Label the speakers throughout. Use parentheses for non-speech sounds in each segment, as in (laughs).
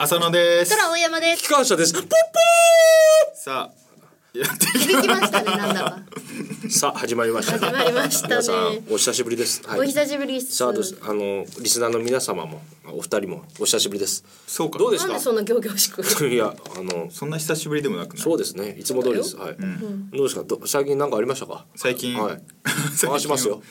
Speaker 1: 浅野です
Speaker 2: トラ大山です
Speaker 3: 機関車です。ポッポ
Speaker 1: さあやっていき
Speaker 2: 響きま (laughs) したねなんだか
Speaker 3: ーさあ始まりました。
Speaker 2: 始まりましたね
Speaker 3: 皆さんお久しぶりです。は
Speaker 2: お久しぶりです
Speaker 3: さあどうですあのリスナーの皆様もお二人もお久しぶりです。
Speaker 1: そうか
Speaker 3: どうで
Speaker 2: なんですそんな仰々しく
Speaker 3: か。いやあの
Speaker 1: そんな久しぶりでもなくない
Speaker 3: そうですねいつも通りです。はい。どうですかど最近何かありましたか。
Speaker 1: 最近
Speaker 3: はい。
Speaker 1: 最近
Speaker 3: 回しま
Speaker 2: (laughs)
Speaker 3: すよ。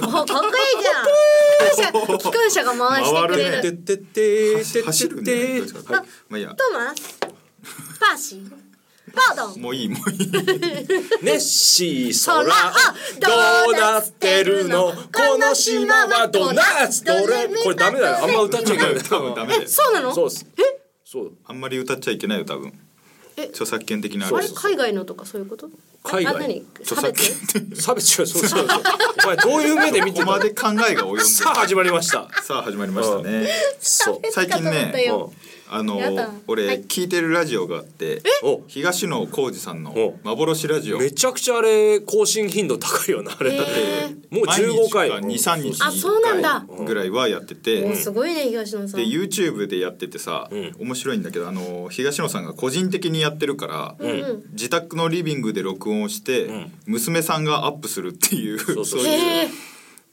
Speaker 2: おかっこいいじゃん機関車機関車が回してくれ
Speaker 1: 回る
Speaker 2: る
Speaker 3: てってってってっ
Speaker 1: 走るんだ
Speaker 3: て
Speaker 1: よね
Speaker 3: って。
Speaker 1: 確かにはいまあいいや
Speaker 2: トーマスパーシーバードン
Speaker 1: もういいもういい
Speaker 3: ネッシー空
Speaker 2: 空
Speaker 3: どうなってるのこの島はドーナツどれこれダメだよあんま歌っちゃいけない
Speaker 1: (laughs) 多分ダメで
Speaker 2: えそうなの
Speaker 3: そうです
Speaker 2: え
Speaker 3: そう
Speaker 1: あんまり歌っちゃいけないよ多分
Speaker 2: え
Speaker 1: 著作権的なあ
Speaker 2: あ
Speaker 1: れ
Speaker 2: れ海外のとかそういうこと
Speaker 3: 海外
Speaker 2: あ何
Speaker 1: 著
Speaker 2: 差
Speaker 1: 作
Speaker 2: 別
Speaker 1: 権って
Speaker 3: 差別違うそうそうそうお前どういう目で見て
Speaker 1: ここま
Speaker 3: たの
Speaker 1: で考えが及んでる
Speaker 3: さあ始まりました
Speaker 1: さあ始まりましたね
Speaker 3: そう
Speaker 1: 最近
Speaker 2: かと思った
Speaker 1: ね
Speaker 2: よ
Speaker 1: あの
Speaker 2: やだは
Speaker 1: 俺
Speaker 2: い
Speaker 1: 聞いてるラジオがあって
Speaker 3: お
Speaker 1: 東野浩二さんの
Speaker 3: お
Speaker 1: 幻ラジオ
Speaker 3: めちゃくちゃあれ更新頻度高いよなあれ
Speaker 2: へー
Speaker 3: もう15回
Speaker 1: 毎日か23日に
Speaker 2: あそうなんだ
Speaker 1: 1回ぐらいはやってて
Speaker 2: もうすごいね東野さん
Speaker 1: で YouTube でやっててさ、
Speaker 3: ん
Speaker 1: 面白いんだけどあの東野さんが個人的にやってるから、
Speaker 2: ん
Speaker 1: 自宅のリビングで録音して、
Speaker 3: ん
Speaker 1: 娘さんがアップするっていうそう
Speaker 3: そうそう
Speaker 1: い
Speaker 2: へ
Speaker 1: う
Speaker 2: え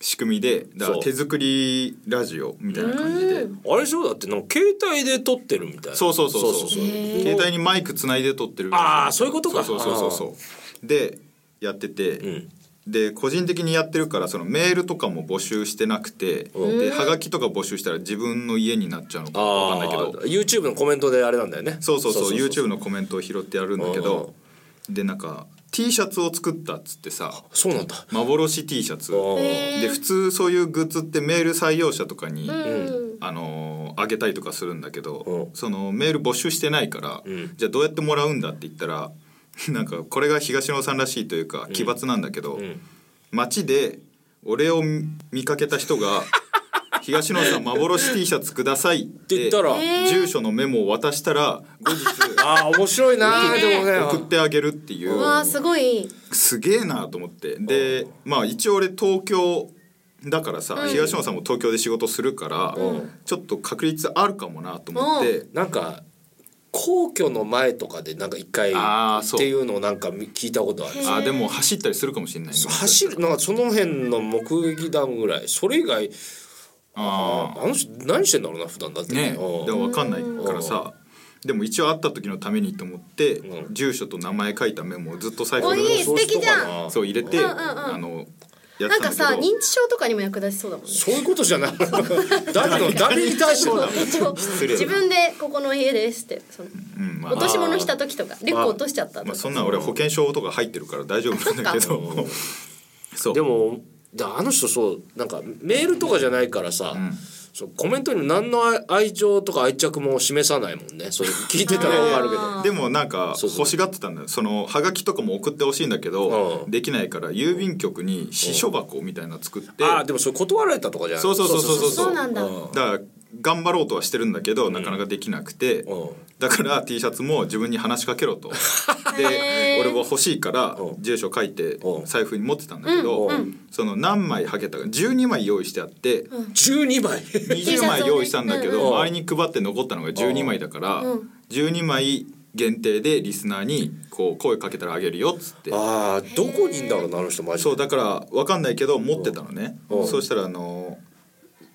Speaker 1: 仕組みでだから
Speaker 3: そう
Speaker 1: 手作りラジオみたいな感じで。
Speaker 3: あれでしょだってなんか携帯で撮ってるみたいな
Speaker 1: そうそうそうそう
Speaker 2: へー
Speaker 1: 携帯にマイクつないで撮ってる
Speaker 3: あーそういうことか
Speaker 1: そうそうそうそうそうでやってて、
Speaker 3: ん
Speaker 1: で個人的にやってるからそのメールとかも募集してなくてではがきとか募集したら自分の家になっちゃうのかわかんな
Speaker 3: あ
Speaker 1: いけど
Speaker 3: あ YouTube のコメントであれなんだよね
Speaker 1: そうそうそう YouTube のコメントを拾ってやるんだけどでなんか T シャツを作ったっつってさ
Speaker 3: そうなんだ
Speaker 1: 幻 T シャツ
Speaker 3: あー
Speaker 2: へー
Speaker 1: で普通そういうグッズってメール採用者とかに、
Speaker 2: うん
Speaker 1: あのーあげたりとかするんだけど
Speaker 3: うん
Speaker 1: そのメール募集してないから、
Speaker 3: ん
Speaker 1: じゃあどうやってもらうんだって言ったら (laughs) なんかこれが東野さんらしいというか奇抜なんだけど、
Speaker 3: ん
Speaker 1: 街で俺を見かけた人
Speaker 3: (laughs)
Speaker 1: が「東野さん幻 T シャツください」っ
Speaker 3: って
Speaker 1: て
Speaker 3: 言ったら
Speaker 2: へー
Speaker 1: 住所のメモを渡したら後日
Speaker 3: ああ面白いなー
Speaker 2: いいね
Speaker 3: でもね
Speaker 1: 送ってあげるっていう
Speaker 2: うわーすごい
Speaker 1: すげえなと思ってでまあ一応俺東京だからさ、東野さんも東京で仕事するから、ちょっと確率あるかもなと思って、
Speaker 3: なんか皇居の前とかでなんか一回
Speaker 1: あー
Speaker 3: っ
Speaker 1: そう
Speaker 3: ていうのをなんか聞いたことある
Speaker 1: あでも走ったりするかもしれないね
Speaker 3: 走るなんかその辺の目撃談ぐらいそれ以外
Speaker 1: あ
Speaker 3: あの人何してんだろうな普段だって
Speaker 1: あねで
Speaker 3: うん
Speaker 1: も分かんないからさでも一応会った時のためにと思って、
Speaker 3: う
Speaker 1: 住所と名前書いたメモをずっと財布
Speaker 2: おいい
Speaker 1: に
Speaker 2: 素敵じゃん
Speaker 3: そう
Speaker 1: そう入れて、
Speaker 2: うんうんうん
Speaker 1: あのやって
Speaker 2: な
Speaker 1: た
Speaker 2: ん
Speaker 1: んだけ
Speaker 2: か
Speaker 1: ど
Speaker 2: さ認知症とかにも役立ちそうだもんね
Speaker 3: そういうことじ
Speaker 1: (laughs)
Speaker 3: ゃない誰の誰に対してだ
Speaker 2: 一応
Speaker 1: 失礼だ
Speaker 2: 自分でここの家ですってその
Speaker 1: うんまあ
Speaker 2: 落とし物した時とかリュック落としちゃったとか、
Speaker 1: まあ、そんなん俺保険証とか入ってるから大丈夫なんだけど (laughs) そう
Speaker 3: でもだあの人そうなんかメールとかじゃないからさ、そうコメントに何の愛愛情とか愛着も示さないもんねそれ聞いてたら分かるけど
Speaker 1: でもなんか
Speaker 3: そうそう
Speaker 1: 欲しがってたんだよそのハガキとかも送ってほしいんだけど
Speaker 3: うん
Speaker 1: できないから郵便局に私書箱みたいなの作って
Speaker 3: ああ
Speaker 1: だ
Speaker 3: ーでもそれ断られたとかじゃない
Speaker 1: そうそうそうそう
Speaker 2: そうなんだ、
Speaker 3: うん
Speaker 1: から頑張ろうとはしてるんだけどなかなかできなくて
Speaker 3: うん
Speaker 1: だから T シャツも自分に話しかけろと
Speaker 3: (laughs)
Speaker 1: で
Speaker 2: へー
Speaker 1: 俺は欲しいから
Speaker 3: うん
Speaker 1: 住所書いて
Speaker 3: うん
Speaker 1: 財布に持ってたんだけど
Speaker 3: うんう
Speaker 1: その何枚はけたか12枚用意してあって
Speaker 3: 12枚
Speaker 1: (laughs)
Speaker 2: T シ
Speaker 1: 20
Speaker 2: ャツ
Speaker 1: 枚
Speaker 2: をね
Speaker 1: 用意したんだけ
Speaker 3: うんう
Speaker 1: ど
Speaker 3: ん
Speaker 1: 周りに配って残ったのが12枚だから
Speaker 2: うん
Speaker 1: 12枚限定でリスナーにこう声かけたらあげるよっつって
Speaker 3: ああどこにいんだろうなあの人マジで
Speaker 1: そうだから分かんないけど持ってたのね
Speaker 3: うん
Speaker 1: そうしたらあの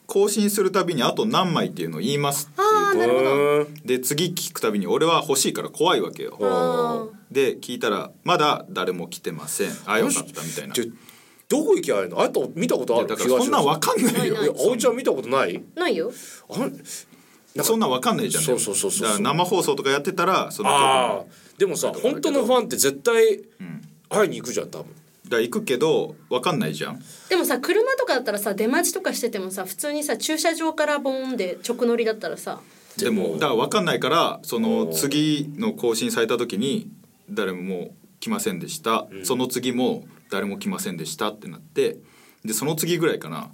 Speaker 1: 更新するたびにあと何枚っていうのを言いますって
Speaker 2: あー
Speaker 1: 言う
Speaker 2: なるほど
Speaker 3: うん
Speaker 1: とで次聞くたびに俺は欲しいから怖いわけよ
Speaker 2: あ
Speaker 1: で聞いたらまだ誰も来てませんあよかったみたいな
Speaker 3: でどこ行きゃいいのあなた見たことある
Speaker 1: だからそんなん分かんない
Speaker 2: ない
Speaker 1: よ
Speaker 2: ない
Speaker 3: や葵ちゃん見たことない
Speaker 2: ーないよ
Speaker 3: あん
Speaker 1: そんなん分かんないじゃん
Speaker 3: そうそうそうそう
Speaker 1: だから生放送とかやってたらその曲
Speaker 3: あーでもさ本当のファンって絶対会いに行くじゃん多分
Speaker 1: だから行くけど分かんないじゃん
Speaker 2: でもさ車とかだったらさ出待ちとかしててもさ普通にさ駐車場からボーンで直乗りだったらさ
Speaker 1: でも
Speaker 3: で
Speaker 1: だ
Speaker 3: も
Speaker 1: から分かんないからその次の更新された時に誰も来ませんでした、その次も誰も来ませんでしたってなってでその次ぐらいかな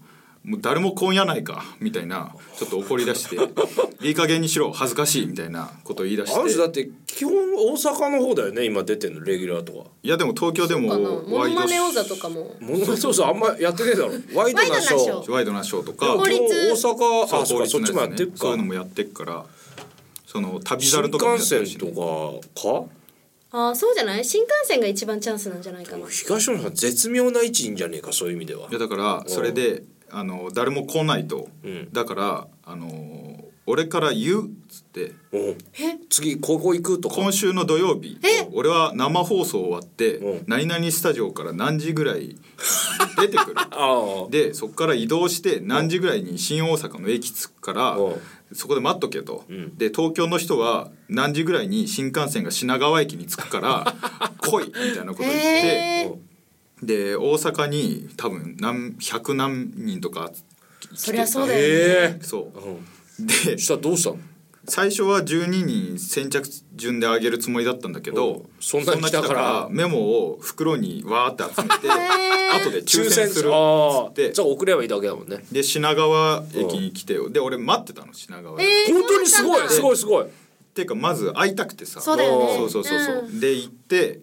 Speaker 1: もう誰も今夜ないかみたいなちょっと怒り出して
Speaker 3: (laughs)
Speaker 1: いい加減にしろ恥ずかしいみたいなことを言い出
Speaker 3: あの人
Speaker 1: し
Speaker 3: だ
Speaker 1: て
Speaker 3: って基本大阪の方だよね今出てんのレギュラーとか
Speaker 1: いやでも東京でも
Speaker 2: あのモ
Speaker 1: ワ
Speaker 2: ノ
Speaker 1: イド
Speaker 2: マ
Speaker 1: シ
Speaker 2: ネ王座
Speaker 1: ョ
Speaker 2: とかも
Speaker 3: ものそうそうあんまやってねえだろワイドなショー
Speaker 2: ワイドナショー
Speaker 1: ーワイドナショーと
Speaker 3: でも
Speaker 1: か
Speaker 2: 法律
Speaker 3: 基本大阪あ
Speaker 1: そう
Speaker 3: そうかそっちもやってる
Speaker 1: そういうの
Speaker 3: か
Speaker 1: もやってっからその旅
Speaker 3: 新
Speaker 1: 猿とかもや
Speaker 3: 幹
Speaker 1: ってる
Speaker 3: 線
Speaker 1: し
Speaker 3: とかか
Speaker 2: ああそうじゃない新幹線が一番チャンスなんじゃないかな
Speaker 3: 東野さん絶妙な位置いいんじゃねえかそういう意味ではい
Speaker 1: やだからそれであの誰も来ないと、
Speaker 3: うん
Speaker 1: だからあの俺から言うっつって
Speaker 3: うん
Speaker 2: え
Speaker 3: 次ここ行くとか
Speaker 1: 今週の土曜日
Speaker 2: え
Speaker 1: 俺は生放送終わって、
Speaker 3: うん
Speaker 1: 何々スタジオから何時ぐらい出て
Speaker 3: (laughs)
Speaker 1: くる
Speaker 3: ああ
Speaker 1: でそこから移動して何時ぐらいに新大阪の駅着くから、
Speaker 3: うん
Speaker 1: そこで待っとけと、
Speaker 3: うん
Speaker 1: で東京の人は何時ぐらいに新幹線が品川駅に着くから
Speaker 3: (laughs)
Speaker 1: 来いみたいなこと言って。
Speaker 2: えー、
Speaker 1: で大阪に多分何百何人とか来てた
Speaker 2: そりゃそうだよ
Speaker 3: ええ
Speaker 1: そう
Speaker 3: うん
Speaker 1: で
Speaker 3: そしたらどうしたの
Speaker 1: 最初は12人先着順で上げるつもりだったんだけ
Speaker 3: う
Speaker 1: ど
Speaker 3: んそんなに来たから
Speaker 1: メモを袋にわーって集め
Speaker 2: (laughs)
Speaker 1: て
Speaker 2: へー
Speaker 1: 後で抽選する
Speaker 3: あ
Speaker 1: つ
Speaker 3: あ
Speaker 1: って
Speaker 3: じゃあ送ればいいだけだもんね
Speaker 1: で品川駅に来てよで俺待ってたの品川で、
Speaker 2: えー
Speaker 3: 本当にすごいす
Speaker 2: い
Speaker 3: ごいすごい
Speaker 1: っていうかまず会いたくてさ
Speaker 2: そうだよね
Speaker 1: そうそうそうそう、
Speaker 2: うん
Speaker 1: で行って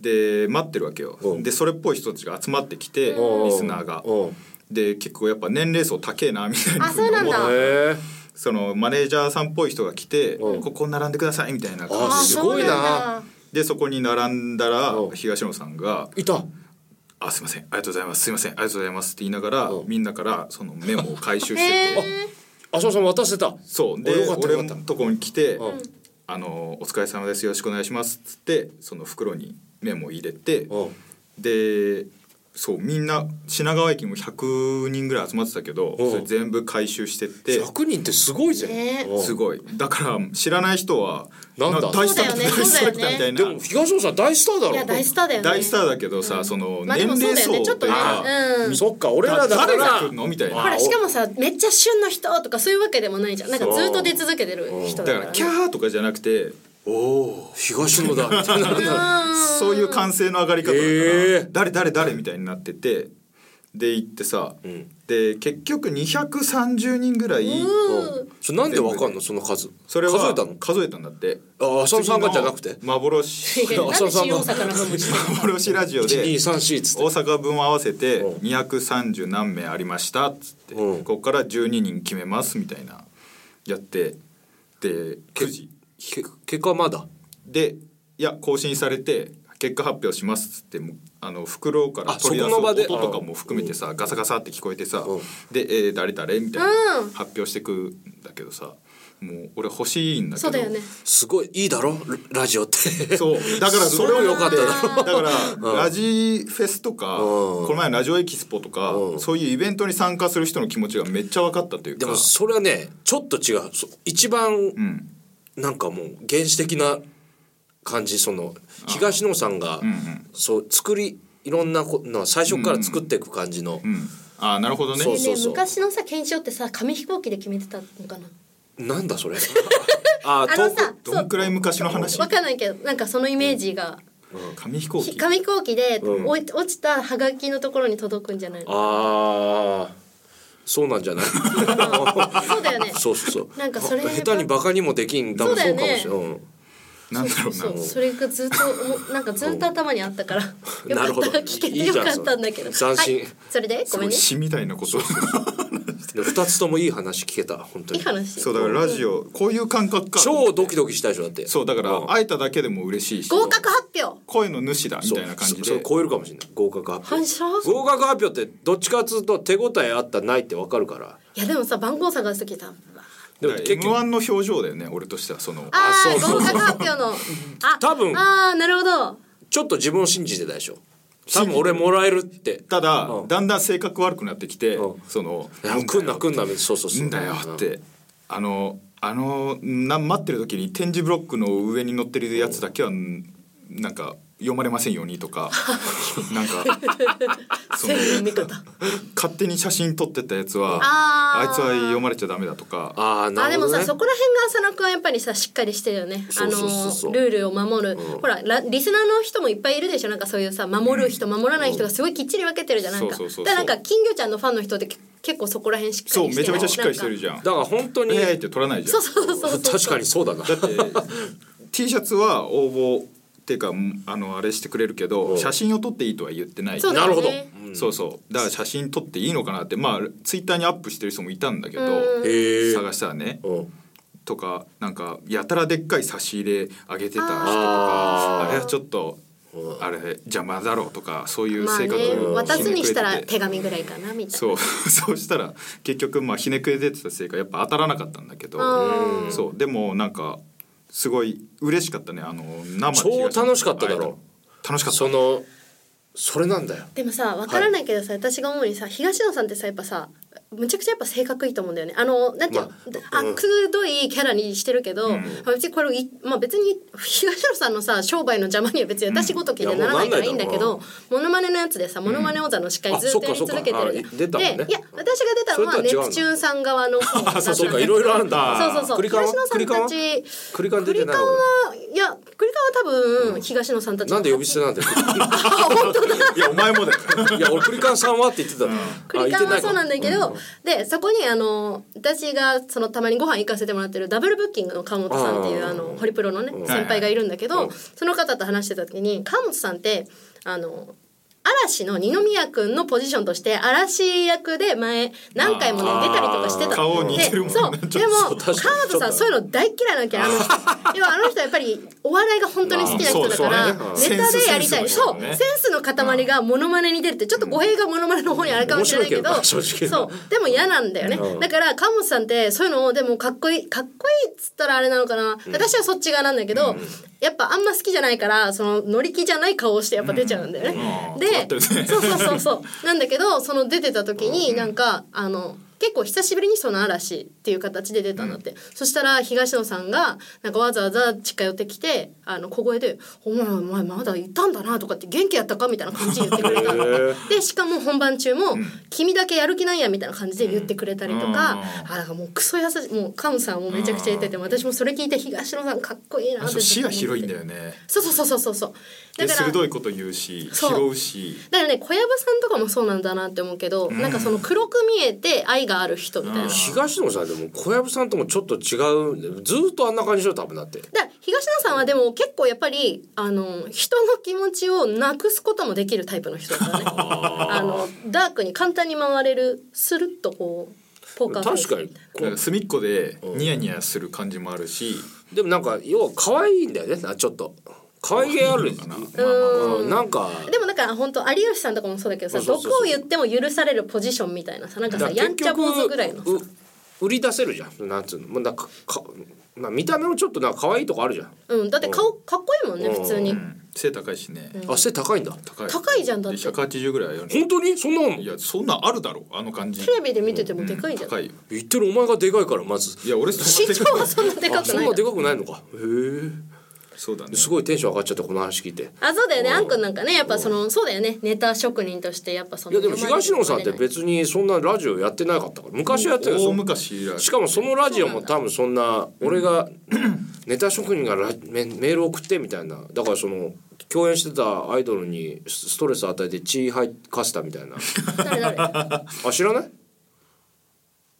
Speaker 1: で待ってるわけよ、
Speaker 3: うん
Speaker 1: でそれっぽい人たちが集まってきて、
Speaker 3: うん
Speaker 1: リスナーが、
Speaker 3: うん
Speaker 1: で結構やっぱ年齢層高えなみたいな
Speaker 2: あそうなんだ
Speaker 1: 思って
Speaker 3: ええ
Speaker 1: そのマネージャーさんっぽい人が来て「
Speaker 3: うん
Speaker 1: ここ並んでください」みたいな感
Speaker 3: あ
Speaker 1: じ
Speaker 3: す
Speaker 1: で
Speaker 3: ごいな
Speaker 1: でそこに並んだら
Speaker 3: うん
Speaker 1: 東野さんが
Speaker 3: いた
Speaker 1: 「あすいませんありがとうございますすいませんありがとうございます」って言いながら
Speaker 3: うん
Speaker 1: みんなからそのメモを回収し
Speaker 2: へ
Speaker 1: て
Speaker 2: え
Speaker 1: て
Speaker 3: 浅野さん渡せた
Speaker 1: そう
Speaker 3: あ
Speaker 1: で
Speaker 3: よかった
Speaker 1: 俺
Speaker 3: よかった
Speaker 1: のとこに来て
Speaker 3: うん
Speaker 1: 「あのお疲れ様ですよろしくお願いします」っつってその袋にメモを入れて
Speaker 3: うん
Speaker 1: でそうみんな品川駅にも100人ぐらい集まってたけど
Speaker 3: うん
Speaker 1: それ全部回収してって
Speaker 3: 100人ってすごいぜ
Speaker 2: ね
Speaker 3: うん
Speaker 1: すごいだから知らない人は
Speaker 3: なんだ
Speaker 1: な大スター
Speaker 2: そうだよね
Speaker 1: 大スター来たみたい
Speaker 3: で
Speaker 1: な
Speaker 3: も東野さん大スターだろ
Speaker 2: いや大スターだよね
Speaker 1: 大スターだけどさその
Speaker 2: まあで
Speaker 1: 年
Speaker 2: もそう
Speaker 1: 齢
Speaker 2: だよ
Speaker 1: 層
Speaker 2: ねちょっとね
Speaker 1: が
Speaker 2: うん
Speaker 3: そっか俺らだか
Speaker 1: 誰が
Speaker 3: ら
Speaker 1: 来るのみたい
Speaker 2: ほ
Speaker 1: な
Speaker 2: らしかもさめっちゃ旬の人とかそういうわけでもないじゃんなんかずっと出続けてる人
Speaker 1: だか
Speaker 2: だからら
Speaker 1: キャーとかじゃなくて
Speaker 3: 東
Speaker 1: (laughs)
Speaker 3: 野だみたいな
Speaker 1: そういう歓声の上がり方だから
Speaker 3: へー
Speaker 1: 誰誰誰みたいになっててで行ってさ
Speaker 3: ん
Speaker 1: で結局230人ぐらい
Speaker 3: うんそれなんでわかんのその数
Speaker 1: それは
Speaker 3: 数えたの
Speaker 1: 数えたんだって
Speaker 3: あ浅野さんがじゃなくて
Speaker 1: 次の幻
Speaker 2: いやなんで新大阪の話してんの
Speaker 3: (laughs)
Speaker 1: 幻ラジオで
Speaker 3: 1234っつって
Speaker 1: 大阪分合わせて
Speaker 3: うん
Speaker 1: 230何名ありましたっつって、
Speaker 3: うん
Speaker 1: ここから12人決めますみたいなやってで9時
Speaker 3: け結果まだ
Speaker 1: でいや更新されて結果発表しますっつってもうあの袋から
Speaker 3: あ
Speaker 1: 取り出す
Speaker 3: そこの場
Speaker 1: 音
Speaker 3: で
Speaker 1: とかも含めてさガサガサって聞こえてさ、
Speaker 3: うん
Speaker 1: で、えー誰誰みたいな
Speaker 2: うん
Speaker 1: 発表してくんだけどさもう俺欲しいんだけど
Speaker 2: そうだよね
Speaker 3: すごいいいだろララジオって
Speaker 1: そうだからそれを
Speaker 3: すごい良かった
Speaker 1: だからラジフェスとか、
Speaker 3: うん
Speaker 1: この前ラジオエキスポとか、
Speaker 3: うん
Speaker 1: そういうイベントに参加する人の気持ちがめっちゃ分かったという
Speaker 3: で
Speaker 1: か
Speaker 3: もそれはねちょっと違うそう一番
Speaker 1: うん
Speaker 3: なんかもう原始的な感じその東野さんが
Speaker 1: うんうん
Speaker 3: そう作りいろんなこの最初から作っていく感じの
Speaker 1: うんああなるほどね
Speaker 3: そう
Speaker 2: ね昔のさ検証ってさ紙飛行機で決めてたのかな
Speaker 3: なんだそ
Speaker 1: (laughs)
Speaker 3: れあ
Speaker 2: あ
Speaker 3: ト
Speaker 2: の
Speaker 3: ーク
Speaker 2: さ
Speaker 1: どんくらい昔の話
Speaker 2: わかんないけどなんかそのイメージが
Speaker 1: 紙飛行機
Speaker 2: 紙飛行機で
Speaker 3: うん
Speaker 2: おい落ちたハガキのところに届くんじゃないの
Speaker 3: ああそうなん
Speaker 2: (laughs)
Speaker 3: じゃない
Speaker 2: そうだよね
Speaker 3: そうそうそう
Speaker 2: なんかそれ
Speaker 3: 下手にバカにもできん多分そうかもしれない、うん
Speaker 1: なんだろうな
Speaker 2: そうそれがずっとおなんかずっと頭にあったからよ
Speaker 3: な
Speaker 2: か
Speaker 3: る
Speaker 2: っ
Speaker 3: ほど
Speaker 2: た聞け
Speaker 3: いい
Speaker 2: て
Speaker 3: じゃ
Speaker 2: よ
Speaker 3: ん
Speaker 2: かったんだけど
Speaker 3: それ斬新
Speaker 2: はい、それですご
Speaker 1: ご
Speaker 2: めん
Speaker 1: い
Speaker 2: ね
Speaker 1: 詩みたいなこと
Speaker 3: で2つともいい話聞けた本当
Speaker 2: いい
Speaker 3: に
Speaker 2: 話
Speaker 1: そうだからラジオこういう感覚か
Speaker 3: 超ドキドキしたでしょだって
Speaker 1: そうだか
Speaker 3: ん
Speaker 1: ら会えただけでも嬉しいし
Speaker 2: 合格発表
Speaker 1: 声の主だみ
Speaker 3: そう
Speaker 1: たいな感じ
Speaker 3: そそ
Speaker 1: で
Speaker 3: れ超えるかもしれない合格発
Speaker 2: 反
Speaker 3: 表
Speaker 2: 射
Speaker 3: 合格発表ってどっちかっつうと手応えあったないってわかるから
Speaker 2: いやでもさ番号探す時さ
Speaker 3: でも
Speaker 1: だから
Speaker 3: 結
Speaker 1: M1
Speaker 3: 局
Speaker 1: の表情だよね俺としてはその
Speaker 2: あ
Speaker 3: そ
Speaker 2: あ
Speaker 3: うそう
Speaker 2: 合
Speaker 3: そう
Speaker 2: 格発表のあ
Speaker 3: 多分
Speaker 2: ああなるほど
Speaker 3: ちょっと自分を信じてたでしょ多分俺もらえるって
Speaker 1: ただ
Speaker 3: うん
Speaker 1: だんだん性格悪くなってきて
Speaker 3: うん
Speaker 1: その
Speaker 3: いや来んな来んなそうそう
Speaker 1: いい
Speaker 3: そうん
Speaker 1: だよってあのあのな待ってる時に点字ブロックの上に載ってるやつだけはんなんか読まれませんようにと
Speaker 2: (laughs)
Speaker 1: かなんかその
Speaker 2: 正義の味方
Speaker 1: 勝手に写真撮ってたやつは
Speaker 2: あ
Speaker 1: あ
Speaker 2: ー
Speaker 1: いつは読まれちゃダメだとか
Speaker 3: ああ
Speaker 2: あ
Speaker 3: な
Speaker 2: で
Speaker 3: る
Speaker 2: も
Speaker 3: ほど
Speaker 2: さ
Speaker 3: ね
Speaker 2: そこら辺が浅野くんはやっぱりさしっかりしてるよね
Speaker 3: そうそうそうそう
Speaker 2: あのルールを守る、ほらラリスナーの人もいっぱいいるでしょなんかそういうさ守る人、守らない人がすごいきっちり分けてるじゃんないか
Speaker 1: そうそうそうそう
Speaker 2: だからなんか金魚ちゃんのファンの人ってけ結構そこら辺しっか
Speaker 1: そう
Speaker 2: りして
Speaker 1: めちゃめ
Speaker 2: る
Speaker 1: ちゃしっかりしてるじゃん
Speaker 3: だから本
Speaker 1: 「
Speaker 3: 当
Speaker 1: え
Speaker 3: に
Speaker 1: え」って撮らないじゃ
Speaker 2: そ
Speaker 1: ん
Speaker 2: うそうそうそう
Speaker 3: 確かにそうだな
Speaker 1: だって (laughs) T シャツは応募っていうかんあのあれしてくれるけ
Speaker 3: う
Speaker 1: ど
Speaker 3: ん
Speaker 1: 写真を撮っていいとは言ってない
Speaker 2: そうだ
Speaker 3: な
Speaker 2: よ
Speaker 3: る
Speaker 2: ね
Speaker 3: ほど
Speaker 1: そうそうだから写真撮っていいのかなってまあツイッターにアップしてる人もいたんだけど
Speaker 2: うん
Speaker 3: へえ
Speaker 1: 探したらね
Speaker 3: うん
Speaker 1: とかなんかやたらでっかい差し入れあげてた人とか
Speaker 3: あー
Speaker 1: あれはちょっとあれ邪魔だろうとかそういう
Speaker 2: まあ
Speaker 1: 性格
Speaker 2: ね
Speaker 1: を
Speaker 2: 渡すにした
Speaker 1: ひ
Speaker 2: ら
Speaker 1: ねくれてて
Speaker 2: 手紙ぐらいかなみたいな
Speaker 1: そう (laughs) そうしたら結局まあひねくれてたせいかやっぱ当たらなかったんだけど
Speaker 2: あー
Speaker 1: そうでもなんかすごい嬉しかったねあの生で
Speaker 3: 超楽しかっただ
Speaker 1: 会え
Speaker 3: ろ
Speaker 1: た楽しかった
Speaker 3: そのそれなんだよ
Speaker 2: でもさ分からないけどさ、私が思うにさ東野さんってさやっぱさむちゃくちゃやっぱ性格いいと思うんだよねあのなんていうの
Speaker 3: まあ
Speaker 2: あ
Speaker 3: うん
Speaker 2: くどいキャラにしてるけど、
Speaker 1: うん
Speaker 2: 別にこれい、まあ、別に東野さんのさ商売の邪魔には別に私ごときで
Speaker 3: いや
Speaker 2: ならないからいい
Speaker 3: も
Speaker 2: う
Speaker 3: な
Speaker 2: ん
Speaker 3: んな
Speaker 2: だ
Speaker 3: いだろう
Speaker 2: けどモノマネのやつでさモノマネ王座の司会ずっとやり続けて
Speaker 3: あそ
Speaker 2: る
Speaker 3: っかそっ
Speaker 2: じ
Speaker 3: か
Speaker 2: ゃ
Speaker 3: あ
Speaker 2: ん
Speaker 3: 出たもんね
Speaker 2: でいや私が出たのは
Speaker 3: それ
Speaker 2: ネ
Speaker 3: とは違うの (laughs)
Speaker 2: プチューンさん側の方だったんだけ
Speaker 3: あ
Speaker 2: ど
Speaker 3: そうかいろいろあるんだ
Speaker 2: そうそうそう
Speaker 3: クリカンは
Speaker 2: 東野さんた
Speaker 3: クリ
Speaker 2: ち
Speaker 3: クリカン出て
Speaker 2: クリ
Speaker 3: ない
Speaker 2: カンはいやクリカンは多分東野さんたちの
Speaker 3: なんで呼び捨
Speaker 1: (laughs)
Speaker 3: てなんだよ
Speaker 1: いやお前もだよ
Speaker 3: いや俺クリカンさんはって言ってたのあ
Speaker 2: 繰り
Speaker 3: 言っ
Speaker 2: 返
Speaker 3: てな
Speaker 2: はい
Speaker 3: か
Speaker 2: そうなんだけど、でそこにあの私がそのたまにご飯行かせてもらってるダブルブッキングの川本さんっていう
Speaker 3: あー
Speaker 2: あのホリプロのね
Speaker 3: うん
Speaker 2: 先輩がいるんだけど、
Speaker 3: はいはい
Speaker 2: その方と話してた時に川本さんってあの嵐の二宮君のポジションとして嵐役で前何回もね
Speaker 3: あー
Speaker 2: 出たりとかしてた
Speaker 1: 顔似てるもん
Speaker 2: で
Speaker 1: ね
Speaker 2: そう
Speaker 1: ちょっと
Speaker 2: でも
Speaker 3: そう確かに
Speaker 2: 川本さんそういうの大嫌いなわけあの
Speaker 1: (laughs)
Speaker 2: 人要はあの人やっぱりお笑いが本当に好きな人だから、
Speaker 1: まあそうそうね
Speaker 2: ネタでやりたい
Speaker 1: センスセンスだ
Speaker 2: そ
Speaker 1: よ
Speaker 2: う
Speaker 1: ね
Speaker 2: センスの塊がモノマネに出るってちょっと語弊がモノマネの方にあるかもしれないけど
Speaker 3: 面白いけどな正直な
Speaker 2: そうでも嫌なんだよね、
Speaker 3: うん
Speaker 2: だから川本さんってそういうのをでもかっこいいかっこいいっつったらあれなのかな、私はそっち側なんだけど、やっぱあんま好きじゃないからその乗り気じゃない顔をしてやっぱ出ちゃうんだよね、
Speaker 1: うん
Speaker 2: で
Speaker 1: 変わってるね
Speaker 2: そうそうそうそうなんだけどその出てた時になんかあの結構久しぶりにその嵐っていう形で出たんだって、そしたら東野さんがなんかわざわざ近寄ってきてあの小声で「お前お前まだいたんだな」とかって「元気やったか?」みたいな感じで言ってくれたんだって
Speaker 3: へ
Speaker 2: でしかも本番中も「君だけやる気なんや」みたいな感じで言ってくれたりとか、
Speaker 1: うん
Speaker 2: あなんかもうクソ優しいもうカムさんもめちゃくちゃ言ってて私もそれ聞いて東野さんかっこいい
Speaker 1: あ
Speaker 2: なっ
Speaker 1: の人
Speaker 2: て
Speaker 1: 視野広いんだよね
Speaker 2: そうそうそうそうそう
Speaker 1: で
Speaker 2: だから
Speaker 1: 鋭いこと言うし
Speaker 2: そ
Speaker 1: 拾
Speaker 2: う
Speaker 1: うし
Speaker 2: だからね小籔さんとかもそうなんだなって思うけど、なんかその黒く見えて愛がある人みたいな。
Speaker 1: うん
Speaker 3: 東野さんでも小籔さんともちょっと違うんだよずーっとあんな感じでしょ多分だって
Speaker 2: だから東野さんはでも結構やっぱりあの人の気持ちをなくすこともできるタイプの人だからねあのダークに簡単に回れるスルッとこうポーカーフェイス
Speaker 3: 確かにこ
Speaker 1: なん
Speaker 3: う
Speaker 1: か隅っこでニヤニヤする感じもあるし
Speaker 3: でもなんか要は可愛いんだよねなちょっと可愛げある
Speaker 1: かな
Speaker 3: うんなんか
Speaker 2: でもなんか本当有吉さんとかもそうだけどさ
Speaker 3: そう
Speaker 2: 毒
Speaker 3: そうそうそう
Speaker 2: を言っても許されるポジションみたいなさなんか
Speaker 3: だ
Speaker 2: さ
Speaker 3: から
Speaker 2: やんちゃ坊主ぐらいの
Speaker 3: 結局う売り出せるじゃんなんつうのもうなんかかな見た目もちょっとなんか可愛いとこあるじゃん、
Speaker 2: うん、だって顔かっこいいもんね
Speaker 3: うん
Speaker 2: 普通に
Speaker 1: うん背高いしね
Speaker 3: あ背高いんだ
Speaker 1: 高い
Speaker 2: 高いじゃんだって
Speaker 1: で180ぐらいあるよね
Speaker 3: 本当にそんなの
Speaker 1: いやそんなんあるだろあの感じ
Speaker 2: テレビで見ててもでかいじゃん、
Speaker 1: 高いよ
Speaker 3: 言ってるお前がでかいからまず
Speaker 1: いや俺
Speaker 2: 身
Speaker 1: 身
Speaker 2: 長はそんなでか
Speaker 3: あ
Speaker 2: く
Speaker 3: そ
Speaker 2: なんい
Speaker 3: な
Speaker 2: の
Speaker 3: でかくないのかへ
Speaker 1: そうだね
Speaker 3: えすごいテンション上がっちゃったこの話聞いて
Speaker 2: あそうだよねあんくんなんかねやっぱそのそうだよねネタ職人としてやっぱその
Speaker 3: いやでも東野さんって別にそんなラジオやってなかったから昔やってたよそ
Speaker 1: 大
Speaker 3: ん
Speaker 1: 昔以来
Speaker 3: しかもそのラジオも多分そんな俺がネタ職人がラメメール送ってみたいなだからその共演してたアイドルにスストレス与えて血吐かせたみたいな
Speaker 2: 誰 (laughs) 誰あ
Speaker 3: あ知らない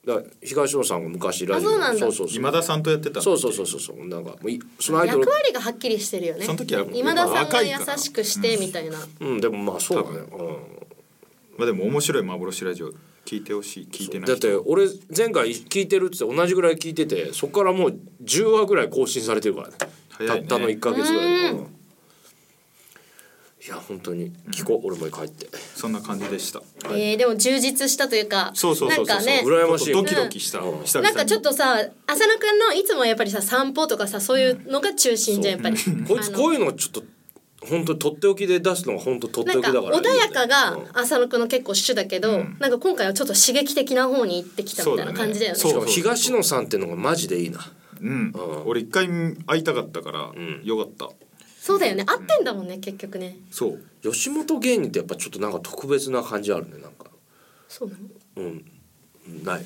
Speaker 3: だから東野さんが昔ラジオ
Speaker 2: あそうなんだ
Speaker 3: そうそうそう
Speaker 1: 今田さんとやってたの
Speaker 3: そうそうそうそうそうなんかもういそのアイドル
Speaker 2: 役割がはっきりしてるよね
Speaker 1: その時は
Speaker 2: 今田さん
Speaker 1: 若
Speaker 2: が
Speaker 1: いから
Speaker 2: 優しくしてみたいな、
Speaker 3: うんでもまあそうだねうん
Speaker 1: まあでも面白い幻ラジオ聞いてほしい聞いてない
Speaker 3: だって俺前回聞いてるっつって同じぐらい聞いててそこからもう10話ぐらい更新されてるからね
Speaker 1: 早いね
Speaker 3: たったの1か月ぐらいでうんいや本当に聞こう、俺も帰って
Speaker 1: そんな感じでした
Speaker 2: えーでも充実したというか
Speaker 1: そうそうそうそう
Speaker 2: なんかね
Speaker 1: そう
Speaker 3: 羨ましい
Speaker 1: ちょっとドキドキした
Speaker 3: うん
Speaker 1: 久々
Speaker 2: なん
Speaker 1: に
Speaker 2: かちょっとさ浅野くんのいつもやっぱりさ散歩とかさそういうのが中心じゃんやっぱり
Speaker 3: こいつ
Speaker 2: あの
Speaker 3: こういうのちょっと本当にとっておきで出すのが本当とっ
Speaker 2: な
Speaker 3: てお
Speaker 2: ん
Speaker 3: き
Speaker 2: か
Speaker 3: だから
Speaker 2: 穏やか
Speaker 3: う
Speaker 2: が
Speaker 3: ん
Speaker 2: 浅野くんの結構主だけど、なんか今回はちょっと刺激的な方に行ってきたみたいな感じだよね
Speaker 1: そう
Speaker 3: し
Speaker 1: だね
Speaker 3: かも東野さんってのがマジでいいな
Speaker 1: うん俺一回会いたかったからよかった
Speaker 2: そうだよね合ってんだもんね結局ね
Speaker 1: そう
Speaker 3: 吉本芸人ってやっぱちょっとなんか特別な感じあるねなんか
Speaker 2: そうなの
Speaker 3: うんない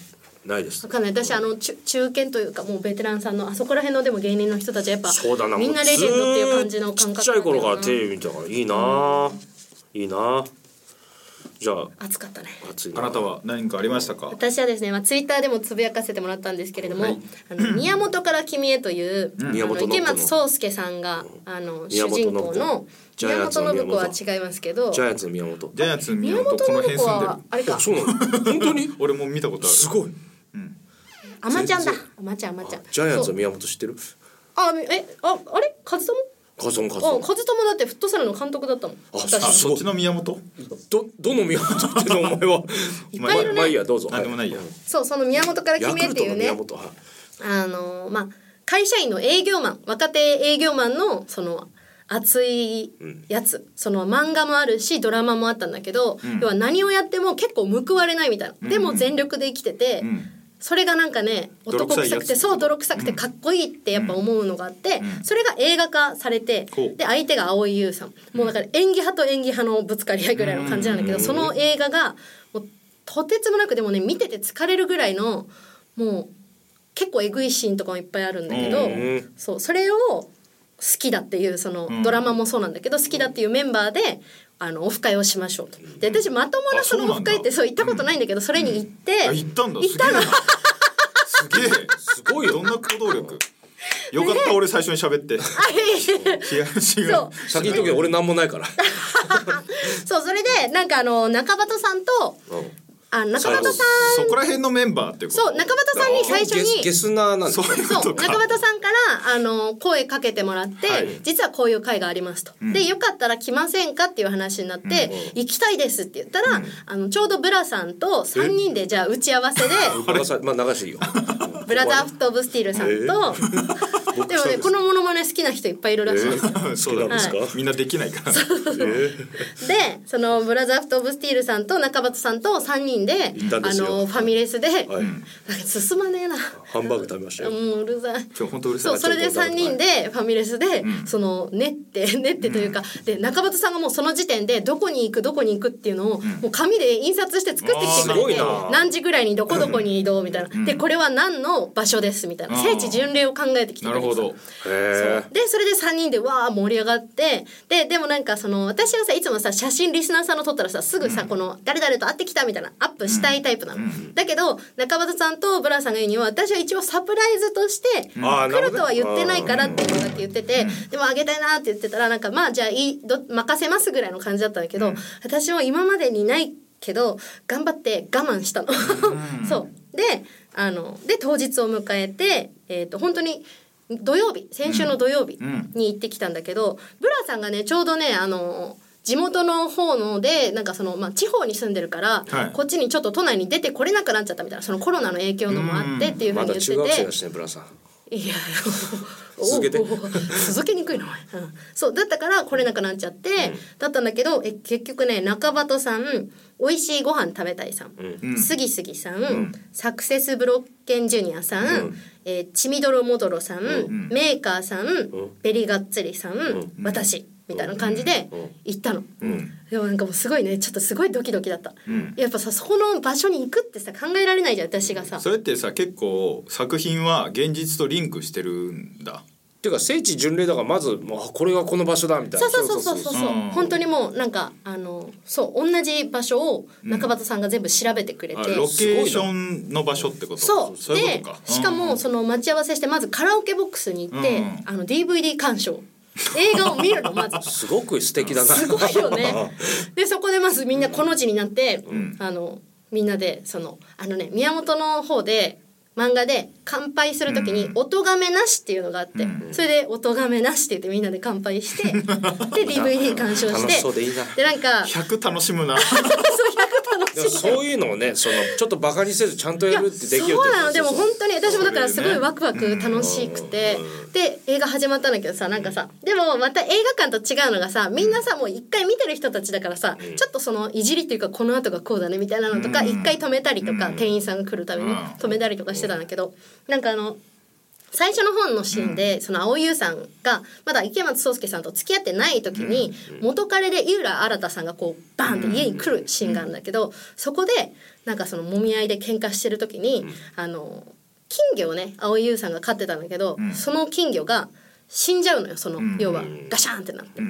Speaker 3: ないです
Speaker 2: わかんない私あの中中堅というかもうベテランさんのあそこら辺のでも芸人の人たちはやっぱ
Speaker 3: そうだな
Speaker 2: みんなレジェンドっていう感じの感覚
Speaker 3: ずーっとちっちゃい頃から
Speaker 2: なんだ
Speaker 3: テ
Speaker 2: よな
Speaker 3: レビ見てたからいいな、いいなじゃあ
Speaker 2: 熱かったね
Speaker 3: 暑い
Speaker 1: あなたは何かありましたか
Speaker 2: 私はですね、まあ、ツイッターでもつぶやかせてもらったんですけれども「
Speaker 1: はい
Speaker 2: あの宮本から君へ」という、あ
Speaker 3: 宮本
Speaker 2: の
Speaker 3: 信子の
Speaker 2: 池松壮亮さんがあの
Speaker 3: 宮
Speaker 2: 主
Speaker 3: 本
Speaker 2: 人公
Speaker 3: 信子
Speaker 2: の
Speaker 3: ジャイ
Speaker 2: 宮
Speaker 3: アン
Speaker 2: 本
Speaker 3: ツの宮
Speaker 2: 信
Speaker 3: 本
Speaker 2: 子は違いますけど
Speaker 3: ジャイアンツの宮本
Speaker 1: ジャイアンツ見
Speaker 2: 宮
Speaker 1: よう
Speaker 2: 本
Speaker 1: とこの
Speaker 2: 信
Speaker 1: 辺
Speaker 2: 子
Speaker 1: 住んでる
Speaker 2: はあれか
Speaker 3: (laughs) あそうなの本当に
Speaker 1: 俺も見たことある
Speaker 3: すごい
Speaker 2: あまちゃんだあまちゃんあまちゃん
Speaker 3: ジャイアン
Speaker 2: そ
Speaker 3: ツ
Speaker 2: う
Speaker 3: の宮本知ってる
Speaker 2: あえああれカズトモ
Speaker 3: カズオンカズ
Speaker 2: あ
Speaker 3: オン
Speaker 2: カズトモだってフットサルの監督だったもん
Speaker 3: あ
Speaker 2: 私の
Speaker 1: あ
Speaker 3: す
Speaker 1: そっちの宮本
Speaker 3: どどの宮本って (laughs) のお前は
Speaker 2: いっぱいいるね
Speaker 3: まあいいやどうぞ
Speaker 1: なんでもないや
Speaker 2: そうその宮本から決
Speaker 3: ヤク
Speaker 2: めっ
Speaker 3: ル
Speaker 2: て
Speaker 3: ト
Speaker 2: い
Speaker 3: の
Speaker 2: うね
Speaker 3: 宮本はい
Speaker 2: あのまあ会社員の営業マン若手営業マンのその熱いやつ、その漫画もあるしドラマもあったんだけど、
Speaker 1: うん
Speaker 2: 要は何をやっても結構報われないみたいな、でも全力で生きてて、
Speaker 1: うん
Speaker 2: それがなんかね
Speaker 1: 泥
Speaker 2: 男
Speaker 1: 臭いやつ
Speaker 2: 臭くてそう泥臭くてかっこいいってやっぱ思うのがあって、
Speaker 1: うん
Speaker 2: それが映画化されて、
Speaker 1: ほう
Speaker 2: で相手が蒼井優さんもうだから演技派と演技派のぶつかり合いぐらいの感じなんだけど、その映画がもうとてつもなくでもね見てて疲れるぐらいのもう結構えぐいシーンとかもいっぱいあるんだけど、
Speaker 3: うん
Speaker 2: そうそれを好きだっていうその、
Speaker 1: うん
Speaker 2: ドラマもそうなんだけど好きだっていうメンバーであのオフ会をしましょうと。で私まともな
Speaker 1: あ
Speaker 2: そ
Speaker 1: そうなん
Speaker 2: の
Speaker 1: だ
Speaker 2: オフ会ってそう行ったことないんだけど、それに行って、
Speaker 1: あ行ったんだ
Speaker 2: 行ったの
Speaker 1: すげえなすげえすごいよどんな行動力よかった俺最初に喋って
Speaker 2: (laughs)
Speaker 1: 気合い違う
Speaker 2: そう
Speaker 3: 先言っとけ俺なんもないから
Speaker 2: そうそれでなんかあの中畑さんと
Speaker 3: うん
Speaker 2: あ中畑さん
Speaker 1: そこら辺のメンバーってこと
Speaker 2: そう中畑さんに (laughs) 最初
Speaker 3: ゲスゲ
Speaker 2: に
Speaker 3: スナーなんで
Speaker 1: そういうこ
Speaker 2: そう
Speaker 1: とか
Speaker 2: 中畑さんからあの声かけてもらって、
Speaker 1: はい
Speaker 2: 実はこういう会がありますと、でよかったら来ませんかっていう話になって、行きたいですって言ったら、あのちょうどブラさんと3人でじゃあ打ち合わ
Speaker 3: (laughs)
Speaker 2: せで。
Speaker 3: 流さまあ流していいよ
Speaker 2: ブラザーフット・オブ・スティールさんと、でもねこのモノマネ好きな人いっぱいいるらしいですよ、
Speaker 1: そうだ、ね
Speaker 2: はい
Speaker 1: みんなできないから
Speaker 2: でそのブラザーフット・オブ・スティールさんと中畑さんと3人で
Speaker 3: 行ったんで
Speaker 2: あ
Speaker 3: すよ
Speaker 2: のファミレスで、
Speaker 3: はい
Speaker 2: なんか進まねえな。
Speaker 3: ハンバーグ食べました
Speaker 2: も
Speaker 3: よ
Speaker 2: ううるさい。
Speaker 1: 今日本当うるさ
Speaker 2: そ
Speaker 1: いう
Speaker 2: それで3人でファミレスで、その練って (laughs) 練ってというか、で中畑さんがもうその時点でどこに行くどこに行くっていうのを、もう紙で印刷して作ってきてくれて
Speaker 3: あーすごいな
Speaker 2: 何時ぐらいにどこどこに移動みたいな、でこれは何の場所ですみたいな
Speaker 1: あー
Speaker 2: 聖地巡礼を考えてきてく
Speaker 1: な
Speaker 2: れ
Speaker 1: るほ
Speaker 2: て
Speaker 1: ど
Speaker 3: へ
Speaker 2: でそれで3人でわあ盛り上がってででもなんかその私はさいつもさ写真リスナーさんの撮ったらさすぐさ、この誰々と会ってきたみたいなアップしたいタイプなの、だけど中畑さんとブラさんが言うには私は一応サプライズとして
Speaker 3: あー
Speaker 2: 来るとは言ってないからっていうのだけ言ってて、でもあげたいなって言ってたらなんかまあじゃあいいど任せますぐらいの感じだったんだけど、私も今までにないけど頑張って我慢したの。 (laughs) そうであので当日を迎えて、えー、と本当に土曜日先週の土曜日
Speaker 1: うん
Speaker 2: に行ってきたんだけど、ブラさんがねちょうどねあの地元の方のでなんかその、まあ、地方に住んでるから、
Speaker 1: はい
Speaker 2: こっちにちょっと都内に出てこれなくなっちゃったみたいなそのコロナの影響のもあってっていう
Speaker 3: え
Speaker 2: ふう
Speaker 3: ま
Speaker 2: に言っ
Speaker 3: だ
Speaker 2: てて、
Speaker 3: 中学生だしねブラさん
Speaker 2: い (laughs) やお
Speaker 3: 続けて
Speaker 2: おお続けにくいなお前うんそうだったから来れなくなっちゃって、だったんだけどえ結局ね中畑さん美味しいご飯食べたいさん、
Speaker 1: ん
Speaker 2: すぎすぎさん、サクセスブロッケンジュニアさん、えーちみどろもどろさん、メーカーさん、ベリガッツリさん、私みたいな感じで行ったの、でもなんかもうすごいねちょっとすごいドキドキだった、やっぱさそこの場所に行くってさ考えられないじゃん私がさ
Speaker 1: それってさ結構作品は現実とリンクしてるんだ
Speaker 3: っていうか聖地巡礼だからまずもうあこれがこの場所だみたい
Speaker 2: そ
Speaker 3: な
Speaker 2: うそうそうそうそうそう、
Speaker 1: うん
Speaker 2: 本当にもうなんかあのそう同じ場所を中畑さんが全部調べてくれて、
Speaker 1: あロケーションの場所ってこと
Speaker 2: そう
Speaker 1: そういう
Speaker 2: で
Speaker 1: ことか
Speaker 2: しかもその待ち合わせしてまずカラオケボックスに行って、
Speaker 1: うん
Speaker 2: あの DVD 鑑賞映画を見るのまず
Speaker 1: (laughs)
Speaker 3: すごく素敵だな
Speaker 2: すごいよねでそこでまずみんなこの字になって、あのみんなでそのあのね宮本の方で漫画で乾杯するときに「お咎めなし」っていうのがあって、それで「お咎めなし」って言ってみんなで乾杯して
Speaker 1: (laughs)
Speaker 2: で DVD 鑑賞し
Speaker 3: 楽
Speaker 2: て
Speaker 3: しそうでいいな
Speaker 2: でなんか
Speaker 1: 100楽しむ
Speaker 2: (laughs)
Speaker 1: な
Speaker 3: でもそういうのをねそのちょっとバカにせずちゃんとやるってできるって
Speaker 2: そうなのでも
Speaker 3: そう
Speaker 2: 本当に私もだからす
Speaker 1: そ
Speaker 2: ご
Speaker 1: う
Speaker 2: い
Speaker 1: だよね
Speaker 2: ワクワク楽しくて、で映画始まったんだけどさなんかさでもまた映画館と違うのがさみんなさもう一回見てる人たちだからさ、ちょっとそのいじりっていうかこの後がこうだねみたいなのとか一、回止めたりとか、店員さんが来るたびに
Speaker 1: うん
Speaker 2: 止めたりとかしてたんだけど、なんかあの最初の本のシーンで、その蒼井優さんがまだ池松壮亮さんと付き合ってない時に、元彼で井浦新さんがこうバンって家に来るシーンがあるんだけど、そこでなんかその揉み合いで喧嘩してる時に、あの金魚をね蒼井優さんが飼ってたんだけど、その金魚が死んじゃうのよその、要はガシャンってなって。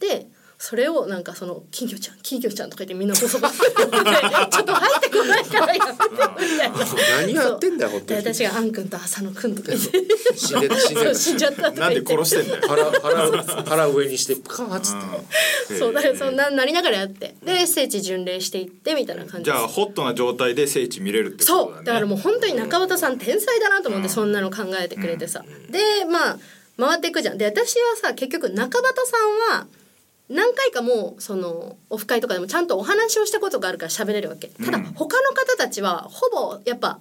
Speaker 2: でそれをなんかその「金魚ちゃん金魚ちゃん」とか言ってみんなボソボソって (laughs) 言って「ちょっと入ってこないからやめて」みたいな。
Speaker 3: 何やってんだよ本当
Speaker 2: で
Speaker 3: に
Speaker 2: 私が「あんくんと浅野くん」とか言って
Speaker 3: 死んでた死
Speaker 2: (laughs)
Speaker 3: んで
Speaker 1: (laughs)
Speaker 2: そう
Speaker 3: た
Speaker 2: 死んじゃったとか
Speaker 1: なん
Speaker 2: 言
Speaker 1: で
Speaker 2: って
Speaker 1: 殺してんだよ。
Speaker 3: 腹腹腹上にしてカーッつって
Speaker 2: そうだからそんななりながらやってで聖地巡礼していってみたいな感じ
Speaker 1: じ
Speaker 2: で
Speaker 1: ゃあ
Speaker 2: す
Speaker 1: ホットな状態で聖地見れるってことだ
Speaker 2: そ
Speaker 1: ね。
Speaker 2: うだからもう本当に中畑さん天才だなと思ってそんなの考えてくれてさ、でまあ回っていくじゃんで私はさ結局中畑さんは何回かもうそのオフ会とかでもちゃんとお話をしたことがあるから喋れるわけただ他の方たちはほぼやっぱ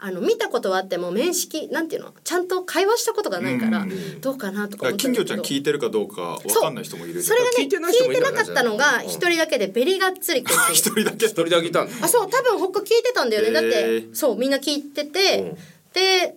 Speaker 2: あの見たことはあっても面識なんていうのちゃんと会話したことがないからどうかなと
Speaker 1: だか
Speaker 2: から思って
Speaker 1: 金魚ちゃん聞
Speaker 2: い
Speaker 1: いてるかどうかわかんない人もいるじ
Speaker 2: そ
Speaker 1: ゃん
Speaker 2: れがね
Speaker 3: 聞
Speaker 2: 聞
Speaker 3: い
Speaker 2: い
Speaker 3: て
Speaker 2: て
Speaker 3: ない人もいるんだ
Speaker 2: なかったのが
Speaker 3: うん
Speaker 2: 一人だけでベリがっつりくんっていう
Speaker 1: 一人だけ
Speaker 3: 一人だけいたんだ
Speaker 2: あそう多分ほっこ聞いてたんだよ
Speaker 1: へ
Speaker 2: ね、
Speaker 1: ー
Speaker 2: だってそうみんな聞いてて、
Speaker 3: うん
Speaker 2: で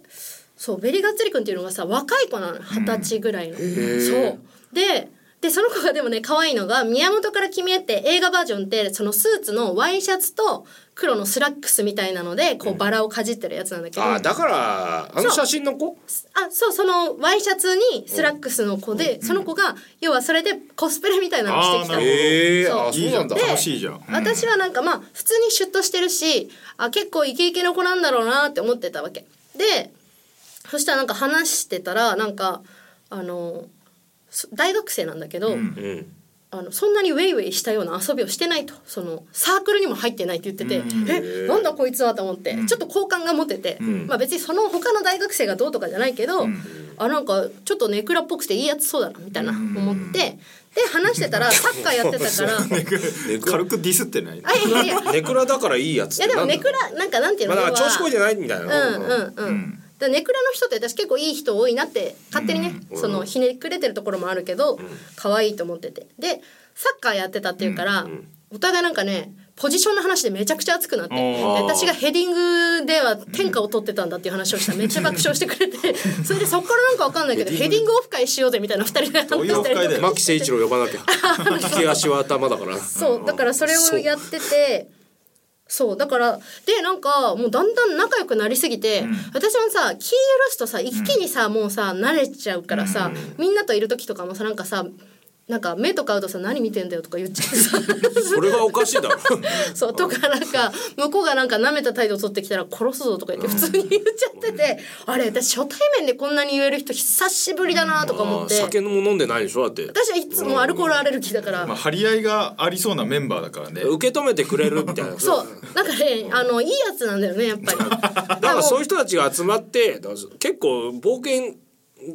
Speaker 2: そうベリガッツリ君っていうのがさ若い子なの二十歳ぐらいの、
Speaker 3: ー
Speaker 2: そうででその子がでもね可愛いのが宮本から君へって映画バージョンってそのスーツのワイシャツと黒のスラックスみたいなのでこうバラをかじってるやつなんだけど、
Speaker 3: あだからあの写真の子
Speaker 2: あそうそのワイシャツにスラックスの子で、その子が要はそれでコスプレみたいなのをしてきた
Speaker 1: あーなるほど
Speaker 2: の
Speaker 3: ええ
Speaker 2: そう
Speaker 3: あそ
Speaker 1: いういじ
Speaker 3: な
Speaker 1: ゃ
Speaker 3: ん
Speaker 1: ん
Speaker 3: だ
Speaker 1: 楽しいじゃん。うん
Speaker 2: 私はなんかまあ普通にシュッとしてるしあ結構イケイケの子なんだろうなって思ってたわけでそしたらなんか話してたらなんかあのそ大学生なんだけど、
Speaker 1: ん
Speaker 3: うん
Speaker 2: あのそんなにウェイウェイしたような遊びをしてないとそのサークルにも入ってないって言ってて、えなんだこいつはと思って、ちょっと好感が持てて、まあ、別にその他の大学生がどうとかじゃないけど、あなんかちょっとネクラっぽくていいやつそうだなみたいな思って、で話してたらサッカーやってたから。
Speaker 1: 軽くディスってない。
Speaker 2: あいやいやいや
Speaker 3: ネクラだからいいやつっ
Speaker 2: いやで
Speaker 3: て
Speaker 2: も
Speaker 3: なんだ
Speaker 2: ネクラなんかなんていう
Speaker 3: ま
Speaker 2: の、
Speaker 3: あだから
Speaker 2: 要は
Speaker 3: 調子こいじゃないみたいな
Speaker 2: うんうんうん、
Speaker 1: ん
Speaker 2: だからネクラの人って私結構いい人多いなって勝手にね、そのひねくれてるところもあるけど可愛、いと思っててでサッカーやってたっていうから、お互いなんかねポジションの話でめちゃくちゃ熱くなってで
Speaker 1: あー
Speaker 2: 私がヘディングでは天下を取ってたんだっていう話をしたらめっちゃ爆笑してくれてそれでそっからなんかわかんないけどヘディングオフ会しようぜみたいな二人で話
Speaker 1: どういうオ
Speaker 2: し
Speaker 1: フ
Speaker 2: た
Speaker 1: 会
Speaker 2: りと
Speaker 1: だ
Speaker 2: か
Speaker 1: よ。
Speaker 3: 牧誠一郎呼ばなきゃ
Speaker 2: (laughs)
Speaker 3: 利き足は頭だから
Speaker 2: そうだからそれをやっててそうだからでなんかもうだんだん仲良くなりすぎて、私もさ気許すとさ一気にさ、もうさ慣れちゃうからさ、みんなといる時とかもさなんかさなんか目とか合うとさ何見てんだよとか言っちゃう (laughs) さ
Speaker 3: それがおかしいだろ
Speaker 2: そうとかなんか向こうがなんか舐めた態度を取ってきたら殺すぞとか言って普通に言っちゃってて、あれ私初対面でこんなに言える人久しぶりだなとか思
Speaker 3: あ
Speaker 2: って
Speaker 3: 酒も飲んでないでしょだって
Speaker 2: 私はいつもアルコールアレルギーだから、
Speaker 1: まあ張り合いがありそうなメンバーだからね。
Speaker 3: 受け止めてくれるみたいな
Speaker 2: そうなんかねあのいいやつなんだよねやっぱ
Speaker 3: (laughs)
Speaker 2: り。だ
Speaker 3: だからそういう人たちが集まってだから結構冒険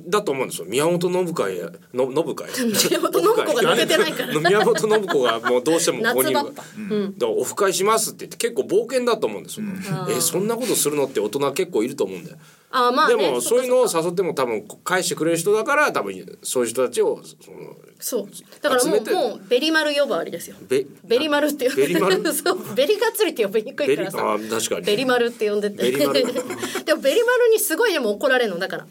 Speaker 3: だと思うんですよ宮本信会やの信会
Speaker 2: 宮本信子が抜けてないから
Speaker 3: 宮本信子がもうどうしてもここに
Speaker 2: 夏バッタ
Speaker 3: うんだからオフ会しますって言って結構冒険だと思うんですよ、えそんなことするのって大人結構いると思うんだよ、
Speaker 2: あまあね
Speaker 3: でもそういう
Speaker 2: っ
Speaker 3: の
Speaker 2: か
Speaker 3: を誘っても多分返してくれる人だから多分そういう人たちをその
Speaker 2: そうだから
Speaker 3: 集
Speaker 2: も
Speaker 3: めて
Speaker 2: うもうベリマル呼ばわりですよ
Speaker 3: べ
Speaker 2: ベリマルって呼んで
Speaker 3: ベリマ
Speaker 2: (laughs)
Speaker 3: ル
Speaker 2: そうベリガッツリって呼びにくい
Speaker 3: ベ
Speaker 2: か
Speaker 3: リ
Speaker 2: ら
Speaker 3: あ
Speaker 2: さ
Speaker 3: ー確かに
Speaker 2: ベリマルって呼んでて
Speaker 3: ベリマル
Speaker 2: (laughs) でもベリマルにすごいでも怒られるのだから、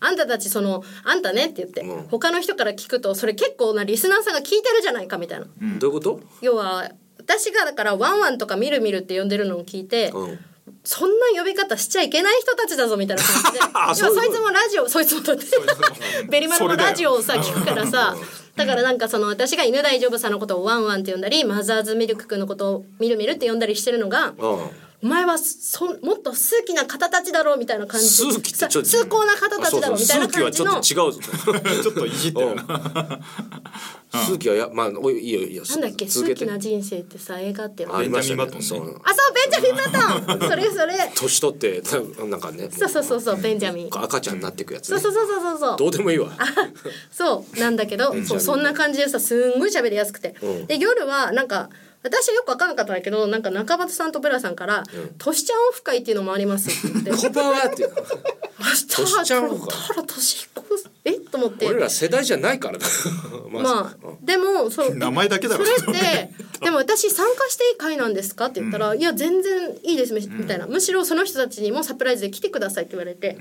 Speaker 2: あんたたちその「あんたね」って言って、
Speaker 3: うん
Speaker 2: 他の人から聞くとそれ結構なリスナーさんが聞いてるじゃないかみたいな
Speaker 3: どういうこと、
Speaker 2: 要は私がだから「ワンワン」とか「みるみる」って呼んでるのを聞いて、
Speaker 3: うん
Speaker 2: そんな呼び方しちゃいけない人たちだぞみたいな感じで
Speaker 3: (laughs) あそう
Speaker 2: で
Speaker 3: いう
Speaker 2: もそいつ
Speaker 3: こと
Speaker 2: もラジオそいつもだってベリマルのラジオをさ聞くからさだからなんかその私が犬大丈夫さんのことをワンワンって呼んだりマザーズミルクくんのことをみるみるって呼んだりしてるのが
Speaker 3: うん
Speaker 2: お前はそもっと数奇な方たちだろうみたいな感じ
Speaker 3: 数奇ってちょっと
Speaker 2: 通行な方たちだろうみたいな感じの
Speaker 3: あそうそう数奇はちょっと違うぞ
Speaker 1: ちょっといじってるな。
Speaker 3: 数奇はやまあおいいよいいよ
Speaker 2: なんだっけ数
Speaker 3: 続け
Speaker 2: 奇
Speaker 3: て
Speaker 2: な人生ってさ映画あってあ
Speaker 3: ありましたね
Speaker 1: ベンジ
Speaker 3: そ
Speaker 1: ャミンバトンね
Speaker 2: そうベンジャ
Speaker 3: う
Speaker 2: ミン・バトンそれそれ
Speaker 3: 年取ってたなんかね
Speaker 2: そうそうそうそうベンジャミン
Speaker 3: 赤ちゃんになっていくやつ
Speaker 2: そう
Speaker 3: ね
Speaker 2: そうそうそうそうそう
Speaker 3: どうでもいいわ
Speaker 2: そうなんだけどそうそんな感じでさすんごい喋りやすくて、
Speaker 3: うん
Speaker 2: で夜はなんか私はよく分かんなかったんだけどなんか中畑さんとブラさんから「トシちゃんオフ会っていうのもあります」って言
Speaker 3: (laughs)
Speaker 2: って「
Speaker 3: こんばんはって
Speaker 2: 明日
Speaker 3: トシちゃんオフ会
Speaker 2: たらトシ彦えと思って
Speaker 3: 俺ら世代じゃないからね
Speaker 2: まあでもそう
Speaker 1: 名前だけだろ
Speaker 2: それってでも私参加していい会なんですかって言ったら、いや全然いいですみみたいな、むしろその人たちにもサプライズで来てくださいって言われて、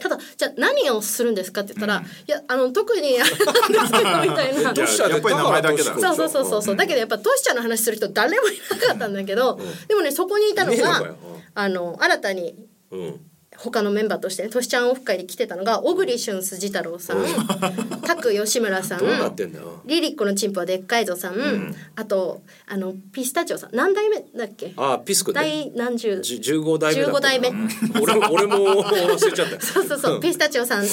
Speaker 2: ただじゃあ何をするんですかって言ったら、いやあの特にあれなんですけどみたいな
Speaker 3: どうした
Speaker 1: やっぱり名前だけだ
Speaker 2: そうそうそうそうそうだけどやっぱトシちゃんの話する人誰もいなかったんだけど、でもねそこにいたの
Speaker 3: いねえの
Speaker 2: が
Speaker 3: かようん
Speaker 2: あの新たに
Speaker 3: うん
Speaker 2: 「他のメンバーとしてねトシちゃんオフ会で来てたのが小栗旬辻太郎さん拓吉村さん
Speaker 3: どうなってんだよ
Speaker 2: リリックのチンポはでっかいぞさん、あとあのピスタチオさん何代目だっけ
Speaker 3: あピスクね
Speaker 2: 第何十
Speaker 3: じゅ15代目だ
Speaker 2: 15代目
Speaker 3: 俺も俺も忘れちゃった
Speaker 2: そうそうそう、ピスタチオさんと、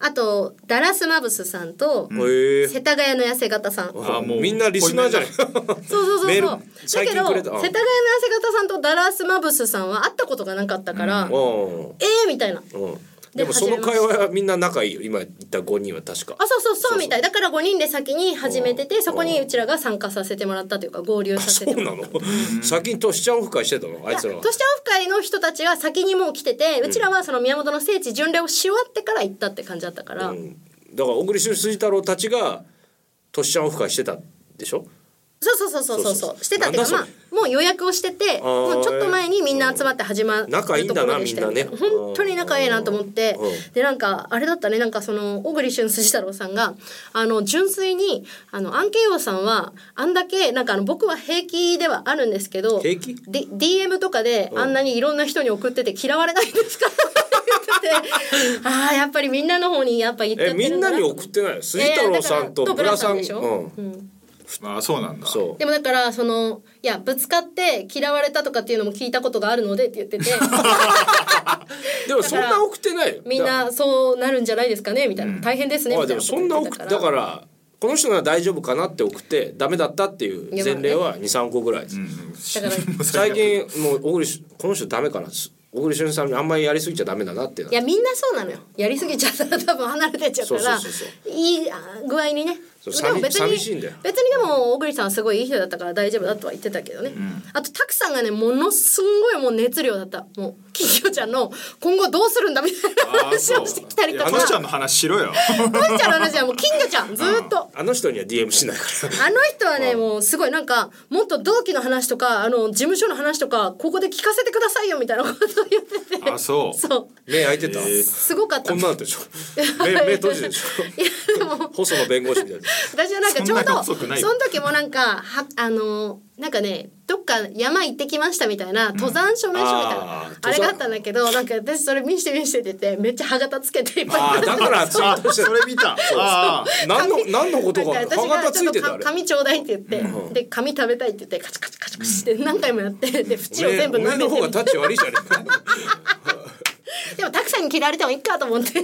Speaker 2: あとダラスマブスさんと、
Speaker 3: へえ
Speaker 2: 世田谷の痩せ型さん、そう
Speaker 1: あもう
Speaker 3: みんなリスナーじゃない
Speaker 2: そうそうそう
Speaker 3: メール
Speaker 2: だ
Speaker 3: 最
Speaker 2: け
Speaker 3: 近
Speaker 2: ど世
Speaker 3: くれ
Speaker 2: 田谷
Speaker 3: た
Speaker 2: の
Speaker 3: あ
Speaker 2: 痩せ型さんとダラスマブスさんは会ったことがなかったから、え
Speaker 3: う
Speaker 2: ーみたいな。
Speaker 3: んうんでもその会話はみんな仲いいよ今言った5人は確か
Speaker 2: あそうそうそうみたいだから5人で先に始めててそこにうちらが参加させてもらったというか合流させ
Speaker 3: そ
Speaker 2: て
Speaker 3: う
Speaker 2: もら
Speaker 3: な
Speaker 2: っ
Speaker 3: の先にトシちゃんオフ会してたのあい
Speaker 2: た
Speaker 3: つ
Speaker 2: い
Speaker 3: ら
Speaker 2: や
Speaker 3: は
Speaker 2: 都市オフ会の人たちが先にもう来ててうちらはその宮本の聖地巡礼をし終わってから行ったって感じだったから、
Speaker 3: うんだから小栗旬辻太郎たちがトシちゃんオフ会してたでしょ
Speaker 2: そうそうそうそうそうそう
Speaker 3: そうそう
Speaker 2: してたっていうか
Speaker 3: な
Speaker 2: まあ
Speaker 3: んだそれ
Speaker 2: もう予約をしてて
Speaker 3: あー
Speaker 2: もうちょっと前にみんな集まって始まるとこ
Speaker 3: 仲いいんだな
Speaker 2: ろでしたよ
Speaker 3: みんなね
Speaker 2: 本当に仲いいなと思って
Speaker 3: うん
Speaker 2: でなんかあれだったねなんかその小栗旬辻太郎さんがあの純粋にあのアンケイオさんはあんだけなんかあの僕は平気ではあるんですけど
Speaker 3: 平気
Speaker 2: D- DM とかであんなにいろんな人に送ってて嫌われないんですかって言って
Speaker 3: (laughs)
Speaker 2: てああやっぱりみんなの方にやっぱ言っちゃっ
Speaker 3: え
Speaker 2: て
Speaker 3: み
Speaker 2: る
Speaker 3: ん
Speaker 2: んだ
Speaker 3: な
Speaker 2: な
Speaker 3: に送ってないよ辻太郎さんと
Speaker 2: いやいやだから
Speaker 3: ブラ
Speaker 2: とブラさ
Speaker 3: さん
Speaker 2: んでしょ
Speaker 3: うん
Speaker 2: うん
Speaker 1: あそうなんだ (laughs)
Speaker 3: そう
Speaker 2: でもだからそのいやぶつかって嫌われたとかっていうのも聞いたことがあるのでって言
Speaker 3: (laughs)
Speaker 2: ってて
Speaker 3: でもそんな送ってないよ
Speaker 2: みんなそうなるんじゃないですかねみたいな、大変ですね
Speaker 3: あ
Speaker 2: みた
Speaker 3: で
Speaker 2: いなこ
Speaker 3: も
Speaker 2: と
Speaker 3: そ
Speaker 2: 言
Speaker 3: んな
Speaker 2: っ
Speaker 3: 送
Speaker 2: て
Speaker 3: っただからこの人なら大丈夫かなって送ってダメだったっていう前例は23個ぐらいです、
Speaker 2: だから
Speaker 3: 最近もう小栗旬この人ダメかなす小栗旬さんにあんまりやりすぎちゃダメだなっていうの
Speaker 2: いやみんなそうなのよやりすぎちゃったら多分離れてっちゃうから
Speaker 3: そうそうそう
Speaker 2: いいあ具合にね
Speaker 3: そう
Speaker 2: でも別
Speaker 3: 寂
Speaker 2: に
Speaker 3: しいんだよ
Speaker 2: 別にでも小栗さんはすごいいい人だったから大丈夫だとは言ってたけどね、あとタクさんがねものすんごいもう熱量だったもう金魚ちゃんの今後どうするんだみたいな
Speaker 1: あ
Speaker 2: 話
Speaker 1: そ
Speaker 2: を
Speaker 1: う
Speaker 2: してきたりと
Speaker 1: あ
Speaker 2: か
Speaker 1: のちゃんの話しろよ
Speaker 2: トイちゃんの話はもう金魚ちゃんずーっと
Speaker 3: あの人には DM しないから
Speaker 2: あの人はねもうすごいなんかもっと同期の話とかあの事務所の話とかここで聞かせてくださいよみたいなことを言ってて
Speaker 1: あそう
Speaker 2: そう
Speaker 3: 目開いてた、
Speaker 2: すごかった
Speaker 3: こんなの (laughs) でしょ目目閉じるでしょ細野弁護士みたいな
Speaker 2: 私はなんかちょ
Speaker 1: そ
Speaker 2: うど
Speaker 1: んなに遅
Speaker 2: そ
Speaker 1: くな
Speaker 2: の
Speaker 1: い
Speaker 2: 時もなんかはあのなんかねどっか山行ってきましたみたいな登山証明書みたいな、
Speaker 3: あー登山
Speaker 2: あれがあったんだけどなんか私それ見して見してって言ってめっちゃ歯型つけていっぱい
Speaker 3: ああだからツイートして
Speaker 1: それ見たああ
Speaker 3: 何の何のことが
Speaker 2: な
Speaker 3: 歯
Speaker 2: んか私が
Speaker 3: 型つ
Speaker 2: ちょ
Speaker 3: い
Speaker 2: ってと
Speaker 3: たあ
Speaker 2: か
Speaker 3: れ
Speaker 2: 紙ちょうだいって言って、で紙食べたいって言ってカチカチカチカチって何回もやってで縁を全部
Speaker 3: おめえ
Speaker 2: 舐
Speaker 3: の
Speaker 2: め
Speaker 3: 方
Speaker 2: て
Speaker 3: がタッチ悪いじゃねえか
Speaker 2: でもたくさんに嫌われてもいいかと思って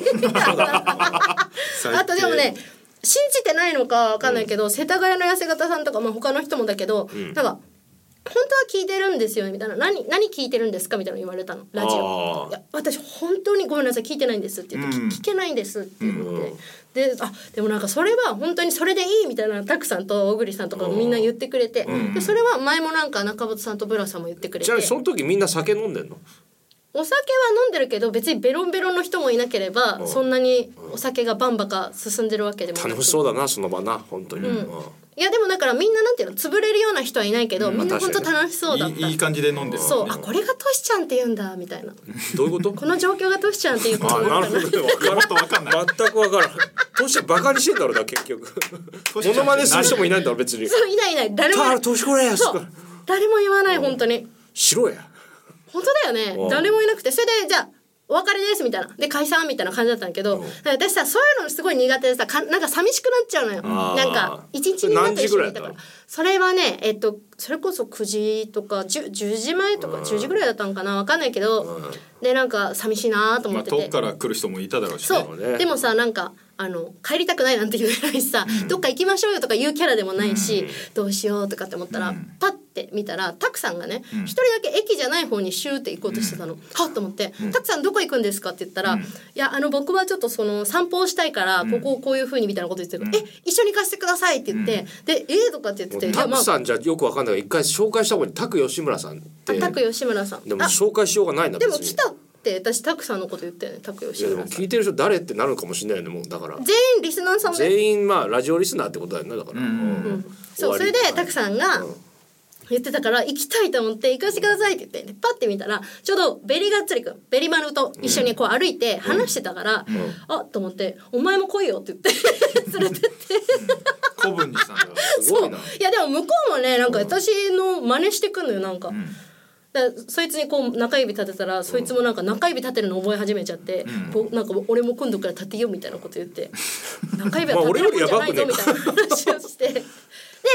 Speaker 1: 最低
Speaker 2: あとでもね信じてないのかわかんないけど、世田谷の痩せ方さんとか、まあ、他の人もだけど、なんか「本当は聞いてるんですよ」みたいな「何何聞いてるんですか?」みたいなの言われたのラジ
Speaker 3: あ
Speaker 2: オ
Speaker 3: ー
Speaker 2: いや「私本当にごめんなさい聞いてないんです」って言って、
Speaker 1: うん
Speaker 2: 聞聞けないんです」って言って、であでもなんかそれは本当にそれでいいみたいなたくさんと小栗さんとかみんな言ってくれて、でそれは前もなんか中本さんとブラさんも言ってくれ
Speaker 3: ち
Speaker 2: て
Speaker 3: なみにその時みんな酒飲んでんの
Speaker 2: お酒は飲んでるけど別にベロンベロンの人もいなければそんなにお酒がバンバカ進んでるわけでもなく
Speaker 3: 楽しそうだなその場な本当に、うん
Speaker 2: いやでもだからみんななんていうの潰れるような人はいないけど、みんな本当楽しそうだった
Speaker 1: いいいい感じで飲んでる
Speaker 2: そうあこれがトシちゃんって言うんだみたいな
Speaker 3: どういうこと
Speaker 2: この状況がトシちゃんっていうことなのかな
Speaker 3: どわ
Speaker 1: ちょっとわかんない
Speaker 3: 全く分からんトシちゃんバカにしてんだろうな結局
Speaker 1: トシちゃ
Speaker 3: モ
Speaker 1: ん
Speaker 3: ノマネする人もいないんだろ別に
Speaker 2: そういないいない誰も
Speaker 3: あトシこれや
Speaker 2: そう誰も言わない本当に
Speaker 3: 白や
Speaker 2: 本当だよ
Speaker 3: うん
Speaker 2: ね誰もいなくてそれでじゃあお別れですみたいなで解散みたいな感じだったんだけどだから私さそういうのすごい苦手でさかなんか寂しくなっちゃうのよ
Speaker 3: あー
Speaker 2: なんか一日みんなと一緒にいたか
Speaker 3: 何時ぐらいだっ
Speaker 2: ら
Speaker 3: たの
Speaker 2: それはねえっとそれこそ9時とか 10, 10時前とか10時ぐらいだったんかなわかんないけどでなんか寂しいなと思
Speaker 1: まあ
Speaker 2: って
Speaker 1: 遠
Speaker 2: て
Speaker 1: くから来る人もいただろうしね
Speaker 2: そう、
Speaker 3: ね
Speaker 2: でもさなんかあの帰りたくないなんて言えないしさ、どっか行きましょうよとか言うキャラでもないし、どうしようとかって思ったら、パッて見たらタクさんがね一、人だけ駅じゃない方にシューって行こうとしてたの、はっと思って「タクさんどこ行くんですか?」って言ったら「いやあの僕はちょっとその散歩をしたいからここをこういうふうに」みたいなこと言ってるから「え一緒に行かせてください」って言って「でええとかって言ってていや
Speaker 3: タ
Speaker 2: ま
Speaker 3: ク
Speaker 2: あ
Speaker 3: さんじゃよく分かんないから一回紹介した方がいいタク吉村さんって
Speaker 2: タク吉村さん」
Speaker 3: でも
Speaker 2: あ
Speaker 3: 紹介しようがないな
Speaker 2: で
Speaker 3: 別
Speaker 2: も
Speaker 3: に
Speaker 2: 来たって私タクさんのこと言ったよねタク吉
Speaker 3: いやで
Speaker 2: 村
Speaker 3: も
Speaker 2: さん。
Speaker 3: 聞いてる人誰ってなるかもしれないよねもうだから
Speaker 2: 全員リスナーさんだよ
Speaker 3: 全員まあラジオリスナーってことだよねだから、うん
Speaker 2: そうそれで
Speaker 3: 終わり
Speaker 2: たくさんが言ってたから行きたいと思って行かせてくださいって言ってでパッて見たらちょうどベリガッツリ君ベリマルと一緒にこう歩いて話してたから、あっと思って「お前も来いよ」って言って
Speaker 1: 古文にしたんだ
Speaker 3: すごいな
Speaker 2: そういやでも向こうもねなんか私の真似してくんのよなんか、だからそいつにこう中指立てたらそいつもなんか中指立てるの覚え始めちゃって、こうなんか俺も今度から立てようみたいなこと言って (laughs) 中指は立てるもんじゃないぞみたいな話をしてで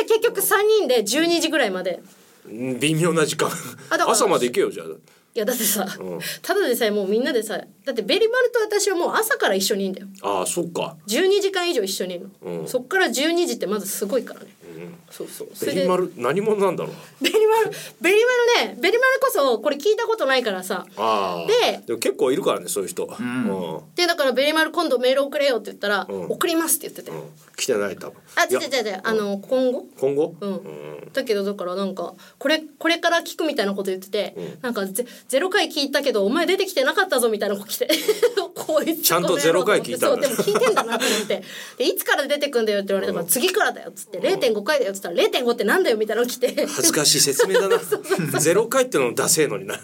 Speaker 2: 結局3人で12時ぐらいまで
Speaker 3: うん微妙な時間
Speaker 2: (laughs) あだから
Speaker 3: 朝まで行けよじゃあ
Speaker 2: いやだってさ、ただでさえもうみんなでさだってベリマルと私はもう朝から一緒にいんだよ
Speaker 3: ああそっか
Speaker 2: 12時間以上一緒にいるの、
Speaker 3: うん
Speaker 2: そっから12時ってまずすごいからね、そうそうそれ
Speaker 3: ベ
Speaker 2: で
Speaker 3: リマル何者なんだろう
Speaker 2: ベリマルベリマルねベリマルこそこれ聞いたことないからさ
Speaker 3: ああ
Speaker 2: で
Speaker 3: でも結構いるからねそういう人、
Speaker 1: ん
Speaker 3: うん
Speaker 2: でだからベリマル今度メール送れよって言ったら、
Speaker 3: うん
Speaker 2: 送りますって言ってて、
Speaker 3: うん来てない多分
Speaker 2: あ違う
Speaker 3: いや
Speaker 2: 違う違うあの今後
Speaker 3: 今後、
Speaker 2: うん、だけどだからなんかこれこれから聞くみたいなこと言ってて、なんかゼゼロ回聞いたけどお前出てきてなかったぞみたいな子来
Speaker 3: (laughs)
Speaker 2: てこいつ
Speaker 3: ちゃんとゼロ回聞いた
Speaker 2: そ
Speaker 3: ん
Speaker 2: う
Speaker 3: だ
Speaker 2: でも聞いてんだなと思ってでいつから出てくんだよって言われたから、次からだよっつって0.5回だよっつったら0.5ってなんだよみたいなの来て
Speaker 3: 恥ずかしい説明だ
Speaker 2: (laughs)
Speaker 3: なゼロ回ってのもダセえのにな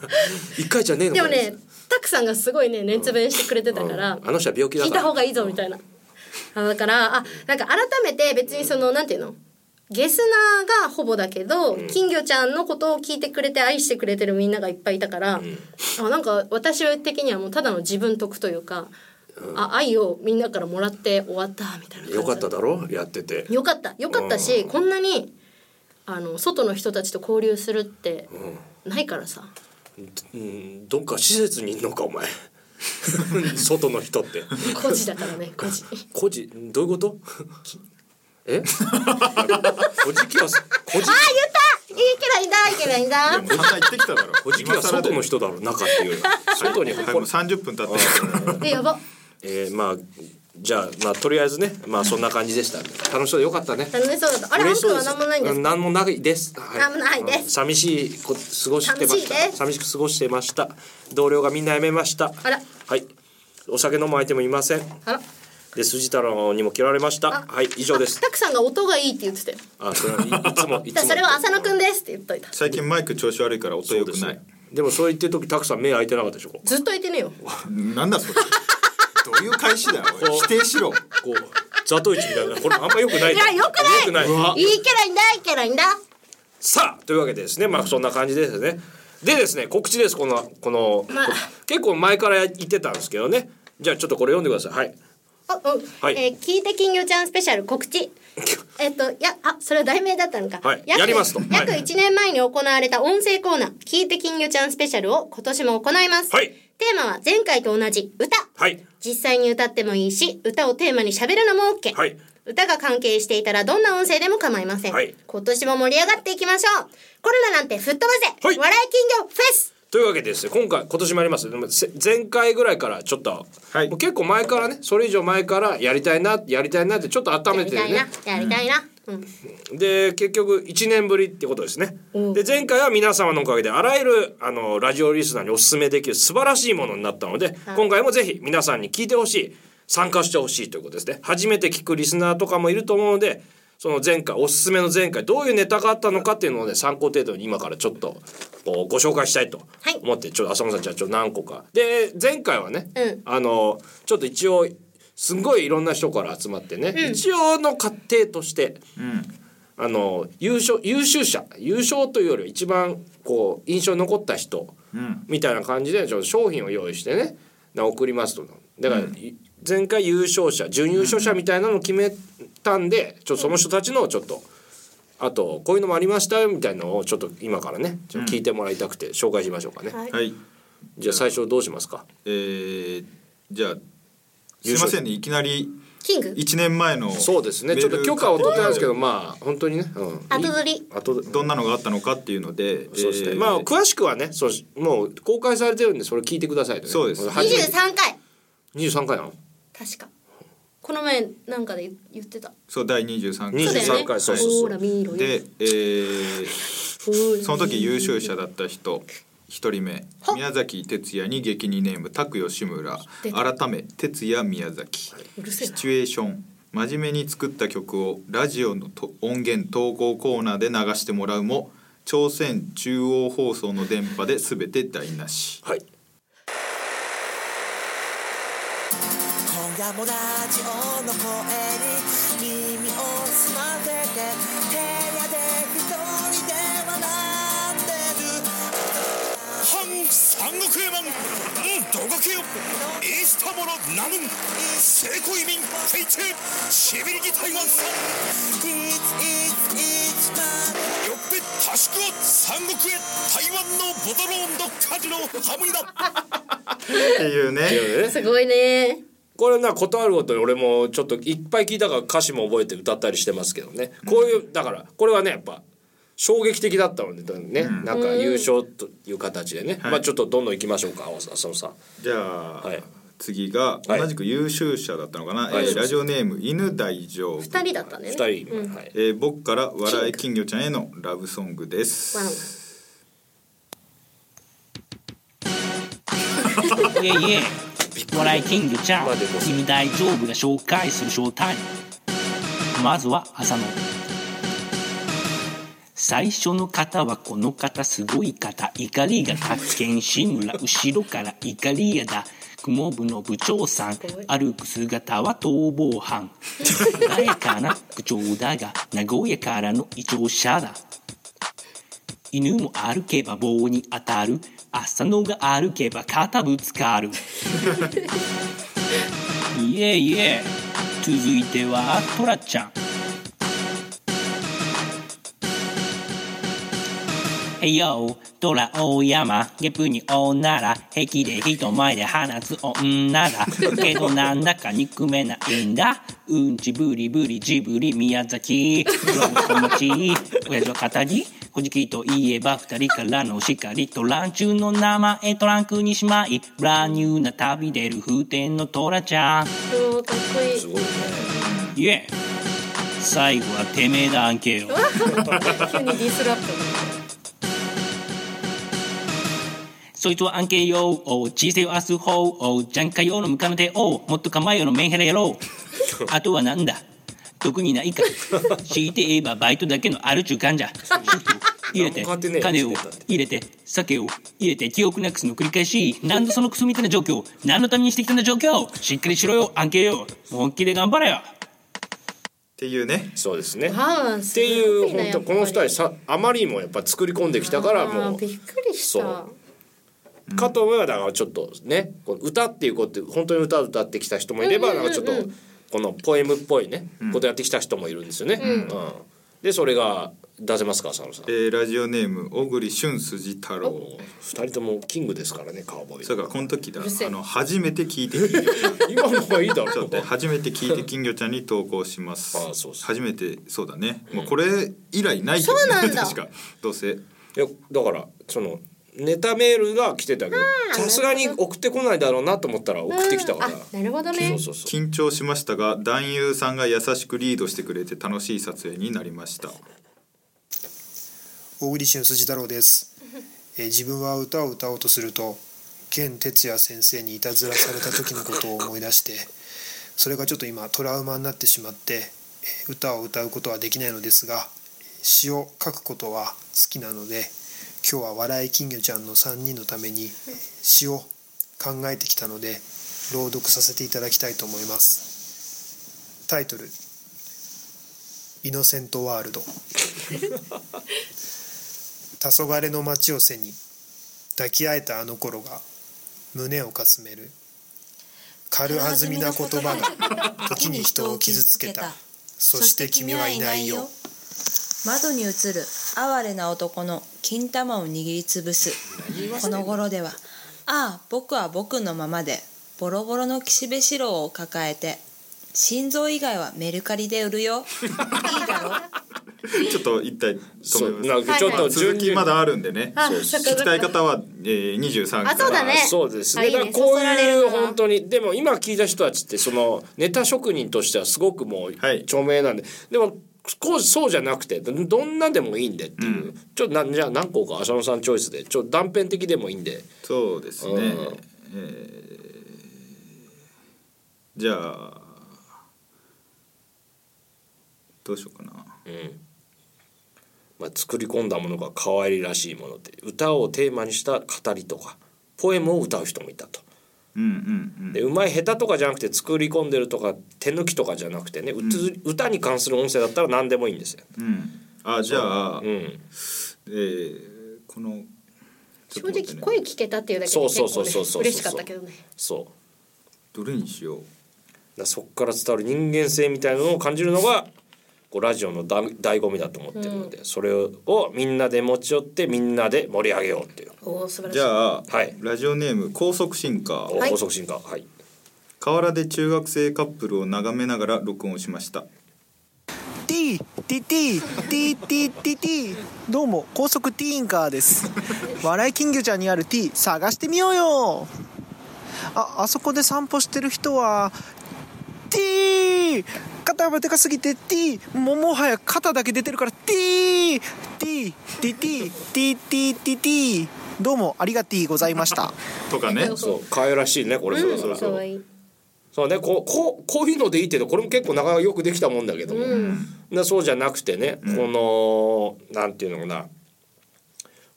Speaker 3: 一回じゃねえの
Speaker 2: で
Speaker 3: か
Speaker 2: も
Speaker 3: よ
Speaker 2: ねたくさんがすごいね熱弁してくれてたから、
Speaker 3: うんあの人は病気だ
Speaker 2: 聞い
Speaker 3: から
Speaker 2: た方がいいぞみたいな。あだからあなんか改めて別にそのなんていうのゲスナーがほぼだけど、金魚ちゃんのことを聞いてくれて愛してくれてるみんながいっぱいいたから、あなんか私的にはもうただの自分得というか、あ愛をみんなからもらって終わったみたいな感じ
Speaker 3: よかっただろやってて
Speaker 2: よかったよかったし、こんなにあの外の人たちと交流するってないからさ。 (laughs)
Speaker 3: うんどっか施設にいんのかお前 (laughs) 外の人って
Speaker 2: 孤児だからね孤児
Speaker 3: 孤児どういうこと (laughs) え孤児気は孤
Speaker 2: あ、
Speaker 3: 児
Speaker 2: 言ったいけないんだいけないんだ
Speaker 1: でもまた行ってきただろ
Speaker 3: 孤児気は外の人だろ中っ
Speaker 2: (laughs)
Speaker 3: ていうのは外に
Speaker 1: はいもう30分経ってるから
Speaker 2: え、やば
Speaker 3: えー、まあじゃあまあとりあえずねまあそんな感じでした楽しそうでよかったね
Speaker 2: 楽しそうだったあれ、アン
Speaker 3: 嬉し
Speaker 2: ク
Speaker 3: そう
Speaker 2: は何もないんです
Speaker 3: う
Speaker 2: か
Speaker 3: 何もないです。はい
Speaker 2: 何もないです
Speaker 3: うん寂しいこ過ごしてま
Speaker 2: 寂
Speaker 3: した
Speaker 2: しいです
Speaker 3: 寂しく過ごしてました。同僚がみんな辞めました。
Speaker 2: あら
Speaker 3: はい。お酒飲む相手もいません。
Speaker 2: あら
Speaker 3: で筋太郎にも嫌われました。はい以上です
Speaker 2: あ。たくさんが音がいいって言ってたよ
Speaker 3: あそれはいい
Speaker 2: (laughs)
Speaker 3: つもい
Speaker 2: だ
Speaker 3: つ
Speaker 2: からそ
Speaker 3: も。
Speaker 2: れは浅野くんですって言っといた
Speaker 1: 最近マイク調子悪いから音
Speaker 3: そう
Speaker 1: 良
Speaker 3: で
Speaker 1: く
Speaker 3: す
Speaker 1: ない
Speaker 3: でもそう言ってる時たくさん目開いてなかったでしょ。こ
Speaker 2: ずっと言ってねえよ
Speaker 1: なんだそれどういう返しだよおい否定しろ
Speaker 3: うこう座頭市みたいなこれあんま良くない。
Speaker 2: いや良くない
Speaker 3: 良くない。
Speaker 2: いいけないんだいけないんだ
Speaker 3: さあというわけでですねまあそんな感じですね。でですね告知ですこのこの、
Speaker 2: まあ
Speaker 3: 結構前から言ってたんですけどねじゃあちょっとこれ読んでくださいはい
Speaker 2: あうん
Speaker 3: はい
Speaker 2: えー聞いて金魚ちゃんスペシャル告
Speaker 3: (laughs)
Speaker 2: 知えっといやあそれは題名だったのか、
Speaker 3: はい
Speaker 2: 約
Speaker 3: やりますとはい
Speaker 2: 約1年前に行われた音声コーナー「聞いて金魚ちゃんスペシャル」を今年も行います、
Speaker 3: はい
Speaker 2: テーマは前回と同じ歌
Speaker 3: はい
Speaker 2: 実際に歌ってもいいし歌をテーマに喋るのも OK、
Speaker 3: はい
Speaker 2: 歌が関係していたらどんな音声でも構いません、
Speaker 3: はい
Speaker 2: 今年も盛り上がっていきましょうコロナなんて吹っ飛ばせ、
Speaker 3: はい
Speaker 2: 笑い金魚フェス
Speaker 3: というわけでですね今回今年もありますでもせ前回ぐらいからちょっと、
Speaker 1: はい
Speaker 3: もう結構前からねそれ以上前からやりたいなやりたいなってちょっと温
Speaker 2: や
Speaker 3: め
Speaker 2: り
Speaker 3: て
Speaker 2: たいな
Speaker 3: ね
Speaker 2: やりたいな、うん
Speaker 3: で結局1年ぶりってことですね、
Speaker 2: うん
Speaker 3: で前回は皆様のおかげであらゆるあのラジオリスナーにお勧めできる素晴らしいものになったので、
Speaker 2: はい
Speaker 3: 今回もぜひ皆さんに聞いてほしい参加してほしいということですね初めて聞くリスナーとかもいると思うのでその前回おすすめの前回どういうネタがあったのかっていうのをね参考程度に今からちょっとこうご紹介したいと
Speaker 2: はい
Speaker 3: 思って、ちょっと浅野さんじゃあちょっと何個かで前回はね、
Speaker 2: うん
Speaker 3: あのちょっと一応すんごいいろんな人から集まってね、一応の過程として、あの優勝優秀者優勝というよりは一番こう印象に残った人、みたいな感じでちょっと商品を用意してねな送りますとだから、い前回優勝者準優勝者みたいなのを決めたんでちょっとその人たちのちょっと。あとこういうのもありましたよみたいなのをちょっと今からねちょっと聞いてもらいたくて紹介しましょうかね、
Speaker 2: はい
Speaker 1: はい
Speaker 3: じゃあ最初どうしますか
Speaker 1: えー、じゃあすいませんねいきなり
Speaker 2: キング
Speaker 1: 1年前の
Speaker 3: そうですねちょっと許可を取ってたんですけどまあ本当にね、うん、
Speaker 2: 後取り
Speaker 3: 後取り
Speaker 1: どんなのがあったのかっていうので
Speaker 3: そして、
Speaker 1: えー
Speaker 3: まあ詳しくはねそうしもう公開されてるんでそれ聞いてくださいとね
Speaker 1: そうです
Speaker 2: 23
Speaker 3: 初めて
Speaker 2: 回
Speaker 3: 23回なの
Speaker 2: 確かこの前なんかで言ってた
Speaker 1: そう第23
Speaker 3: 23
Speaker 2: そうだよね
Speaker 3: 回そうそうそう
Speaker 2: ほら見ろよ
Speaker 1: で、えー、その時優秀者だった人一人目
Speaker 2: は
Speaker 1: 宮崎哲也に激似ネーム拓吉村
Speaker 2: 出
Speaker 1: 改め哲也宮崎
Speaker 2: うるせえ
Speaker 1: シ
Speaker 2: な
Speaker 1: チュエーション真面目に作った曲をラジオのと音源投稿コーナーで流してもらうも朝鮮中央放送の電波で全て台無し
Speaker 3: はい
Speaker 4: 今夜もラジオの声に耳を澄ませて部屋で一人で笑ってる
Speaker 5: したものなぬん成功移民ケイチしびりき台湾さん
Speaker 4: It's, it's, it's my
Speaker 5: よって多宿を三国へ台湾のボトローンの火事のハムイだ
Speaker 1: っていうね
Speaker 3: ね
Speaker 2: すごいね
Speaker 3: これなことあるごとに俺もちょっといっぱい聞いたから歌詞も覚えて歌ったりしてますけどねこういうだからこれはねやっぱ衝撃的だったのでね、なんか優勝という形でね、まあちょっとどんどんいきましょうか浅野さん
Speaker 1: じゃあ、
Speaker 3: はい
Speaker 1: 次が
Speaker 3: はい
Speaker 1: 同じく優秀者だったのかな、
Speaker 3: い
Speaker 1: えーラジオネーム犬大丈夫
Speaker 2: 二人だったんだよね
Speaker 3: 2人、はい
Speaker 1: えー僕から笑い金魚ちゃんへのラブソングです
Speaker 2: わん
Speaker 6: いえいえ、お笑いキングちゃん
Speaker 3: まあでも、
Speaker 6: 君大丈夫が紹介するショータイム。まずは朝の。最初の方はこの方すごい方怒りが発見志村後ろから怒りやだ雲部の部長さん歩く姿は逃亡犯穏やかな口調だが名古屋からの異常者だ犬も歩けば棒に当たる浅野が歩けば肩ぶつかるいえいえ続いてはトラちゃんへいよトラ大山ゲップに女ら壁で人前で放つ女だけどなんだか憎めないんだうんちブリブリジブリ宮崎ロンチ持ち親父は語り小じきといえば二人からの叱りトラン中の名前トランクにしまいブランニューな旅出る風天のトラちゃん
Speaker 2: うんかっこいい
Speaker 3: すごいね
Speaker 6: イエー最後はてめえだアンケよ
Speaker 2: (laughs) 急にディスラップ
Speaker 6: そいつはアンケよお人生を明日ほうおじゃんかよのムカの手をもっと構えよのメンヘラ野郎あとはなんだ特にないか強いて言えばバイトだけのある中間じゃ
Speaker 3: (laughs)
Speaker 6: 入れて
Speaker 3: 何も変わってねえよ
Speaker 6: 金を
Speaker 3: してたって
Speaker 6: 入れて酒を入れて記憶なくすの繰り返し何度そのクソみたいな状況何のためにしてきたんだ状況しっかりしろよアンケよ本気で頑張れよ
Speaker 1: っていうね
Speaker 3: そうですねっ
Speaker 2: ああす
Speaker 3: て
Speaker 2: ご
Speaker 3: いう
Speaker 2: いな
Speaker 3: 本
Speaker 2: やっぱ
Speaker 3: 当
Speaker 2: り
Speaker 3: この2人さあまりにもやっぱ作り込んできたから
Speaker 2: あ
Speaker 3: も
Speaker 2: ー
Speaker 3: う
Speaker 2: びっくりし
Speaker 3: そ
Speaker 2: た
Speaker 3: うかと思えばだからちょっとねこう歌っていうことで本当に歌を歌ってきた人もいればなんかちょっとこのポエムっぽいねことやってきた人もいるんですよね。うんでそれが出せますか浅野さん
Speaker 1: え。ーラジオネーム小栗旬筋太郎
Speaker 3: 二人ともキングですからねカウボーイ。
Speaker 1: それからこの時だ
Speaker 2: るせえ
Speaker 1: あの初めて聞いて金魚ちゃん
Speaker 3: 今のはいいだ
Speaker 1: ちょ
Speaker 3: ろ
Speaker 1: っ
Speaker 3: う (laughs)
Speaker 1: と。初めて聞いて金魚ちゃんに投稿します
Speaker 3: あそうそう
Speaker 1: 初めてそうだね、まあ、これ以来ないけどね
Speaker 2: そうなんだ
Speaker 1: (laughs) 確かどうせ
Speaker 3: いやだからそのネタメールが来てたけどさすがに送ってこないだろうなと思ったら送ってきたから。
Speaker 2: あなるほど
Speaker 3: そ
Speaker 2: ね
Speaker 3: うそうそう。
Speaker 1: 緊張しましたが男優さんが優しくリードしてくれて楽しい撮影になりました
Speaker 7: 大栗旬筋太郎です、えー自分は歌を歌おうとすると健哲也先生にいたずらされた時のことを思い出してそれがちょっと今トラウマになってしまってえー歌を歌うことはできないのですが詩を書くことは好きなので今日は笑い金魚ちゃんの3人のために詩を考えてきたので朗読させていただきたいと思いますタイトル「イノセントワールド」黄昏の街を背に抱き合えたあの頃が胸をかすめる軽はずみな言葉が時に人を傷つけたそして君はいないよ
Speaker 8: 窓に映る哀れな男の金玉を握りつぶすこの頃ではああ僕は僕のままでボロボロの岸辺四郎を抱えて心臓以外はメルカリで売る
Speaker 7: (laughs)
Speaker 8: よいいだろ
Speaker 1: (laughs) ちょっと一体
Speaker 3: そ
Speaker 1: 止
Speaker 3: う
Speaker 1: め
Speaker 3: な
Speaker 1: ま
Speaker 3: んかちょっ
Speaker 1: す
Speaker 3: と
Speaker 1: 続
Speaker 3: 順
Speaker 1: き
Speaker 3: に
Speaker 1: まだあるんでね
Speaker 2: あ
Speaker 1: そう
Speaker 2: そっか
Speaker 1: 聞きたい方は、えー、23から
Speaker 2: あそうだね
Speaker 3: そうです
Speaker 2: あ
Speaker 3: ね。
Speaker 2: いいね
Speaker 3: だから
Speaker 2: そ
Speaker 3: こう
Speaker 2: そられる
Speaker 3: いう
Speaker 2: な
Speaker 3: 本当にでも今聞いた人たちってそのネタ職人としてはすごくもう
Speaker 1: はい
Speaker 3: 著名なんで、でもこうそうじゃなくてどどんなんでもいいんでっていう、ちょっとなんじゃあ何個か浅野さんチョイスでちょっと断片的でもいいんで
Speaker 1: そうですね、
Speaker 3: うん
Speaker 1: えーじゃあどうしようかな
Speaker 3: まあ、作り込んだものが可愛らしいもので歌をテーマにした語りとかポエムを歌う人もいたと。
Speaker 1: うんうん
Speaker 3: でうまい下手とかじゃなくて作り込んでるとか手抜きとかじゃなくてね、うつ歌に関する音声だったら何でもいいんですよ。
Speaker 1: うんうんあじゃあ、
Speaker 3: うん、
Speaker 1: えーこのちょっと
Speaker 2: 正
Speaker 1: 待ってね
Speaker 2: 直声聞けたっていうだけで結構、ね、
Speaker 3: そうそうそうそうそう
Speaker 2: 嬉しかったけどね
Speaker 3: そ
Speaker 1: どれにしよう
Speaker 3: らそこから伝わる人間性みたいなのを感じるのがこうラジオのだ醍醐味だと思ってるので、それをみんなで持ち寄ってみんなで盛り上げようっていう
Speaker 2: おお素晴らしい
Speaker 1: じゃあ、
Speaker 3: はい
Speaker 1: ラジオネーム高速進化
Speaker 3: お
Speaker 2: はい
Speaker 3: 高速進化はい
Speaker 1: 河原で中学生カップルを眺めながら録音しました
Speaker 9: T T T T T T T どうも高速ティーンカーです笑い金魚ちゃんにある T 探してみようよああそこで散歩してる人は T 肩がでかすぎて T ももはや肩だけ出てるから T T T T T T T T どうもありがとうございました
Speaker 1: とかね
Speaker 3: そう可愛らしいねこれそうだから
Speaker 2: かわいい
Speaker 3: そうねこうこうこういうのでいいけどこれも結構なかなかよくできたもんだけども、なそうじゃなくてね、このなんていうのか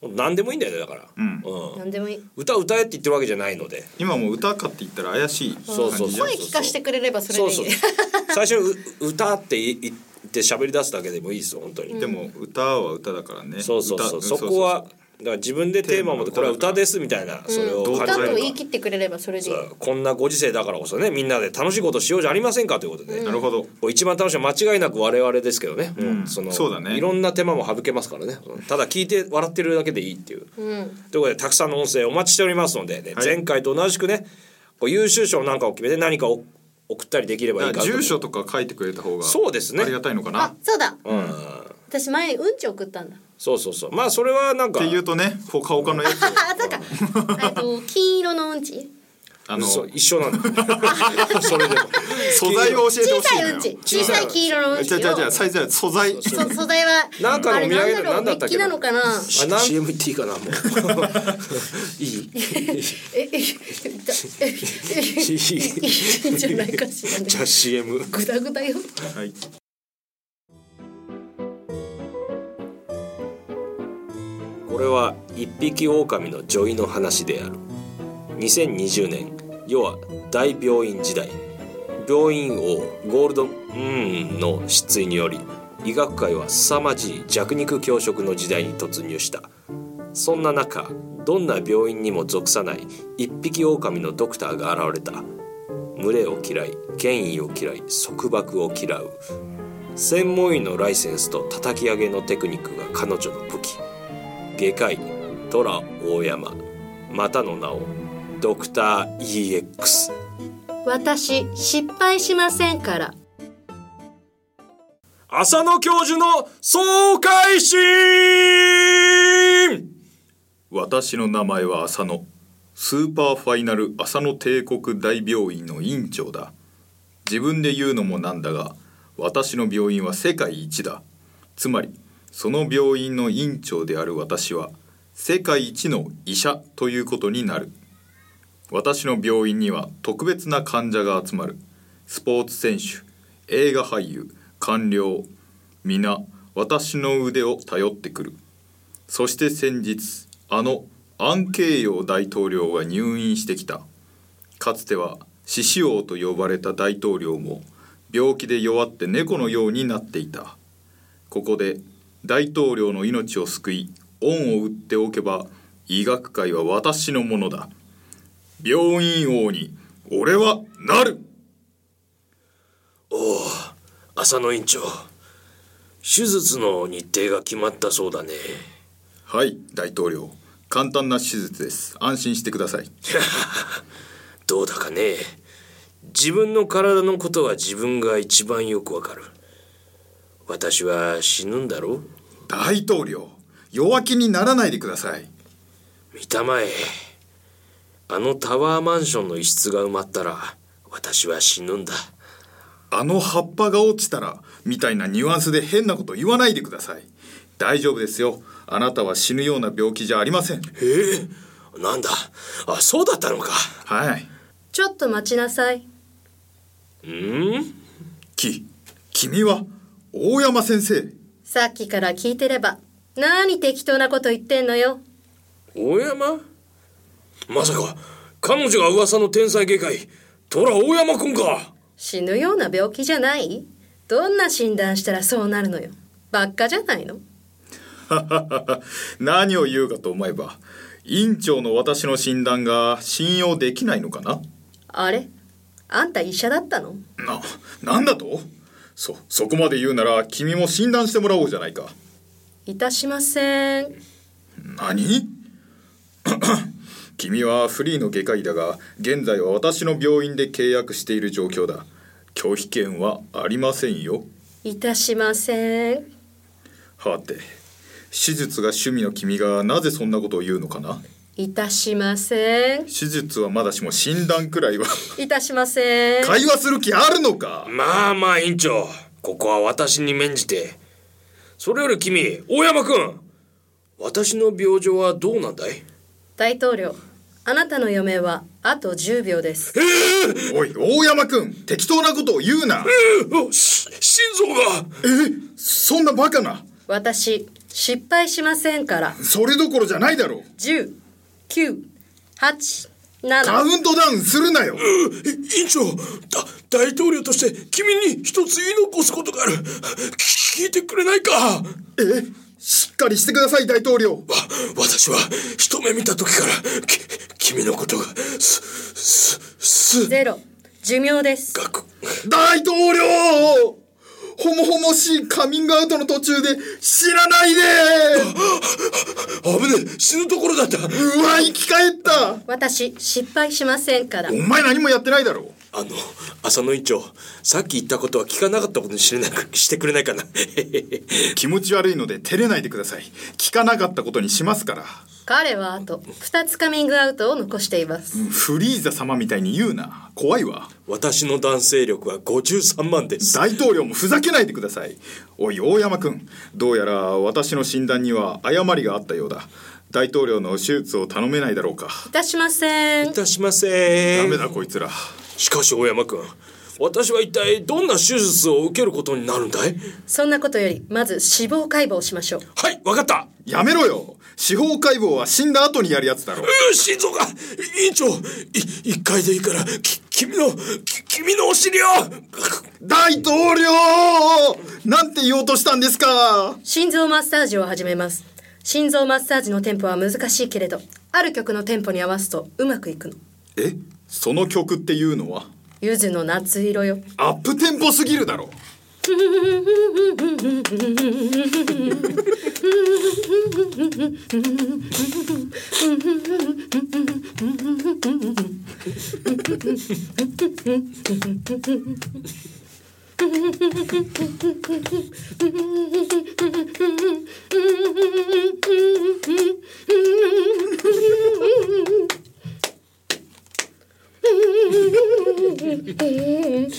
Speaker 3: な何でもいいんだよねだから、
Speaker 1: ん
Speaker 3: うん
Speaker 2: なんでもいい
Speaker 3: 歌歌えって言ってるわけじゃないので
Speaker 1: 今もう歌かって言ったら怪しい感じ
Speaker 3: そうそう
Speaker 1: じゃん
Speaker 3: そう
Speaker 2: 声聞かしてくれればそれ
Speaker 3: そう
Speaker 2: でいい
Speaker 3: そう最初う歌ってい言って喋り出すだけでもいいですよ本当に、
Speaker 1: でも歌は歌だからね
Speaker 3: そうそうそう
Speaker 1: 歌
Speaker 3: そこはだから自分でテーマもこれは歌ですみたいな、それを
Speaker 1: うん
Speaker 2: 歌
Speaker 3: 感じ
Speaker 2: と
Speaker 3: る
Speaker 2: 言い切ってくれればそれでいい
Speaker 3: こんなご時世だからこそねみんなで楽しいことしようじゃありませんかということで、
Speaker 1: なるほど
Speaker 3: こう一番楽しいのは間違いなく我々ですけどね、も
Speaker 1: んそうだね
Speaker 3: いろんな手間も省けますからねただ聞いて笑ってるだけでいいっていう、
Speaker 2: うん
Speaker 3: ということでたくさんの音声お待ちしておりますので、ね
Speaker 1: はい
Speaker 3: 前回と同じくねこう優秀賞なんかを決めて何かを送ったりできればいい
Speaker 1: だ
Speaker 3: か
Speaker 1: か
Speaker 3: な
Speaker 1: ら
Speaker 3: と
Speaker 1: 住所とか書いてくれた方が
Speaker 3: そうですね
Speaker 1: ありがたいのかなっ
Speaker 2: あそうだ
Speaker 3: うん
Speaker 2: 私前うんち送ったんだ
Speaker 3: そうそうそうまあそれはなんか
Speaker 1: ていうとねほかほかのやつを
Speaker 2: あ
Speaker 3: (laughs)
Speaker 2: そうかえっと金色のうんち
Speaker 1: あの
Speaker 3: そう
Speaker 1: 素
Speaker 3: 一緒なんだそれでも
Speaker 1: 材を教えてほし
Speaker 2: 小
Speaker 1: い
Speaker 2: さ
Speaker 1: の
Speaker 2: い
Speaker 1: よ
Speaker 2: うんち小さい黄色のうんち
Speaker 1: じゃ
Speaker 2: を
Speaker 1: じゃじゃサイズは素材
Speaker 2: そ素材は
Speaker 3: なんかの
Speaker 2: あれ
Speaker 3: お土
Speaker 2: なんだ
Speaker 3: 産だ
Speaker 2: ろ
Speaker 3: なんだっ
Speaker 2: う
Speaker 3: たっ
Speaker 2: メッ
Speaker 3: け
Speaker 2: キなのかな
Speaker 3: あなん CM 言っていいかなもう (laughs) いい
Speaker 2: ええええええじゃないかしらね
Speaker 3: じゃあ CM
Speaker 2: グダグダよ
Speaker 1: はい
Speaker 3: これは一匹狼の女医の話である2020年世は大病院時代病院王ゴールドムーンの失墜により医学界は凄まじい弱肉強食の時代に突入したそんな中どんな病院にも属さない一匹狼のドクターが現れた群れを嫌い権威を嫌い束縛を嫌う専門医のライセンスと叩き上げのテクニックが彼女の武器外科医虎大山またの名をドクター EX
Speaker 2: 私失敗しませんから
Speaker 3: 浅野教授の総会心
Speaker 1: 私の名前は浅野スーパーファイナル浅野帝国大病院の院長だ自分で言うのもなんだが私の病院は世界一だつまりその病院の院長である私は世界一の医者ということになる私の病院には特別な患者が集まるスポーツ選手映画俳優官僚皆私の腕を頼ってくるそして先日あのアン・ケイヨウ大統領が入院してきたかつては獅子王と呼ばれた大統領も病気で弱って猫のようになっていたここで大統領の命を救い恩を売っておけば医学界は私のものだ病院王に俺はなる
Speaker 3: 浅野院長手術の日程が決まったそうだね
Speaker 1: はい大統領簡単な手術です安心してください
Speaker 3: どうだかね自分の体のことは自分が一番よくわかる私は死ぬんだろう
Speaker 1: 大統領弱気にならないでください
Speaker 3: 見たまえあのタワーマンションの一室が埋まったら私は死ぬんだ
Speaker 1: あの葉っぱが落ちたらみたいなニュアンスで変なこと言わないでください大丈夫ですよあなたは死ぬような病気じゃありません
Speaker 3: ええなんだあそうだったのか
Speaker 1: はい
Speaker 2: ちょっと待ちなさい
Speaker 3: うん
Speaker 1: き君は大山先生 (laughs)
Speaker 2: さっきから聞いてれば何適当なこと言ってんのよ
Speaker 3: 大山まさか彼女が噂の天才外科医トラ大山くんか
Speaker 2: 死ぬような病気じゃないどんな診断したらそうなるのよばっかじゃないの
Speaker 1: 何を言うかと思えば院長の私の診断が信用できないのかな
Speaker 2: あれあんた医者だったの
Speaker 1: ななんだとそそこまで言うなら君も診断してもらおうじゃないか
Speaker 2: いたしません
Speaker 1: 何 (coughs) 君はフリーの外科医だが現在は私の病院で契約している状況だ拒否権はありませんよ
Speaker 2: いたしません
Speaker 1: はて手術が趣味の君がなぜそんなことを言うのかない
Speaker 2: たしません
Speaker 1: 手術はまだしも診断くらいは (laughs)
Speaker 2: いたしません
Speaker 1: 会話する気あるのか
Speaker 3: まあまあ院長ここは私に免じてそれより君大山君私の病状はどうなんだい
Speaker 2: 大統領あなたの嫁はあと10秒です
Speaker 1: おい大山くん適当なことを言うな
Speaker 3: あし心臓が
Speaker 1: そんなバカな
Speaker 2: 私失敗しませんから
Speaker 1: それどころじゃないだろう
Speaker 2: 10 9 8
Speaker 1: カウ
Speaker 2: 7
Speaker 1: ントダウンするなよ
Speaker 3: い院長だ大統領として君に一つ言い残すことがあるき聞いてくれないかわ
Speaker 1: えしっかりしてください大統領
Speaker 3: 私は一目見た時からき君のことがすすす
Speaker 2: ゼロ寿命です
Speaker 3: がく
Speaker 1: 大統領ほもほもしいカミングアウトの途中で知らないで
Speaker 3: 危ねえ死ぬところだった
Speaker 1: うわ生き返った
Speaker 2: 私失敗しませんから
Speaker 1: お前何もやってないだろ
Speaker 3: あの浅野院長さっき言ったことは聞かなかったことにしれなくしてくれないかな
Speaker 1: 気持ち悪いので照れないでください聞かなかったことにしますから
Speaker 2: 彼はあと2つカミングアウトを残しています
Speaker 1: フリーザ様みたいに言うな怖いわ
Speaker 3: 私の男性力は53万です
Speaker 1: 大統領もふざけないでくださいおい大山君どうやら私の診断には誤りがあったようだ大統領の手術を頼めないだろうか
Speaker 2: いたしません
Speaker 3: いたしません
Speaker 1: ダメだこいつら
Speaker 3: しかし大山君私は一体どんな手術を受けることになるんだい
Speaker 2: そんなことよりまず死亡解剖をしましょう
Speaker 3: はいわかった
Speaker 1: やめろよ司法解剖は死んだ後にやるやつだろ
Speaker 3: うー心臓が委員長い一回でいいからき君のき君のお尻を
Speaker 1: 大統領なんて言おうとしたんですか
Speaker 2: 心臓マッサージを始めます心臓マッサージのテンポは難しいけれどある曲のテンポに合わすとうまくいくの
Speaker 1: えその曲っていうのは
Speaker 2: ゆずの夏色
Speaker 3: (laughs)
Speaker 2: よ
Speaker 1: アップテンポすぎるだろはい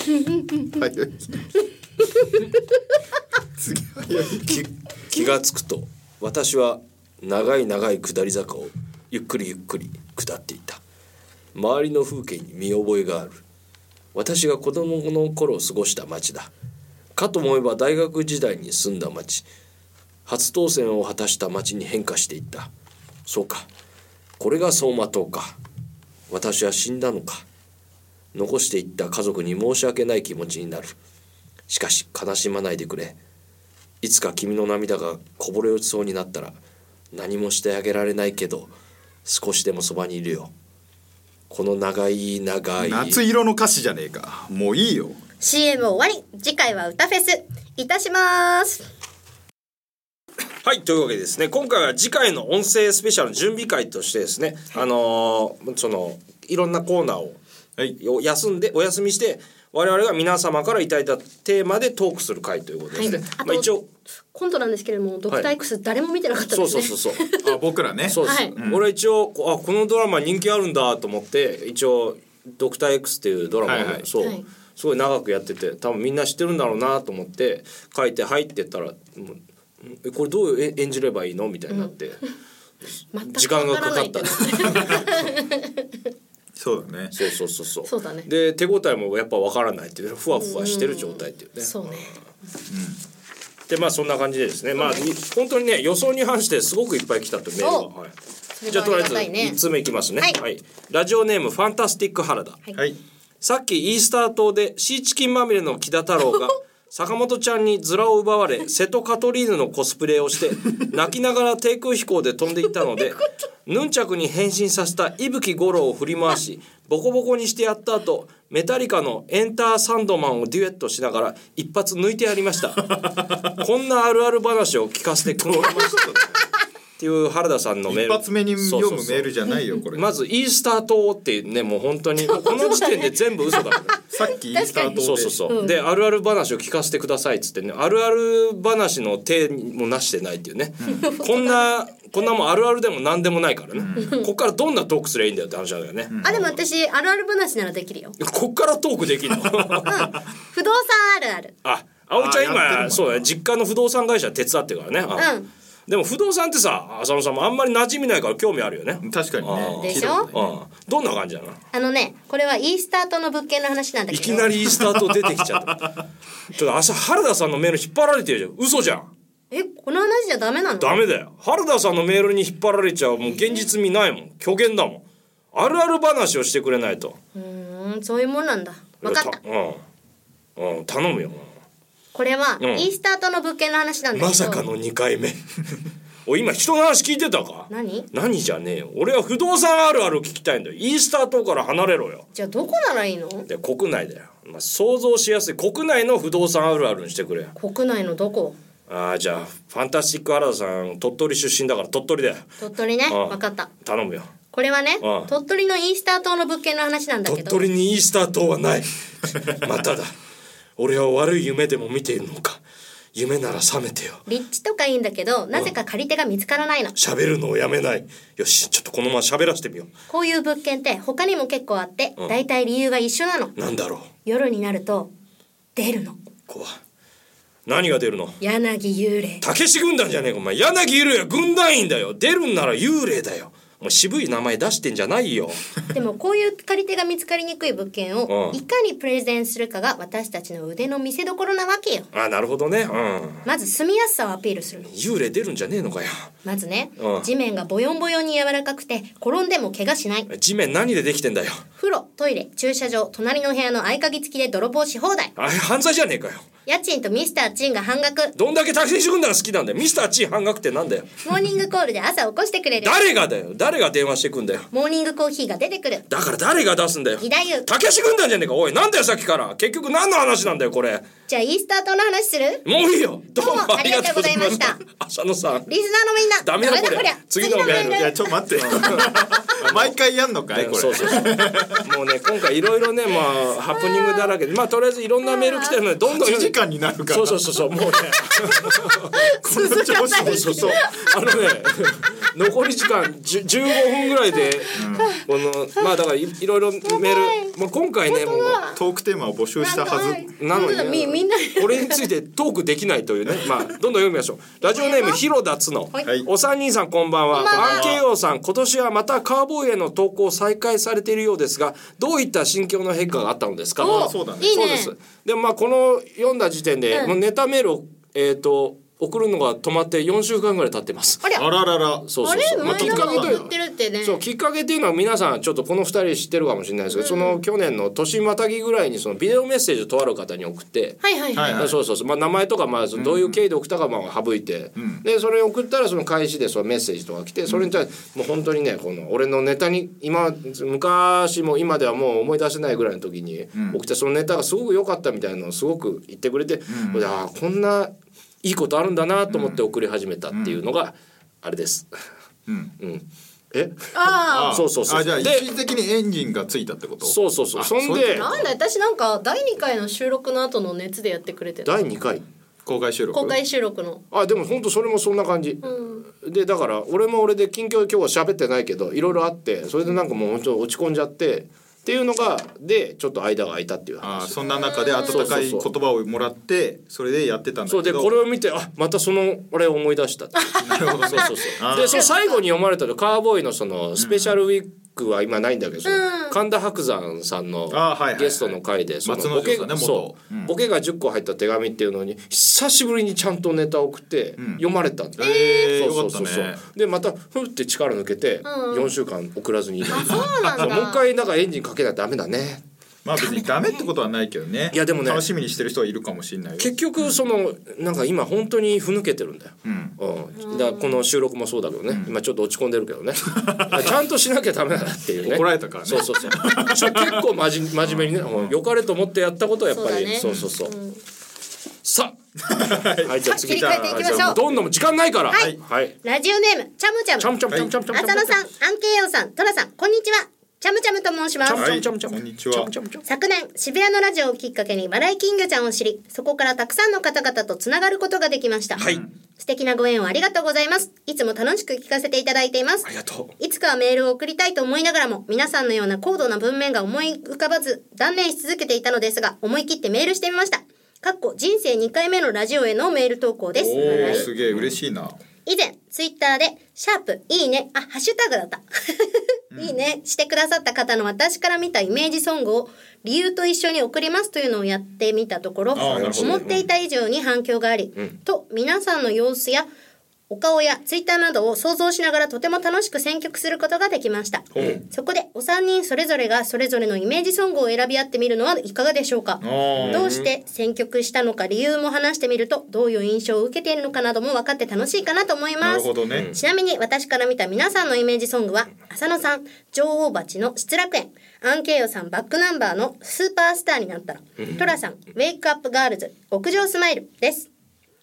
Speaker 1: 次早い
Speaker 3: き気がつくと私は長い長い下り坂をゆっくりゆっくり下っていた周りの風景に見覚えがある私が子供の頃を過ごした町だかと思えば大学時代に住んだ町初当選を果たした町に変化していったそうかこれが走馬灯か私は死んだのか残していった家族に申し訳ない気持ちになるしかし悲しまないでくれいつか君の涙がこぼれ落ちそうになったら何もしてあげられないけど少しでもそばにいるよこの長い長い
Speaker 1: 夏色の歌詞じゃねえかもういいよ
Speaker 2: CM 終わり次回は歌フェスいたします
Speaker 3: はいというわけでですね今回は次回の音声スペシャルの準備会としてですねあのーそのいろんなコーナーを
Speaker 1: はい
Speaker 3: お休んでお休みして我々が皆様からいただいたテーマでトークする会ということですね、
Speaker 2: はいあと
Speaker 3: まあ一応
Speaker 2: 今度なんですけれどもドクター X 誰も見てなかった
Speaker 3: そ
Speaker 2: で
Speaker 3: う
Speaker 2: す
Speaker 3: そう
Speaker 2: ね
Speaker 3: そうそう
Speaker 1: あ僕らね
Speaker 3: そうです、
Speaker 2: (laughs) はい
Speaker 3: 俺は一応こうあこのドラマ人気あるんだと思って一応「ドクター X っていうドラマを、
Speaker 1: はいはい
Speaker 3: そう、
Speaker 2: はい
Speaker 3: すごい長くやってて多分みんな知ってるんだろうなと思って書いて入ってったらもうんえ「これどうえ演じればいいの?」みたいになって、
Speaker 2: 全く
Speaker 3: 時間がかか
Speaker 2: わらない
Speaker 3: っ
Speaker 2: け
Speaker 3: た
Speaker 2: ど (laughs)
Speaker 1: そうだね
Speaker 3: そうそうそうそう
Speaker 2: そうだね
Speaker 3: で手応えもやっぱわからないっていうふわふわしてる状態っていうね、
Speaker 2: そうね
Speaker 3: でまあそんな感じでですねまあみ本当にね予想に反してすごくいっぱい来たとメール
Speaker 2: そう
Speaker 3: が、はい、じゃあとりあえず1通目いきますね、
Speaker 2: はい
Speaker 3: ラジオネームファンタスティック原田
Speaker 1: はい
Speaker 3: さっきイースター島でシーチキンまみれの木田太郎
Speaker 1: (laughs)
Speaker 3: が坂本ちゃんにズラを
Speaker 1: (laughs)
Speaker 3: 奪われ瀬戸カトリーヌのコスプレをして泣きながら低空飛行で飛んでいったのでヌンチャクに変身させた伊吹五郎を振り回しボコボコにしてやった後メタリカの「エンター・サンドマン」をデュエットしながら一発抜いてやりました
Speaker 1: (laughs)
Speaker 3: こんなあるある話を聞かせてくれましたっていう原田さんのメ
Speaker 1: 一
Speaker 3: ール
Speaker 1: 発目に
Speaker 3: そう
Speaker 1: 読
Speaker 3: そう
Speaker 1: む
Speaker 3: そう
Speaker 1: メールじゃないよこれ
Speaker 3: まずイースター島ってねもう本当にこの時点で全部嘘だからね
Speaker 1: (laughs) さっきインスタートで
Speaker 3: そうそうそう、であるある話を聞かせてくださいっつってねあるある話の手もなしてないっていうね、こんなこんなもんあるあるでも何でもないからね、こっからどんなトークすればいいんだよって話なんだよね、
Speaker 2: あでも私あるある話ならできるよ
Speaker 3: こっからトークで (laughs) きるの
Speaker 2: 不動産あるある
Speaker 3: あ青ち
Speaker 1: あ
Speaker 3: ゃん
Speaker 1: やってるもん
Speaker 3: 今
Speaker 1: な
Speaker 3: そうだね実家の不動産会社手伝ってるからねあ
Speaker 2: うん
Speaker 3: でも不動産ってさ浅野さんもあんまり馴染みないから興味あるよね、
Speaker 1: 確かにね
Speaker 2: で
Speaker 1: 聞い
Speaker 2: した
Speaker 1: こと
Speaker 2: ょ
Speaker 1: ない
Speaker 3: うん、どんな感じなの
Speaker 2: あのねこれはイースター島の物件の話なんだ
Speaker 3: い
Speaker 2: けど
Speaker 3: きなりイースターと出てきちゃった (laughs) ちょっと明日原田さんのメール引っ張られてるじゃん嘘じゃん
Speaker 2: えこの話じゃダメなの
Speaker 3: ダメだよ原田さんのメールに引っ張られちゃうもう現実見ないもん虚言だもんあるある話をしてくれないと
Speaker 2: うーんそういうもんなんだ分かった
Speaker 3: うん、うん、頼むよ
Speaker 2: これは
Speaker 3: うん
Speaker 2: イースター島の物件の話なんだけど
Speaker 3: まさかの2回目 (laughs) おい今人の話聞いてたか
Speaker 2: 何
Speaker 3: 何じゃねえよ俺は不動産あるある聞きたいんだよイースター島から離れろよ
Speaker 2: じゃあどこならいいの
Speaker 3: で国内だよ、まあ、想像しやすい国内の不動産あるあるにしてくれよ
Speaker 2: 国内のどこ
Speaker 3: ああじゃあファンタスティック原田さん鳥取出身だから鳥取だよ
Speaker 2: 鳥取ね
Speaker 3: うん
Speaker 2: 分かった
Speaker 3: 頼むよ
Speaker 2: これはね
Speaker 3: うん
Speaker 2: 鳥取のイースター島の物件の話なんだけ
Speaker 3: 鳥
Speaker 2: ど
Speaker 3: 取にイースター島はない (laughs) まただ俺は悪い夢でも見ているのか夢なら覚めてよ
Speaker 2: 立地とかいいんだけどなぜか借り手が見つからないの
Speaker 3: 喋るのをやめないよしちょっとこのまま喋らせてみよ
Speaker 2: こういう物件って他にも結構あって
Speaker 3: うん
Speaker 2: 大体理由が一緒なの
Speaker 3: うなんだろう
Speaker 2: 夜になると出るの
Speaker 3: 怖い何が出るの
Speaker 2: 柳幽
Speaker 3: (laughs)
Speaker 2: 霊
Speaker 3: たけし軍団じゃねえかお前柳いるや軍団員だよ出るんなら幽霊だよもう渋い名前出してんじゃないよ
Speaker 2: でもこういう借り手が見つかりにくい物件を
Speaker 3: うん
Speaker 2: いかにプレゼンするかが私たちの腕の見せ所なわけよ
Speaker 3: あなるほどねうん
Speaker 2: まず住みやすさをアピールするの
Speaker 3: 幽霊出るんじゃねえのかよ
Speaker 2: まずね
Speaker 3: うん
Speaker 2: 地面がボヨンボヨンに柔らかくて転んでも怪我しない
Speaker 3: 地面何でできてんだよ
Speaker 2: 風呂トイレ駐車場隣の部屋の合鍵付きで泥棒し放題
Speaker 3: あれ犯罪じゃねえかよ
Speaker 2: 家賃とミスターチンが半額
Speaker 3: どんだけたけし軍団が好きなんだよミスターチー半額ってなんだよ
Speaker 2: モーニングコールで朝起こしてくれる
Speaker 3: 誰がだよ誰が電話してくんだよ
Speaker 2: モーニングコーヒーが出てくる
Speaker 3: だから誰が出すんだよ
Speaker 2: 義太夫
Speaker 3: たけし軍団じゃねえかおいなんだよさっきから結局何の話なんだよこれ
Speaker 2: じゃあイースター島の話する
Speaker 3: もういいよどう
Speaker 2: どうも
Speaker 3: もありがとうございまし
Speaker 2: あ
Speaker 3: た
Speaker 2: りがと
Speaker 3: 浅野さん
Speaker 2: リスナーのみんな
Speaker 3: ダメだこりゃ次のメール
Speaker 1: いやちょっと
Speaker 3: (laughs)
Speaker 1: 待って毎回やんのかいこれ
Speaker 3: そうそうそうもうね今回いろいろねまあハプニングだらけでまあとりあえずいろんなメール来てるのでどんどん
Speaker 1: 1時間になるから
Speaker 3: そうそうそうそうもうね
Speaker 1: こ (laughs) の調子で
Speaker 3: そうそうあのね (laughs) 残り時間じゅ15分ぐらいで、このまあだからいいろいろメール、まあ、今回ねもう
Speaker 1: トークテーマを募集したはず
Speaker 3: なの
Speaker 2: 本当だみ
Speaker 3: に
Speaker 2: みんな
Speaker 3: これについてトークできない
Speaker 2: (laughs)
Speaker 3: というねまあどんどん読みましょうラジオネーム広田つの、
Speaker 2: はい
Speaker 3: お三人さんこんばんは
Speaker 2: んばんは
Speaker 3: アンケイオーさん今年はまたカーボーイへの投稿を再開されているようですがどういった心境の変化があったのですか
Speaker 2: お
Speaker 1: あそうだね
Speaker 2: いい
Speaker 3: そう
Speaker 2: ね
Speaker 3: です。でもまあこの読んだ時点で、
Speaker 2: うん
Speaker 3: もうネタメールをえっ、と送るのが止まって4週間ぐらい経ってます。
Speaker 2: ありゃ
Speaker 1: あららら
Speaker 3: そう
Speaker 2: あ
Speaker 3: そう
Speaker 2: れ
Speaker 3: そう。まあ
Speaker 2: 前
Speaker 3: きっ
Speaker 2: 田
Speaker 3: か
Speaker 2: が
Speaker 3: けという
Speaker 2: 送ってるってね
Speaker 3: そうきっかけっていうのは皆さんちょっとこの2人知ってるかもしれないですけど、その去年の年またぎぐらいにそのビデオメッセージをとある方に送って。
Speaker 2: はいはいはい
Speaker 1: はいはい
Speaker 3: (laughs) そうそうそうまあ、名前とかまあそのどういう経緯で送ったかまあ省いて、でそれを送ったらその開始でそのメッセージとか来てそれに対してもう本当にねこの俺のネタに今昔も今ではもう思い出せないぐらいの時に送ってそのネタがすごく良かったみたいなのをすごく言ってくれて、でああこんないいことあるんだなと思って送り始めたっていうのがあれです。
Speaker 1: うん
Speaker 3: うん、え
Speaker 2: あ
Speaker 1: あ
Speaker 3: そうそうそう
Speaker 1: あじゃあ一
Speaker 3: で
Speaker 1: 時的にエンジンがついたってこと
Speaker 3: そうそうそう
Speaker 1: あ
Speaker 3: そん
Speaker 1: そういう
Speaker 3: で
Speaker 2: あなんだ私なんか第二回の収録の後の熱でやってくれてる
Speaker 3: 第2回
Speaker 1: 公開収録
Speaker 2: 公開収録の
Speaker 3: あでも本当それもそんな感じ、
Speaker 2: うん
Speaker 3: でだから俺も俺で近況今日は喋ってないけどいろいろあってそれでなんかもう本当落ち込んじゃってっていうのがでちょっと間が空いたっていう
Speaker 1: あー
Speaker 3: 話
Speaker 1: そんな中で温かい言葉をもらってそれでやってたんだけ
Speaker 3: そ
Speaker 1: ど
Speaker 3: うでこれを見てあまたその俺を思い出したっていう
Speaker 1: なるほど
Speaker 3: そうそう
Speaker 1: あ
Speaker 3: そう
Speaker 1: ー
Speaker 3: でその最後に読まれたのカーボーイのそのスペシャルウィークは今ないんだけど、その神田伯山さんの
Speaker 1: あーはいはいはい
Speaker 3: ゲストの回でその
Speaker 1: 松之
Speaker 3: ボケ
Speaker 1: 丞さんね元
Speaker 3: そう
Speaker 1: うん
Speaker 3: ボケが10個入った手紙っていうのに久しぶりにちゃんとネタを送って
Speaker 1: ん
Speaker 3: 読まれたんですよ
Speaker 1: えー、よ
Speaker 3: そ
Speaker 1: か
Speaker 3: う
Speaker 1: った
Speaker 3: そう
Speaker 1: ね
Speaker 3: そうそうでまたふって力抜けて
Speaker 2: うん
Speaker 3: 4週間送らずにいた
Speaker 2: そうなん
Speaker 3: そ
Speaker 2: だ
Speaker 3: うもう一回なんかエンジンかけないとダメだね
Speaker 1: まあ別にダメってことはないけどね
Speaker 3: いやでもね
Speaker 1: 楽しみにしてる人はいるかもしれないよ
Speaker 3: 結局そのなんか今本当にふぬけてるんだよ、
Speaker 1: うん
Speaker 3: うん、だからこの収録もそうだけどね、今ちょっと落ち込んでるけどね (laughs) ちゃんとしなきゃダメだなっていうね
Speaker 1: 怒られたからね
Speaker 3: そうそうそうちょ結構真じ真面目にね、うん良かれと思ってやったことはやっぱりそ,、
Speaker 2: そううだね
Speaker 3: そうそう
Speaker 2: うん
Speaker 3: さあはいじゃあ次
Speaker 2: 切り替えていきましょう
Speaker 3: じゃあどんどん時間ないからはいはい
Speaker 2: ラジオネームチャムチャム
Speaker 3: ちゃんちゃんちゃんちゃんちゃんちゃん
Speaker 2: 浅野さん、アンケイヨンさん、トラさん、こんにちは。チャムチャムと申します。
Speaker 1: はいこんにちは
Speaker 2: 昨年、渋谷のラジオをきっかけにバラエキングちゃんを知り、そこからたくさんの方々とつながることができました。
Speaker 3: はい
Speaker 2: 素敵なご縁をありがとうございます。いつも楽しく聞かせていただいています
Speaker 3: あり。がとう
Speaker 2: いつかはメールを送りたいと思いながらも、皆さんのような高度な文面が思い浮かばず、断念し続けていたのですが、思い切ってメールしてみました。かっこ人生2回目のラジオへのメール投稿です。
Speaker 1: お
Speaker 2: は
Speaker 1: お
Speaker 2: い
Speaker 1: すげえ嬉しいな
Speaker 2: 以前ツイッターで「シャープいいね」あハッシュタグだった「いいね」してくださった方の私から見たイメージソングを理由と一緒に送りますというのをやってみたところ
Speaker 1: あーなるほど
Speaker 2: 思っていた以上に反響があり、と皆さんの様子やお顔やツイッターなどを想像しながらとても楽しく選曲することができましたそこでお三人それぞれがそれぞれのイメージソングを選び合ってみるのはいかがでしょうか
Speaker 1: ー
Speaker 2: どうして選曲したのか理由も話してみるとどういう印象を受けているのかなども分かって楽しいかなと思い
Speaker 1: な
Speaker 2: ま
Speaker 1: る
Speaker 2: す
Speaker 1: ほどね
Speaker 2: ちなみに私から見た皆さんのイメージソングは浅野さん女王蜂の失楽園アンケイヨさんバックナンバーのスーパースターになったらトラさんウェイクアップガールズ極上スマイルです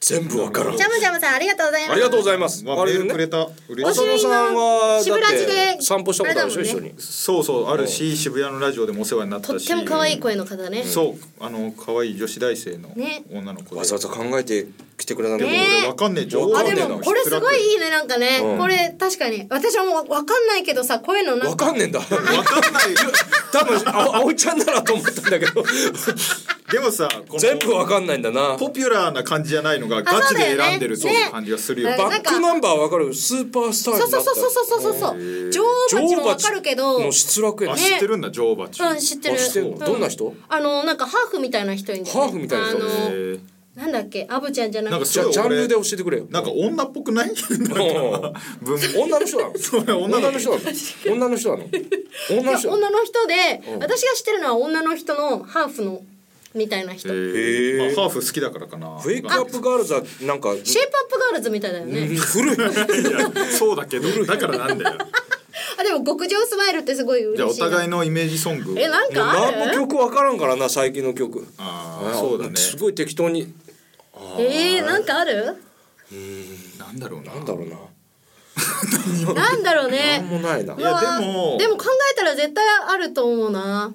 Speaker 3: 全部わからん
Speaker 2: ジャムジャムさんありがとうございます
Speaker 3: ありがとうございます、
Speaker 1: まあ
Speaker 3: あ
Speaker 1: メ
Speaker 3: れ
Speaker 1: ール
Speaker 3: ね
Speaker 1: くれた嬉し
Speaker 3: 浅
Speaker 1: い
Speaker 3: 野さんは
Speaker 2: 渋ラジで
Speaker 3: だって散歩したことあるで
Speaker 2: あれだ
Speaker 3: しょ、一緒
Speaker 2: もんね
Speaker 3: に
Speaker 1: そうそうあるし渋谷のラジオでもお世話になった
Speaker 2: とっ
Speaker 1: して
Speaker 2: も可愛い声の方ね
Speaker 1: そうあの可愛い女子大生の
Speaker 2: ね
Speaker 1: 女の子で
Speaker 3: わざわざ考えてきてくれたんだ
Speaker 2: ね
Speaker 1: 俺わかんねえ情報
Speaker 2: あ
Speaker 3: わか
Speaker 2: で
Speaker 3: んねえな
Speaker 2: もこれすごいいいねなんかね、
Speaker 3: うん
Speaker 2: これ確かに私はもう分かんないけどさこういうのな
Speaker 3: わ
Speaker 2: んか
Speaker 3: かん
Speaker 2: (laughs)
Speaker 3: ねえんだ
Speaker 1: わかんない
Speaker 3: 多分あおちゃんだなと思ったんだけど
Speaker 1: でもさこの
Speaker 3: 全部わかんないんだな
Speaker 1: ポピュラーな感じじゃないのがガチで選んでるっていう感じがするよ
Speaker 2: ね
Speaker 3: バ
Speaker 2: ね
Speaker 3: ックナンバーわかるスーパースターに
Speaker 2: そ
Speaker 3: な
Speaker 2: う
Speaker 3: っ
Speaker 2: そ
Speaker 3: た
Speaker 2: うそうそうそうそうそう女王
Speaker 3: 女
Speaker 2: 蜂も
Speaker 3: 王
Speaker 2: 分
Speaker 3: 蜂
Speaker 2: かるけど
Speaker 3: の失楽園
Speaker 1: あ
Speaker 3: ね
Speaker 1: 知ってるんだ女王蜂
Speaker 2: うん知ってる
Speaker 3: あ知ってる
Speaker 2: う
Speaker 3: どんな人
Speaker 2: あのなんかハーフみたいな人いるんだよね
Speaker 3: ハーフみたいな人
Speaker 2: あ
Speaker 1: へ
Speaker 2: の
Speaker 1: ー
Speaker 2: なんだっけアブちゃんじゃな
Speaker 1: なん
Speaker 2: く
Speaker 1: かす
Speaker 2: て
Speaker 3: じゃ
Speaker 1: ご
Speaker 3: あ
Speaker 1: い
Speaker 3: ジャンル
Speaker 1: 俺
Speaker 3: で教えてくれよ
Speaker 1: なんか女っぽくないなんか
Speaker 3: うん
Speaker 1: 文法
Speaker 3: 女の人なの
Speaker 1: それ女
Speaker 3: 女
Speaker 1: の
Speaker 3: の
Speaker 1: 人
Speaker 3: 人なの女の人なの女の
Speaker 2: いや
Speaker 3: 人
Speaker 2: 女の人で私が知ってるのは女の人のハーフのみたいな人シェイプ
Speaker 1: え
Speaker 3: へー
Speaker 1: ーまあハーフ好きだからかな
Speaker 3: ウェイクアップガールズはなんか
Speaker 2: アップガールズみたいだよね、
Speaker 3: 古い
Speaker 1: いやそうだけどだからなんだよ
Speaker 2: あでも極上スマイルってすごい嬉しい
Speaker 1: じゃあお互い
Speaker 2: い
Speaker 1: のイメージソング
Speaker 2: えなん
Speaker 3: もう
Speaker 2: かあ
Speaker 3: 何
Speaker 2: る
Speaker 3: も曲わからんからな最近の曲
Speaker 1: ああそうだね
Speaker 3: すごい適当に
Speaker 2: えー、なんかある
Speaker 1: なんだろうな
Speaker 3: なんだろうな
Speaker 2: なんだろう
Speaker 3: 何
Speaker 2: ね
Speaker 3: もないない
Speaker 1: や
Speaker 2: うわー
Speaker 1: でも
Speaker 2: でも考えたら絶対あると思うな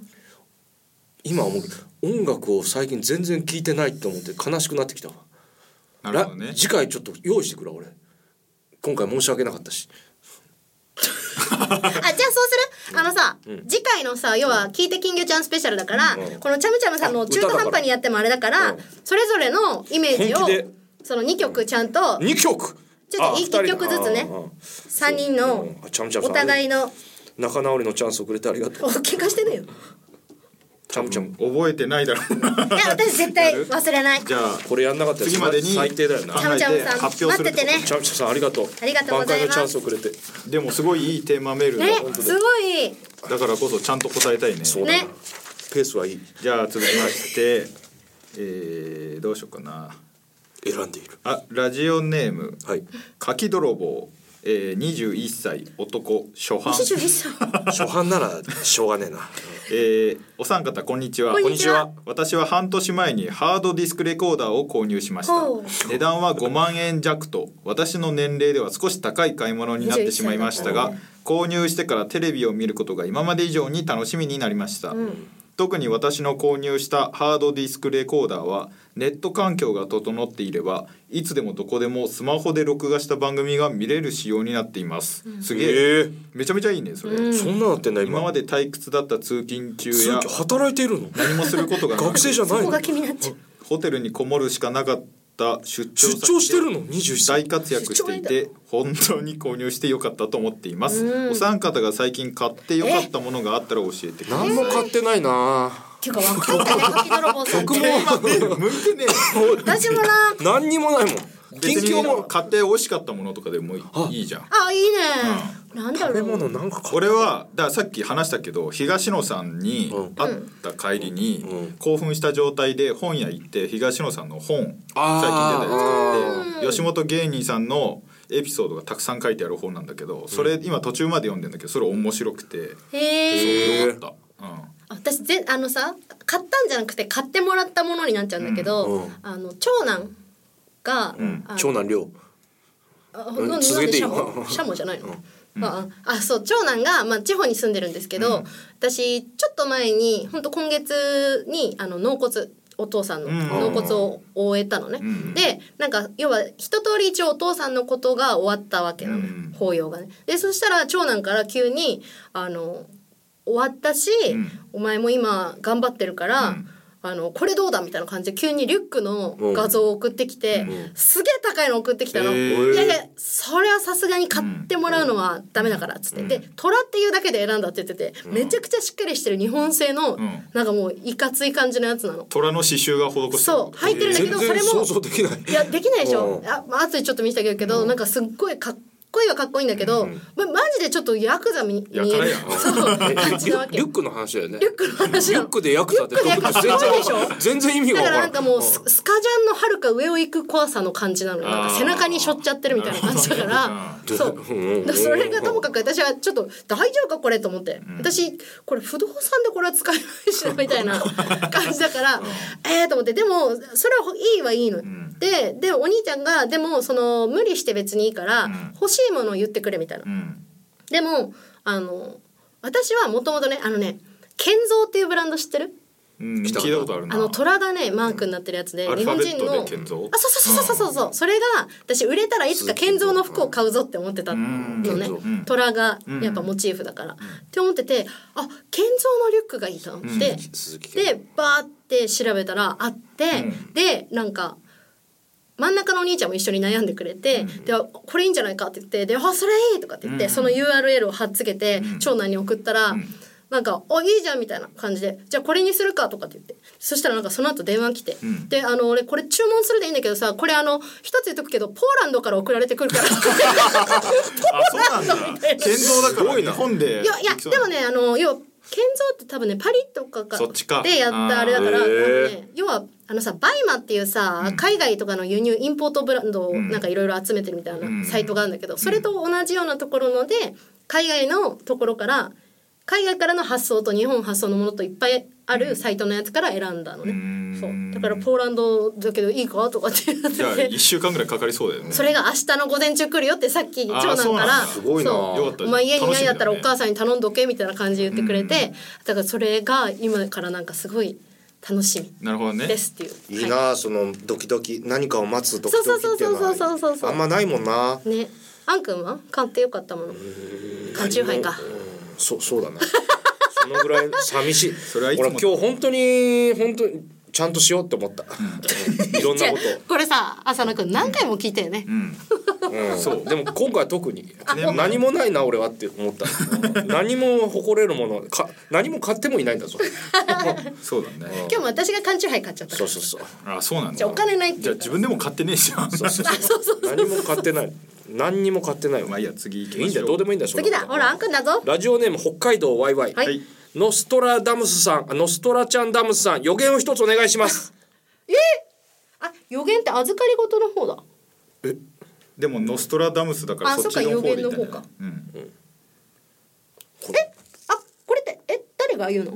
Speaker 3: 今思うけど音楽を最近全然聴いてないと思って悲しくなってきたわ
Speaker 1: なるほどね
Speaker 3: ら次回ちょっと用意してくれ俺今回申し訳なかったし
Speaker 2: あじゃあそうするあのさ、次回のさ要は「聞いて金魚ちゃんスペシャル」だから、
Speaker 3: うん
Speaker 2: このちゃむちゃむさん
Speaker 3: あ
Speaker 2: の中途
Speaker 3: 歌だか
Speaker 2: 半
Speaker 3: ら
Speaker 2: 端にやってもあれだから
Speaker 3: うん
Speaker 2: それぞれのイメージ
Speaker 3: 本気で
Speaker 2: をその2曲ちゃんと
Speaker 3: 2曲
Speaker 2: ちょっと
Speaker 3: あ
Speaker 2: 一
Speaker 3: 二人だ
Speaker 2: 曲ずつね
Speaker 3: ああ
Speaker 2: 3人
Speaker 3: う
Speaker 2: の
Speaker 3: んあちゃむちゃむさ
Speaker 2: お
Speaker 3: ん
Speaker 2: 互いの
Speaker 3: 仲直りのチャンスをくれてありがとう
Speaker 2: お喧嘩して
Speaker 3: (laughs)
Speaker 2: ねえよ
Speaker 3: ちゃむちゃむ
Speaker 1: 覚えてないだろうない
Speaker 2: (laughs) や私絶対忘れないち
Speaker 1: じゃあ
Speaker 3: これやんなかったら
Speaker 1: 次までに
Speaker 3: 最低だよな
Speaker 1: 考
Speaker 2: ゃむ
Speaker 1: え
Speaker 2: ちゃむ
Speaker 1: て
Speaker 2: さん
Speaker 1: 発
Speaker 2: 待
Speaker 1: 表す
Speaker 2: っ
Speaker 1: る
Speaker 2: ててね
Speaker 3: ちゃむちゃむさんありがとう
Speaker 2: ありがとうございます
Speaker 3: 挽回のチャンスをくれて
Speaker 1: でもすごいいいテーマメールだ,、
Speaker 2: ねすごい
Speaker 1: だからこそちゃんと答えたいね
Speaker 3: そうだな
Speaker 2: ね
Speaker 3: ペースはいい
Speaker 1: じゃあ続きましてえー、どうしようかな
Speaker 3: 選んでいる
Speaker 1: あラジオネーム
Speaker 3: はい
Speaker 1: 柿泥棒、えー、21歳男初版、
Speaker 2: 21歳
Speaker 3: 初版ならしょうがねえな
Speaker 1: えー、お三方こんにちは
Speaker 2: こんにちは
Speaker 1: 私は半年前にハードディスクレコーダーを購入しまし
Speaker 2: ほ
Speaker 1: た値段は5万円弱と私の年齢では少し高い買い物になってしまいましたが購入してからテレビを見ることが今まで以上に楽しみになりました、特に私の購入したハードディスクレコーダーはネット環境が整っていればいつでもどこでもスマホで録画した番組が見れる仕様になっています、すげえ
Speaker 3: え
Speaker 1: めちゃめちゃいいねそれ、
Speaker 3: えそんななってんだ今
Speaker 1: 今まで退屈だった通勤中
Speaker 3: 通
Speaker 1: や
Speaker 3: 勤働いているの
Speaker 1: 何もすることがなく
Speaker 3: 学生じゃない
Speaker 2: ここ
Speaker 3: の
Speaker 2: が気になっちゃう
Speaker 1: ホテルにこもるしかなかった出張先
Speaker 3: 出
Speaker 1: で
Speaker 3: 張してるの21歳
Speaker 1: 大活躍していて本当に購入してよかったと思っています、お三方が最近買ってよかったものがあったら教えてください
Speaker 3: 何も買ってないな
Speaker 2: っていうか
Speaker 3: (laughs)
Speaker 2: 分かったね柿泥棒さん
Speaker 3: 僕も
Speaker 1: 向いてね
Speaker 2: 私もな
Speaker 3: 何にもないもん
Speaker 1: 別
Speaker 3: 近況も
Speaker 1: に買って美味しかったものとかでもいいいいじゃん
Speaker 2: あいいね、なんだ
Speaker 3: 食
Speaker 2: ろ
Speaker 3: べ
Speaker 2: う
Speaker 3: 物なんか買う
Speaker 1: 俺はだからさっき話したけど東野さんに
Speaker 3: うん
Speaker 1: 会った帰りに、
Speaker 3: うん
Speaker 1: 興奮した状態で本屋行って東野さんの本
Speaker 3: あー
Speaker 1: 最近出たやつで吉本芸人さんのエピソードがたくさん書いてある本なんだけどそれ、今途中まで読んでんだけどそれ面白くて
Speaker 2: へえ
Speaker 1: よかった、うん、
Speaker 2: 私ぜあのさ買ったんじゃなくて買ってもらったものになっちゃうんだけど、
Speaker 3: うんうん
Speaker 2: あの長男が、あの
Speaker 3: 長男亮
Speaker 2: あ
Speaker 3: う
Speaker 2: なん
Speaker 3: ん
Speaker 2: なんでシ
Speaker 3: 続けていい
Speaker 2: ャモシャモじゃないの、あああそう長男が、まあ、地方に住んでるんですけど、私ちょっと前に本当今月にあの納骨お父さんの
Speaker 1: うん
Speaker 2: 納骨を終えたのね、でなんか要は一通り一応お父さんのことが終わったわけなの、
Speaker 1: うん
Speaker 2: 法要がねでそしたら長男から急にあの終わったし、
Speaker 1: ん
Speaker 2: お前も今頑張ってるから、あのこれどうだみたいな感じで急にリュックの画像を送ってきて、すげえ高いの送ってきたの、
Speaker 1: へー
Speaker 2: いやいやそれはさすがに買ってもらうのはダメだからっつって、で虎っていうだけで選んだって言ってて、めちゃくちゃしっかりしてる日本製の、
Speaker 1: ん
Speaker 2: なんかもういかつい感じのやつなの。
Speaker 1: 虎の刺繍が施してる
Speaker 2: そう入ってるんだけ
Speaker 3: 全
Speaker 2: どそれ
Speaker 3: 然
Speaker 2: も
Speaker 3: 想像できない
Speaker 2: いやできないでし
Speaker 3: う
Speaker 2: ょ
Speaker 3: ん
Speaker 2: あ、まあ後でちょっと見せてあげるけど、なんかすっごいかっこいいはかっこいいんだけど、まマジでちょっとヤクザに見
Speaker 1: や
Speaker 2: え
Speaker 1: たら
Speaker 2: る
Speaker 1: やん
Speaker 2: そう
Speaker 3: え
Speaker 2: 感じ
Speaker 3: リ
Speaker 2: なわ
Speaker 3: ュ
Speaker 2: け
Speaker 3: リュックの話だよね
Speaker 2: リュックの話な
Speaker 3: リュックでヤクザってどこ
Speaker 2: リュックでヤクザか
Speaker 3: 全
Speaker 2: っこいいでし
Speaker 3: 然全然意味
Speaker 2: だ
Speaker 3: がわ
Speaker 2: か
Speaker 3: から
Speaker 2: なん
Speaker 3: ら
Speaker 2: かもうススカジャンのはるか上を行く怖さの感じなのよなんか背中にしょっちゃってるみたいな感じだからそうだからそれがともかく私はちょっと大丈夫かこれと思って、私これ不動産でこれは使えないしなみたいな感じだから、えーと思ってでもそれはいいはいいのよ、ででお兄ちゃんがでもその無理して別にいいから、欲しいものを言ってくれみたいな、
Speaker 1: うん
Speaker 2: でもあの私はもともとねあのね健造っていうブランド知ってる
Speaker 1: うん、
Speaker 3: 来た
Speaker 1: 聞いたことあるな
Speaker 2: あの虎がねマークになってるやつで
Speaker 1: アル
Speaker 2: 日
Speaker 1: ファ
Speaker 2: 本
Speaker 1: ベ
Speaker 2: 人
Speaker 1: ット
Speaker 2: の
Speaker 1: で建造
Speaker 2: あそうそうそうそうそうそうそれが私売れたらいつか健三の服を買うぞって思ってたのね
Speaker 1: ん
Speaker 2: 虎がやっぱモチーフだから、って思っててあ健三のリュックがいいと思って、
Speaker 3: 鈴木
Speaker 2: でバーって調べたらあって、でなんか真ん中のお兄ちゃんも一緒に悩んでくれて「でこれいいんじゃないか」って言って「であそれいい!」とかって言って、その URL を貼っつけて、長男に送ったら、なんか「おいいじゃん」みたいな感じで「じゃあこれにするか」とかって言ってそしたらなんかその後電話来て「であの俺これ注文するでいいんだけどさこれあの一つ言っとくけどポーランドから送られてく
Speaker 1: (laughs)
Speaker 2: るから」
Speaker 1: あそうなんだ建造だから日本で
Speaker 2: いやいやでもねあの要は建造って多分ねパリとかか
Speaker 1: そっちか
Speaker 2: でやったあれだから
Speaker 1: あー
Speaker 2: 多分ね要はあのさバイマっていうさ、海外とかの輸入インポートブランドをなんかいろいろ集めてるみたいなサイトがあるんだけど、それと同じようなところので海外のところから海外からの発送と日本発送のものといっぱいあるサイトのやつから選んだのね、そうだからポーランドだけどいいかとかって言
Speaker 1: じゃあ
Speaker 2: って
Speaker 1: 1
Speaker 2: て
Speaker 1: 週間ぐらいかかりそうだよね
Speaker 2: それが明日の午前中来るよってさっき長
Speaker 1: あーそ
Speaker 2: 男
Speaker 1: うな
Speaker 2: か
Speaker 1: ん
Speaker 2: ら
Speaker 1: だす
Speaker 3: ごいな
Speaker 2: そう
Speaker 1: よかった
Speaker 2: お前家にいないんだったらお
Speaker 1: 楽しみだね
Speaker 2: 母さんに頼んどけみたいな感じで言ってくれて、だからそれが今からなんかすごい楽し
Speaker 1: なるほど
Speaker 2: み
Speaker 1: ね
Speaker 2: ですっていう。
Speaker 3: いいなあそのドキドキ何かを待つドキドキって
Speaker 2: そうそうそうそうそう
Speaker 3: の
Speaker 2: そう
Speaker 3: はあんまないもんな
Speaker 2: はい、ね、あんくんは買ってよかったもの。缶チューハイか。
Speaker 3: そそうだな (laughs) そのぐらい寂しい
Speaker 1: れはいつも
Speaker 3: 俺今日本当に本当にちゃんとしようって思った、うんいろんなこ
Speaker 2: じゃあこれさ浅野くん何回も聞いたよね。
Speaker 3: と、うん、
Speaker 1: そう
Speaker 3: でも今回は特に
Speaker 1: 年末
Speaker 3: 何もないな俺はって (laughs) 思った何も誇れるものか何も買ってもいないんだぞ
Speaker 1: そうだね
Speaker 2: 今日も私が缶チューハイ買っちゃったか
Speaker 3: そう
Speaker 2: ら。
Speaker 3: そうそう
Speaker 1: あそうなんだ
Speaker 2: じゃあお金ないって
Speaker 1: じゃあ自分でも買ってねえじゃん
Speaker 3: そうそうそう
Speaker 2: そうそう。
Speaker 3: 何も買ってない何にも買ってないよ
Speaker 1: まあいいや次行き
Speaker 3: いい
Speaker 1: ま
Speaker 3: んだ
Speaker 1: しょ
Speaker 3: よ
Speaker 1: う
Speaker 3: どうでもいいんだよそんな
Speaker 2: 次だ
Speaker 3: こと
Speaker 2: ほらあんくんだぞ。
Speaker 3: ラジオネーム北海道ワイワイ、
Speaker 2: はい
Speaker 1: はい
Speaker 3: ノストラダムスさんあノストラちゃんダムスさん予言を一つお願いします
Speaker 2: あ予言って預かり事の方だ。
Speaker 1: でもノストラダムスだから
Speaker 2: あ
Speaker 1: そっちの方でいいんだ
Speaker 2: そっか予言の
Speaker 1: よ
Speaker 2: 方か
Speaker 1: うん
Speaker 2: えあこれってえ誰が言うの？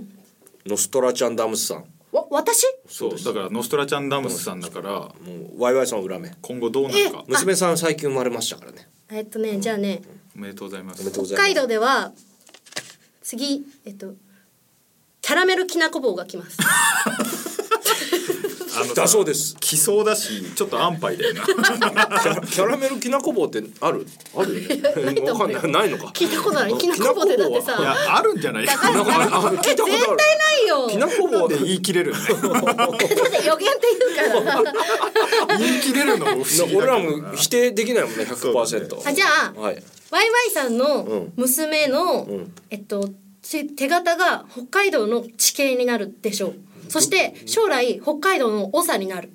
Speaker 3: ノストラちゃんダムスさん
Speaker 2: わ私？
Speaker 1: そうだからノストラちゃんダムスさんだから
Speaker 3: もうワイワイさんを恨め
Speaker 1: 今後どうなるか
Speaker 2: え
Speaker 3: 娘さん最近生まれましたからね
Speaker 2: えっとねじゃあね。
Speaker 1: おめでとうございま
Speaker 3: お
Speaker 1: す
Speaker 3: めでとうござ
Speaker 2: 北
Speaker 3: い
Speaker 2: 海
Speaker 3: ます
Speaker 2: 道では次えっとキャラメルきなこ棒が来ます
Speaker 1: あのさ
Speaker 3: だそうです
Speaker 1: 来そうだしちょっと安牌だよな
Speaker 3: キャラキャラメルきなこ棒ってあるあるよ
Speaker 2: (laughs) ない
Speaker 3: ね
Speaker 2: と
Speaker 3: わ
Speaker 2: 思う
Speaker 3: か
Speaker 2: んよ
Speaker 3: ないないのか
Speaker 2: 聞いたことないきなこ棒でだって
Speaker 1: (laughs)
Speaker 2: さ
Speaker 1: いやあるんじゃないか
Speaker 2: あ
Speaker 1: な
Speaker 3: なんかああ聞いたことある
Speaker 2: 絶対ないよ
Speaker 3: きなこ棒
Speaker 1: で言い切れるのね
Speaker 2: (laughs) だって予言って言うから
Speaker 1: (laughs) 言い切れるのも不思議だ
Speaker 3: 俺
Speaker 1: けど
Speaker 3: ら
Speaker 1: な
Speaker 3: も否定できないもんね100%、
Speaker 1: そう
Speaker 2: あじゃあ
Speaker 3: はい
Speaker 2: ワイワイさんの
Speaker 3: ん
Speaker 2: 娘の、
Speaker 3: ん
Speaker 2: えっと手手形が北海道の地形になるでしょうそして将来北海道の長になる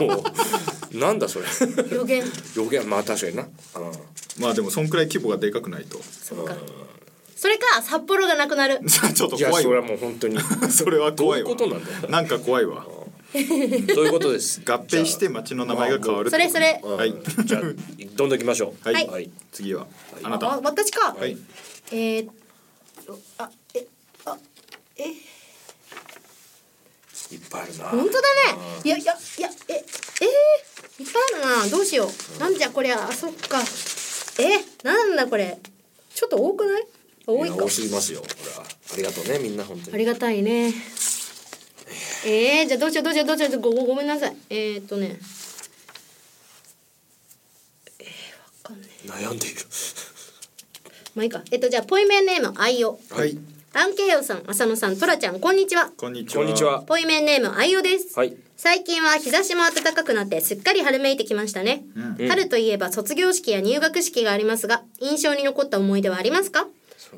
Speaker 3: もうなんだそれ
Speaker 2: 予言
Speaker 3: 予言まあ確かにな、うん、
Speaker 1: まあでもそんくらい規模がでかくないと
Speaker 2: そっかそれか札幌がなくなる
Speaker 1: ちょっと
Speaker 3: いや
Speaker 1: 怖い
Speaker 3: それは
Speaker 1: わ
Speaker 3: もう本当に
Speaker 1: それは
Speaker 3: どう
Speaker 1: 怖
Speaker 3: い
Speaker 1: いうわ
Speaker 3: ことなんだよ
Speaker 1: なんか怖いわ
Speaker 3: どういうことです
Speaker 1: 合併して町の名前が変わる
Speaker 2: それそれ
Speaker 1: はい
Speaker 3: じゃあどんどん行きましょう
Speaker 1: はい、
Speaker 2: はい
Speaker 1: 次はあ
Speaker 2: あ
Speaker 1: なた
Speaker 2: わ私か、
Speaker 1: はい
Speaker 2: えーっとあえあえ
Speaker 3: いっぱいあるな
Speaker 2: 本当だねいやいやいやええー、いっぱいあるなどうしようなんじゃこりゃあそっかえなんだこれちょっと多くない多い
Speaker 3: い
Speaker 2: か
Speaker 3: や多すぎますよこれはありがとうねみんな本当
Speaker 2: あ
Speaker 3: に
Speaker 2: りがたいねえー、じゃあどうしようどうしようどうしようごごごめんなさいえー、っとねえー、わかんない
Speaker 3: 悩んでいる
Speaker 2: まあいいかえっとじゃあポイメンネームあいお
Speaker 1: はい
Speaker 2: アンケイヨさん浅野さんトラちゃんこんにちは
Speaker 1: こんにちは
Speaker 3: こんにちは
Speaker 2: ポイメンネームあいおです、
Speaker 3: はい
Speaker 2: 最近は日差しも暖かくなってすっかり春めいてきましたね、
Speaker 3: うん
Speaker 2: 春といえば卒業式や入学式がありますが印象に残った思い出はありますか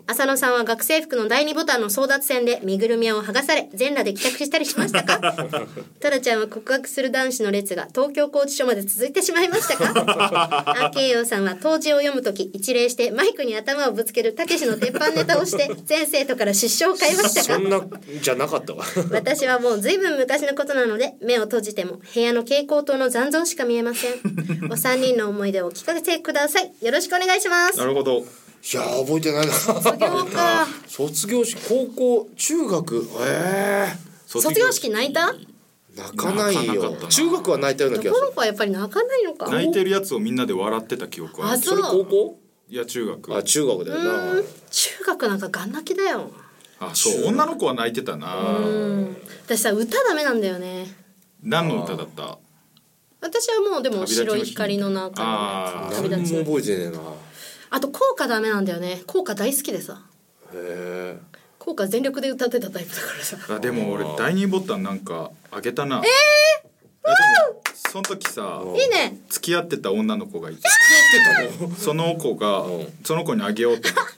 Speaker 2: 浅野さんは学生服の第二ボタンの争奪戦で身ぐるみを剥がされ全裸で帰宅したりしました
Speaker 3: (laughs)
Speaker 2: かトラちゃんは告白する男子の列が東京拘置所まで続いてしまいましたかアンケイヨさんは当時を読むとき一礼してマイクに頭をぶつけるたけしの鉄板ネタをして全生徒から失笑を買いましたか
Speaker 3: そんなじゃなか (laughs) ったわ
Speaker 2: 私はもう随分昔のことなので目を閉じても部屋の蛍光灯の残像しか見えません
Speaker 1: (laughs)
Speaker 2: お三人の思い出をお聞かせくださいよろしくお願いします
Speaker 1: なるほど
Speaker 3: いや覚えてないな
Speaker 2: 卒業か
Speaker 3: 卒業式高校中学え
Speaker 2: 卒業式泣いた
Speaker 3: え泣かない
Speaker 1: 泣かなか
Speaker 3: よ
Speaker 1: ったな
Speaker 3: 中学は泣いたような気
Speaker 2: と
Speaker 3: が
Speaker 2: こ
Speaker 3: す
Speaker 2: ろ
Speaker 3: る
Speaker 2: がやっぱり泣かないのか
Speaker 1: 泣いてるやつをみんなで笑ってた記憶はあ
Speaker 2: あ
Speaker 1: る
Speaker 2: そう
Speaker 3: 高校
Speaker 1: いや中学
Speaker 3: あ中学だよな
Speaker 2: 中学なんかガン泣きだよ
Speaker 1: あそう女の子は泣いてたな
Speaker 2: 私さ歌ダメなんだよね
Speaker 1: 何の歌だった
Speaker 2: 私はもうで
Speaker 1: 旅
Speaker 2: も
Speaker 1: 立ちの
Speaker 2: 白
Speaker 1: 日
Speaker 2: い光の中
Speaker 1: あ
Speaker 2: の
Speaker 1: ー
Speaker 3: 何
Speaker 2: 旅
Speaker 3: も
Speaker 2: 立ちの
Speaker 3: 覚えてねえな
Speaker 2: あと効果ダメなんだよね効果大好きでさ
Speaker 3: へえ
Speaker 2: 効果全力で歌ってたタイプだからさ
Speaker 1: あでも俺第二ボタンなんかあげたなえでもその時さ
Speaker 2: いいね
Speaker 1: 付き合ってた女の子がいてその子がその子にあげようと思っ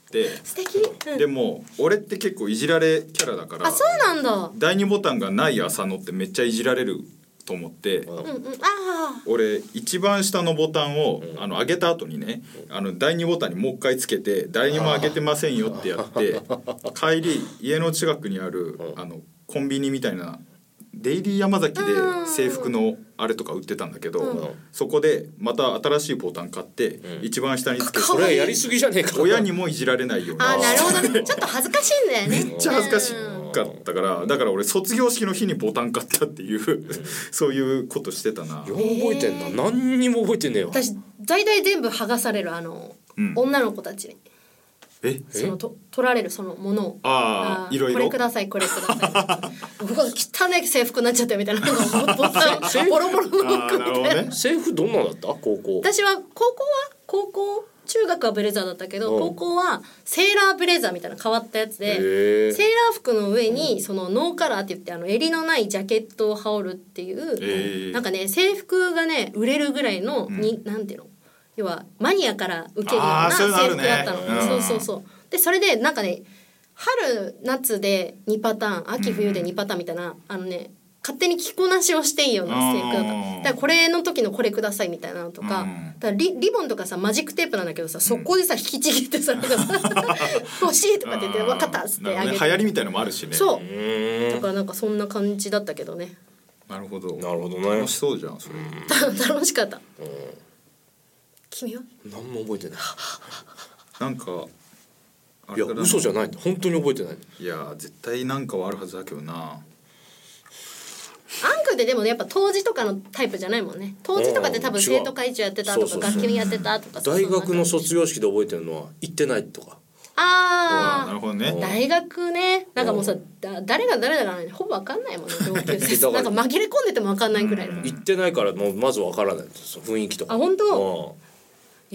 Speaker 2: 素敵、う
Speaker 1: て
Speaker 2: ん
Speaker 1: でも俺って結構いじられキャラだから
Speaker 2: あそうなんだ
Speaker 1: 第二ボタンがない浅野ってめっちゃいじられると思って
Speaker 2: うんうんあ
Speaker 1: 俺一番下のボタンをあの上げた後にねあの第二ボタンにもう一回つけて第二も上げてませんよってや (laughs) って帰り家の近くにあるあのコンビニみたいなデイリーヤマザキで制服のあれとか売ってたんだけ
Speaker 2: うん
Speaker 1: どそこでまた新しいボタン買って一番下につけて
Speaker 3: これはやりすぎじゃねえか
Speaker 1: 親にもいじられないよう
Speaker 2: ああ
Speaker 1: な
Speaker 2: なるほどねちょっと恥ずかしいんだよね
Speaker 1: めっちゃ恥ずかし
Speaker 2: うん
Speaker 1: かったからだから俺卒業式の日にボタン買ったっていう (laughs) そういうことしてたな
Speaker 3: よう覚えてんな何にも覚えてねえわ
Speaker 2: 私大体全部剥がされるあの、
Speaker 1: うん
Speaker 2: 女の子たちに
Speaker 1: え
Speaker 2: そのと取られるそのものを
Speaker 1: あーいろいろ
Speaker 2: これくださいこれくだ
Speaker 1: (laughs)
Speaker 2: さいうわ汚い制服になっちゃったよみたいななんかボタンボロボロの
Speaker 1: あ
Speaker 2: 服
Speaker 1: ーな
Speaker 2: み
Speaker 1: るほ
Speaker 2: (laughs) た
Speaker 1: ど
Speaker 2: いな
Speaker 1: ね
Speaker 3: 制服どんなのだった高校
Speaker 2: 私は高校は高校中学はブレザーだったけど
Speaker 3: うん
Speaker 2: 高校はセーラーブレザーみたいな変わったやつで
Speaker 3: へ
Speaker 2: セ
Speaker 3: ー
Speaker 2: ーラー服の上にそのノーカラーって言ってあの襟のないジャケットを羽織るっていう、
Speaker 1: へー
Speaker 2: なんかね制服がね売れるぐらいのに、なんていうの要はマニアから受けるよう
Speaker 1: あ
Speaker 2: な
Speaker 1: ー
Speaker 2: 制
Speaker 1: そういうのある
Speaker 2: 服
Speaker 1: ね
Speaker 2: だったの
Speaker 1: うん
Speaker 2: そうそうそうでそれでなんかね春夏で2パターン秋冬で2パターンみたいな、あのね勝手に着こなしをしていいような制服だった
Speaker 1: あー
Speaker 2: だからこれの時のこれくださいみたいなのとか,、
Speaker 1: うん
Speaker 2: だからリリボンとかさマジックテープなんだけどさそこでさ引きちぎってさなんかさ「欲しい」とかって言って「分かった」っつって
Speaker 1: な
Speaker 2: あ
Speaker 1: るほ
Speaker 2: げて、
Speaker 1: どね流行りみたいのもあるしね
Speaker 2: そうう
Speaker 3: ーん
Speaker 2: だからなんかそんな感じだったけどね
Speaker 1: なるほど
Speaker 3: なるほどね
Speaker 1: 楽しそうじゃんそれ
Speaker 2: 楽しかった君は
Speaker 3: 何も覚えてない
Speaker 1: なんかあ
Speaker 3: い
Speaker 1: れ
Speaker 3: や
Speaker 1: かな
Speaker 3: 嘘じゃない本当に覚えてない
Speaker 1: いや絶対なんかはあるはずだけどな
Speaker 2: アンクってでもやっぱ当時とかのタイプじゃないもんね当時とかって多分
Speaker 3: うん
Speaker 2: 生徒会長やってたと
Speaker 3: 違
Speaker 2: か
Speaker 3: うそうそうそう
Speaker 2: 学級委員やってたとかさ
Speaker 3: 大学の
Speaker 2: そんな
Speaker 3: 卒業式で覚えてるのは行ってないとか
Speaker 1: あーなる
Speaker 2: ああ
Speaker 1: ほどね
Speaker 2: 大学ねなんかもうさだ誰が誰だかねほぼ分かんないもんね同級
Speaker 3: だ
Speaker 2: 生
Speaker 3: か
Speaker 2: な
Speaker 3: ら
Speaker 2: んか紛れ込んでても分かんないぐらいの
Speaker 3: 行ってないからもうまずわからないその雰囲気とか
Speaker 2: あ本当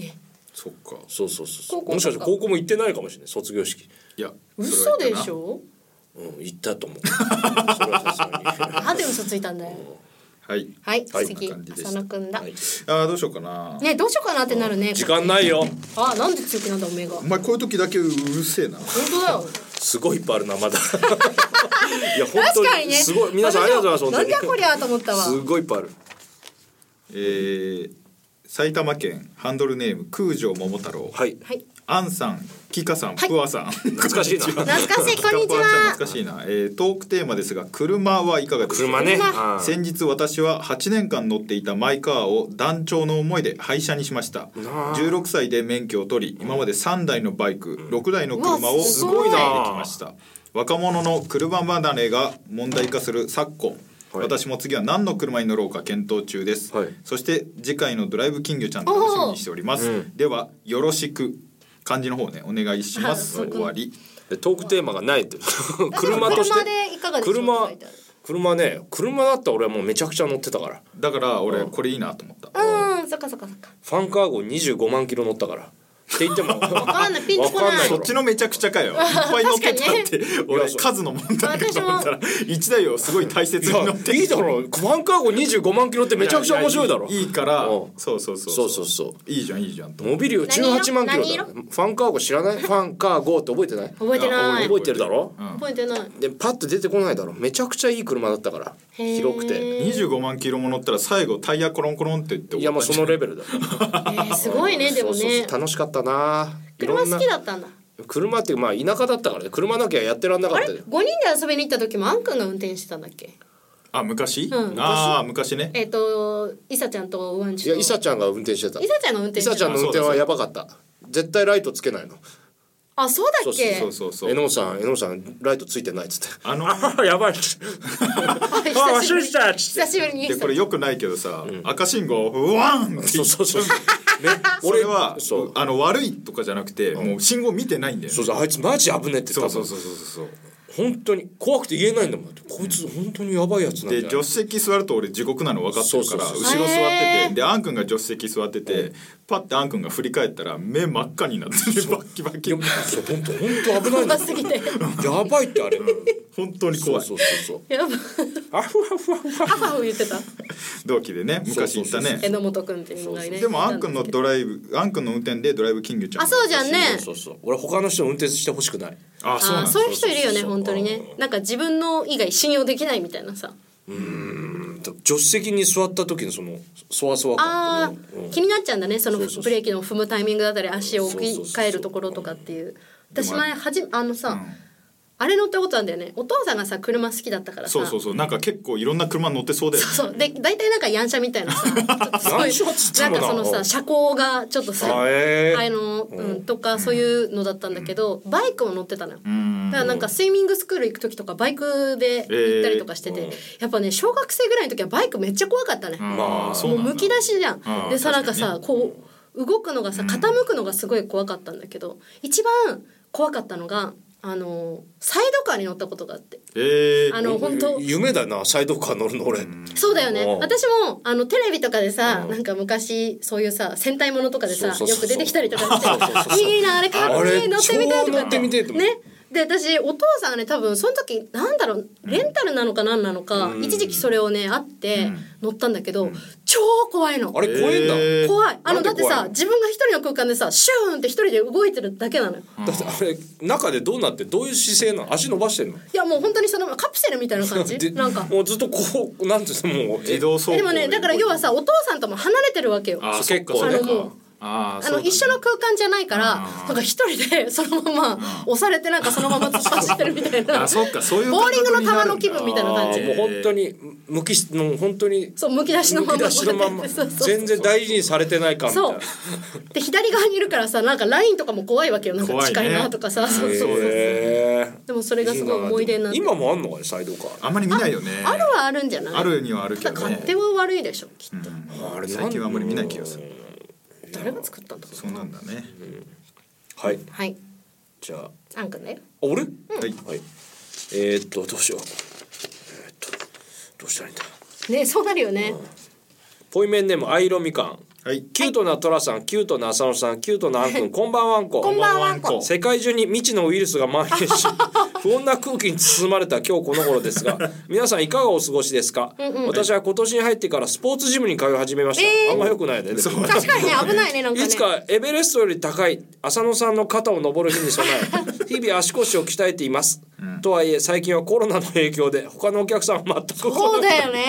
Speaker 3: うん
Speaker 2: え
Speaker 1: そっか
Speaker 3: そうそうそうそう
Speaker 2: 高校とか
Speaker 3: もしかして高校も行ってないかもしれない卒業式
Speaker 1: いや
Speaker 2: 嘘で
Speaker 1: そ
Speaker 2: し
Speaker 1: れは
Speaker 2: ょ
Speaker 3: うん行った
Speaker 2: (laughs)
Speaker 3: と思うそれはさすが
Speaker 2: なんで嘘ついたんだ
Speaker 3: (laughs)
Speaker 2: よ
Speaker 1: 言ってな
Speaker 2: はい、
Speaker 1: はい
Speaker 2: 次
Speaker 1: こんな感じでした
Speaker 2: 浅野くんだ、 (laughs)
Speaker 3: には
Speaker 1: は
Speaker 3: い
Speaker 1: いあーどうしようかな
Speaker 2: ねどうしようかなってなるね
Speaker 3: 時間ないよ
Speaker 2: あなんで強気なんだおめえが
Speaker 1: お
Speaker 2: 本
Speaker 1: 前こういう時だけうるせえな
Speaker 2: 当だよ
Speaker 3: すごいいっぱいあるな
Speaker 2: (laughs)
Speaker 3: まだいや本
Speaker 2: 確か
Speaker 3: 当
Speaker 2: に
Speaker 3: に
Speaker 2: ね
Speaker 3: すごい皆さんありがとうございます
Speaker 2: なん
Speaker 3: 本
Speaker 2: じゃ
Speaker 3: 当
Speaker 2: こりゃと思ったわ
Speaker 3: にすごいいっぱいある
Speaker 1: えー埼玉県ハンドルネーム空城桃太郎、
Speaker 3: はい
Speaker 2: はい
Speaker 1: アンさんキカさんプアさん、懐
Speaker 3: 難しいな
Speaker 2: 懐かしい
Speaker 1: (laughs)
Speaker 2: こんにちは
Speaker 1: 懐かしいな、えー、トークテーマですが車はいかがですか
Speaker 3: 車ね
Speaker 2: 車
Speaker 3: うん
Speaker 1: 先日私は8年間乗っていたマイカーを団長の思いで廃車にしました
Speaker 3: なあ
Speaker 1: 16歳で免許を取り今まで3台のバイク6台の車
Speaker 2: う
Speaker 1: を
Speaker 2: わす
Speaker 3: ごい
Speaker 1: 運転できました若者の車離れが問題化する昨今
Speaker 3: はい
Speaker 1: 私も次は何の車に乗ろうか検討中です、
Speaker 3: はい
Speaker 1: そして次回の「ドライブ金魚ちゃん」楽しみにしております、
Speaker 3: おー
Speaker 1: ではよろしく漢字の方ねお願いしま
Speaker 2: あ
Speaker 1: す
Speaker 2: そうか
Speaker 1: 終わり
Speaker 3: でトークテーマがないって車とし
Speaker 2: 車
Speaker 3: て
Speaker 2: でいかがでしょうかっ
Speaker 3: 車
Speaker 2: て書いてある
Speaker 3: 車ね車だったら俺はもうめちゃくちゃ乗ってたから
Speaker 1: だから俺これいいなと思った
Speaker 2: うんそっかそっかそっか
Speaker 3: ファンカー号25万キロ乗ったからって言っても分
Speaker 2: かんないピンとこない
Speaker 3: か
Speaker 1: (laughs) そ
Speaker 3: ん
Speaker 1: っ
Speaker 3: から
Speaker 1: ちのめちゃくちゃか
Speaker 3: (laughs)
Speaker 1: よいっぱい乗ってたっ
Speaker 2: 確
Speaker 1: て
Speaker 3: いや
Speaker 1: 俺
Speaker 3: そう
Speaker 1: 数の問題かと思ったら1台をすごい大切に乗っ
Speaker 3: い
Speaker 1: て
Speaker 3: やいいだろファンカー号25万キロってめちゃくちゃ面白いだろ
Speaker 1: いやいいから
Speaker 3: うん
Speaker 1: そうそうそう
Speaker 3: そうそうそう
Speaker 1: いいじゃんいいじゃんと
Speaker 3: モビリオ18万キロだ
Speaker 2: 何
Speaker 3: よ
Speaker 2: 色
Speaker 3: ファンカー号知らないファンカー号って覚えてない
Speaker 2: 覚えてない
Speaker 3: 覚えてるだろ
Speaker 2: 覚えてない
Speaker 3: でパッと出てこないだろめちゃくちゃいい車だったから
Speaker 2: へー
Speaker 3: 広くて
Speaker 1: 25万キロも乗ったら最後タイヤコロンコロンって言って
Speaker 3: いやもうそのレベルだ
Speaker 2: えーすごいねでも
Speaker 3: そうそ
Speaker 2: ね
Speaker 3: うそう楽しかったな
Speaker 2: 車
Speaker 3: いろ
Speaker 2: 好
Speaker 3: ん
Speaker 2: きだ
Speaker 3: な
Speaker 2: ったんだ
Speaker 3: 車っていうかまあ田舎だったからね車なきゃやってらんなか
Speaker 2: あ
Speaker 3: っ
Speaker 2: れ
Speaker 3: た
Speaker 2: 5
Speaker 3: よ
Speaker 2: 人で遊びに行った時もあんくんが運転してたんだっけ
Speaker 1: あ昔、
Speaker 2: うん
Speaker 1: ああ昔ね
Speaker 2: えっ、といさちゃんとウアンチ
Speaker 3: い
Speaker 2: と
Speaker 3: やイサちゃんが運転してた
Speaker 2: いさちゃんの運転
Speaker 3: イサ
Speaker 2: して
Speaker 3: ちゃ
Speaker 2: た
Speaker 3: んの運転はやばかった絶対ライトつけないの
Speaker 2: あそうだっけ
Speaker 1: そうそうそう
Speaker 3: えのさんえのさんライトついてないっつって
Speaker 1: あの
Speaker 3: あやば (laughs) いっつってあ忘れてたっつって
Speaker 2: 久しぶりに
Speaker 1: でこれよくないけどさ、赤信号ワンって
Speaker 3: そうそうそうね
Speaker 1: それは
Speaker 3: そう
Speaker 1: あの悪いとかじゃなくて、もう信号見てないんだよね
Speaker 3: そうそうあいつマジ危ねえって
Speaker 1: そ
Speaker 3: 多
Speaker 1: うそう
Speaker 3: 分
Speaker 1: そうそうそう
Speaker 3: 本当に怖くて言えないんだもんだってこいつ本当にやばいやつな
Speaker 1: で
Speaker 3: んだ
Speaker 1: 助手席座ると俺地獄なの分かってるから
Speaker 3: そう
Speaker 1: 後
Speaker 3: そう
Speaker 1: ろ
Speaker 3: そ
Speaker 1: 座っ
Speaker 3: う
Speaker 2: へ
Speaker 1: て
Speaker 2: ー
Speaker 1: てでアン君が助手席座っててパッてアン君が振り返ったら目真っ赤になっててバッキバキ
Speaker 3: そう本当本当危ないんだ
Speaker 2: 怖すぎて
Speaker 3: やばいってあれ
Speaker 1: 本当に
Speaker 3: そ
Speaker 1: 怖
Speaker 3: う
Speaker 1: い
Speaker 3: そうそう
Speaker 2: やば
Speaker 3: そうあふわふわふわ
Speaker 2: ハフハフ言ってた
Speaker 1: 同期でね昔行った
Speaker 3: そうそう
Speaker 1: ね
Speaker 2: 榎本くんって人がいね
Speaker 1: でもアン君のドライブアン君の運転でドライブキングちゃん
Speaker 2: あそうじゃんね
Speaker 3: そうそうそう俺他の人運転してほしくない
Speaker 1: あそうな
Speaker 2: あ
Speaker 1: ん
Speaker 2: ー
Speaker 1: だ
Speaker 2: そういう人いるよね
Speaker 3: そうそうそう
Speaker 2: 本当にねなんか自分の以外信用できないみたいなさ
Speaker 3: 助手席に座った時のそのそわそわ
Speaker 2: あ
Speaker 3: 感っていうの
Speaker 2: ー気になっちゃうんだねその
Speaker 3: そうそうそう
Speaker 2: ブレーキの踏むタイミングだったり足を
Speaker 3: そう
Speaker 2: 置
Speaker 3: そうそう
Speaker 2: き換えるところとかっていう私前はじあのさ、
Speaker 1: ん
Speaker 2: あれ乗ったことあるんだよねお父さんがさ車好きだったからさ
Speaker 1: そうそうそうなんか結構いろんな車乗ってそうだよね
Speaker 2: そうで大体なんかヤンシャみたいなさそう
Speaker 3: ヤンシャっつっ
Speaker 2: い
Speaker 3: て
Speaker 2: う
Speaker 3: も
Speaker 2: な
Speaker 3: なん
Speaker 2: かそのさ車高がちょっとさ
Speaker 3: あへー
Speaker 2: あの、うん、とかそういうのだったんだけど、バイクを乗ってたのよだからなんかスイミングスクール行く時とかバイクで行ったりとかしてて、
Speaker 3: えーうん
Speaker 2: やっぱね小学生ぐらいの時はバイクめっちゃ怖かったね、
Speaker 1: まあそう
Speaker 2: もう
Speaker 1: なんだ
Speaker 2: むき出しじゃん。
Speaker 1: うん
Speaker 2: でさなん
Speaker 1: 確
Speaker 2: か
Speaker 1: かにね
Speaker 2: さこう動くのがさ傾くのがすごい怖かったんだけど、一番怖かったのがあのサイドカーに乗ったことがあって
Speaker 1: ええ
Speaker 2: あの本当
Speaker 3: 夢だなサイドカー乗るの俺
Speaker 2: そうだよね
Speaker 3: うん
Speaker 2: 私もあのテレビとかでさなんか昔そういうさ戦隊ものとかでさ
Speaker 3: そうそうそう
Speaker 2: よく出てきたりとか
Speaker 3: そうそうそう
Speaker 2: して「いいなあれかっこいい乗ってみたい」とか
Speaker 3: 乗ってみてえと思う
Speaker 2: ねで私お父さんがね多分その時なんだろうレンタルなのかなんなのか、一時期それをねあって乗ったんだけど、超怖いの。
Speaker 3: あれ怖いんだ
Speaker 1: えー
Speaker 2: 怖いあのだ
Speaker 3: なん
Speaker 2: って
Speaker 3: で怖いの
Speaker 2: さ自分が一人の空間でさシューンって一人で動いてるだけなのよ
Speaker 3: だってあれ中でどうなってどういう姿勢なの足伸ばしてんの
Speaker 2: いやもう本当にそのカプセルみたいな感じ
Speaker 3: (laughs) で
Speaker 2: なんか
Speaker 3: もうずっとこうなんていうのもう
Speaker 1: 自動走行
Speaker 2: でもねだから要はさお父さんとも離れてるわけよ
Speaker 1: あ
Speaker 3: そう
Speaker 1: 結構
Speaker 3: あ
Speaker 1: そ
Speaker 3: の
Speaker 1: う
Speaker 2: も
Speaker 1: か
Speaker 2: う
Speaker 1: あー
Speaker 2: あ
Speaker 1: そう
Speaker 2: の
Speaker 1: だね
Speaker 2: 一緒の空間じゃないからなんか一人でそのまま押されてなんかそのまま突っ走ってるみたいな
Speaker 1: あそっかそういう
Speaker 2: ボーリングの
Speaker 1: 感
Speaker 2: 球
Speaker 1: 覚に
Speaker 2: の
Speaker 1: な
Speaker 2: 気
Speaker 1: るんだ
Speaker 2: 分みたいな感
Speaker 3: あ
Speaker 2: じ
Speaker 3: ーもう本当に無機質の本当に
Speaker 2: そうむき出しのま
Speaker 3: む
Speaker 2: ま
Speaker 3: き出しのまん
Speaker 2: (laughs)
Speaker 3: ま
Speaker 2: そうそう
Speaker 3: 全然大事にされてない感みたい
Speaker 2: そ
Speaker 3: な
Speaker 2: うで左側にいるからさなんかラインとかも怖いわけよなんか
Speaker 1: 怖いね
Speaker 2: 近いなとかさ、そうそうそう
Speaker 3: へー
Speaker 2: でもそれがすごい思い出になって
Speaker 3: 今もあんのかねサイドカー
Speaker 1: あんまり見ないよね
Speaker 2: あるはあるんじゃない
Speaker 1: あるにはあるけ
Speaker 2: だ
Speaker 1: ど
Speaker 2: から
Speaker 1: ね
Speaker 2: 勝手は悪いでしょきっと、
Speaker 3: あれなん
Speaker 1: 最近はあんまり見ない気がする
Speaker 2: 誰が作ったんだろ
Speaker 1: そうなんだね
Speaker 3: はいう
Speaker 2: はい
Speaker 3: じゃああ
Speaker 2: アン君だよ
Speaker 3: 俺
Speaker 1: はい
Speaker 3: はいえーっとどうしようえーっとどうしたらいいんだ
Speaker 2: ねそうなるよね
Speaker 3: ポイメンネームアイロみかん
Speaker 1: はい
Speaker 3: キュートなトラさんキュートな浅野さんキュートなアン
Speaker 2: (laughs)
Speaker 3: 君こんばんはんこ
Speaker 2: こんばんはんこ
Speaker 3: 世界中に未知のウイルスが蔓
Speaker 2: (laughs)
Speaker 3: 延し不穏な空気に包まれた今日この頃ですが皆さんいかがお過ごしですか私は今年に入ってからスポーツジムに通い始めました、
Speaker 2: えー
Speaker 3: あんま良くないねでも
Speaker 1: そう
Speaker 2: 確かにね危ないねなんかね
Speaker 3: いつかエベ
Speaker 2: (laughs)
Speaker 3: レストより高い浅野さんの肩を登る日に備え日々足腰を鍛えています、とはいえ最近はコロナの影響で他のお客さんは全く来なかった
Speaker 2: そうだよね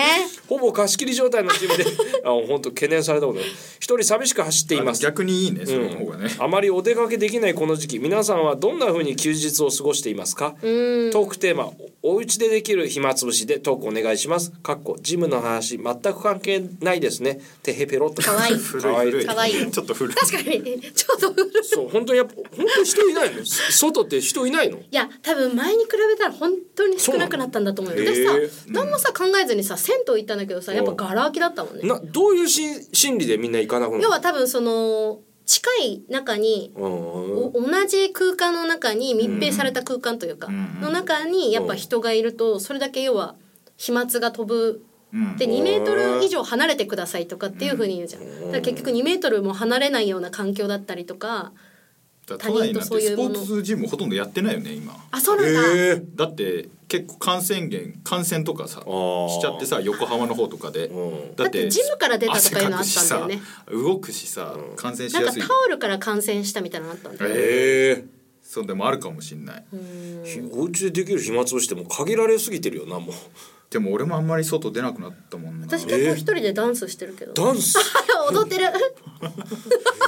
Speaker 3: ほぼ貸し切り状態のチー
Speaker 2: (laughs)
Speaker 3: ムであ本当懸念されたことない一人寂しく走ってい
Speaker 1: あ
Speaker 3: ます
Speaker 1: 逆にいいねその方がね、
Speaker 3: あまりお出かけできないこの時期皆さんはどんな風に休日を過ごしていますかトークテーマ「お家でできる暇つぶし」でトークお願いしますかっこジムの話全く関係ないですねてへぺろっと
Speaker 2: かわいい
Speaker 1: 古
Speaker 3: かわい
Speaker 1: い
Speaker 3: い
Speaker 1: 古い
Speaker 2: 可愛い
Speaker 1: ちょっと古い
Speaker 2: 確かにちょっと古い
Speaker 3: そう本当にやっぱ本当に人
Speaker 2: (laughs)
Speaker 3: いないのそ外って人いないの
Speaker 2: いや多分前に比べたら本当に少なくなったんだと思うよ
Speaker 3: そう
Speaker 2: 私
Speaker 3: な
Speaker 2: さ
Speaker 3: のへえ
Speaker 2: 何もさ考えずにさ銭湯行ったんだけどさやっぱ
Speaker 3: うん
Speaker 2: ガラ空きだったもんね
Speaker 3: などういうし心理でみんな行かなくなる
Speaker 2: 要は多分その近い中に
Speaker 3: うん
Speaker 2: お同じ空間の中に密閉された空間というか、の中にやっぱ人がいるとそれだけ要は飛沫が飛ぶ。で2メートル以上離れてくださいとかっていうふうに言うじゃん。だから結局2メートルも離れないような環境だったりとか、
Speaker 1: だから
Speaker 2: 他
Speaker 1: 都内
Speaker 2: 人
Speaker 1: な
Speaker 2: と
Speaker 1: ん
Speaker 2: そう
Speaker 1: て
Speaker 2: い
Speaker 1: ス
Speaker 2: う
Speaker 1: ポ
Speaker 2: もの
Speaker 1: ーツジムほとんどやってないよね今
Speaker 2: あそうなんだ。
Speaker 3: へえ
Speaker 1: だって結構感染源感染とかさ
Speaker 3: ー
Speaker 1: しちゃってさ横浜の方とかで、
Speaker 3: ん
Speaker 2: だってジムから出たとかいうのあったんだよ
Speaker 1: 汗
Speaker 2: ね
Speaker 1: かくしさ動くしさ感染し
Speaker 2: なん
Speaker 1: や
Speaker 2: か
Speaker 1: すい
Speaker 2: タオルから感染したみたいなのあったんだよ。
Speaker 3: え
Speaker 1: そうでもあるかもしんない
Speaker 3: えお家でできる暇つぶしってもう限られすぎてるよなもう
Speaker 1: でも俺もあんまり外出なくなったもんな
Speaker 2: 私結構一人でダンスしてるけど。
Speaker 3: ダンス
Speaker 2: (laughs) 踊ってる。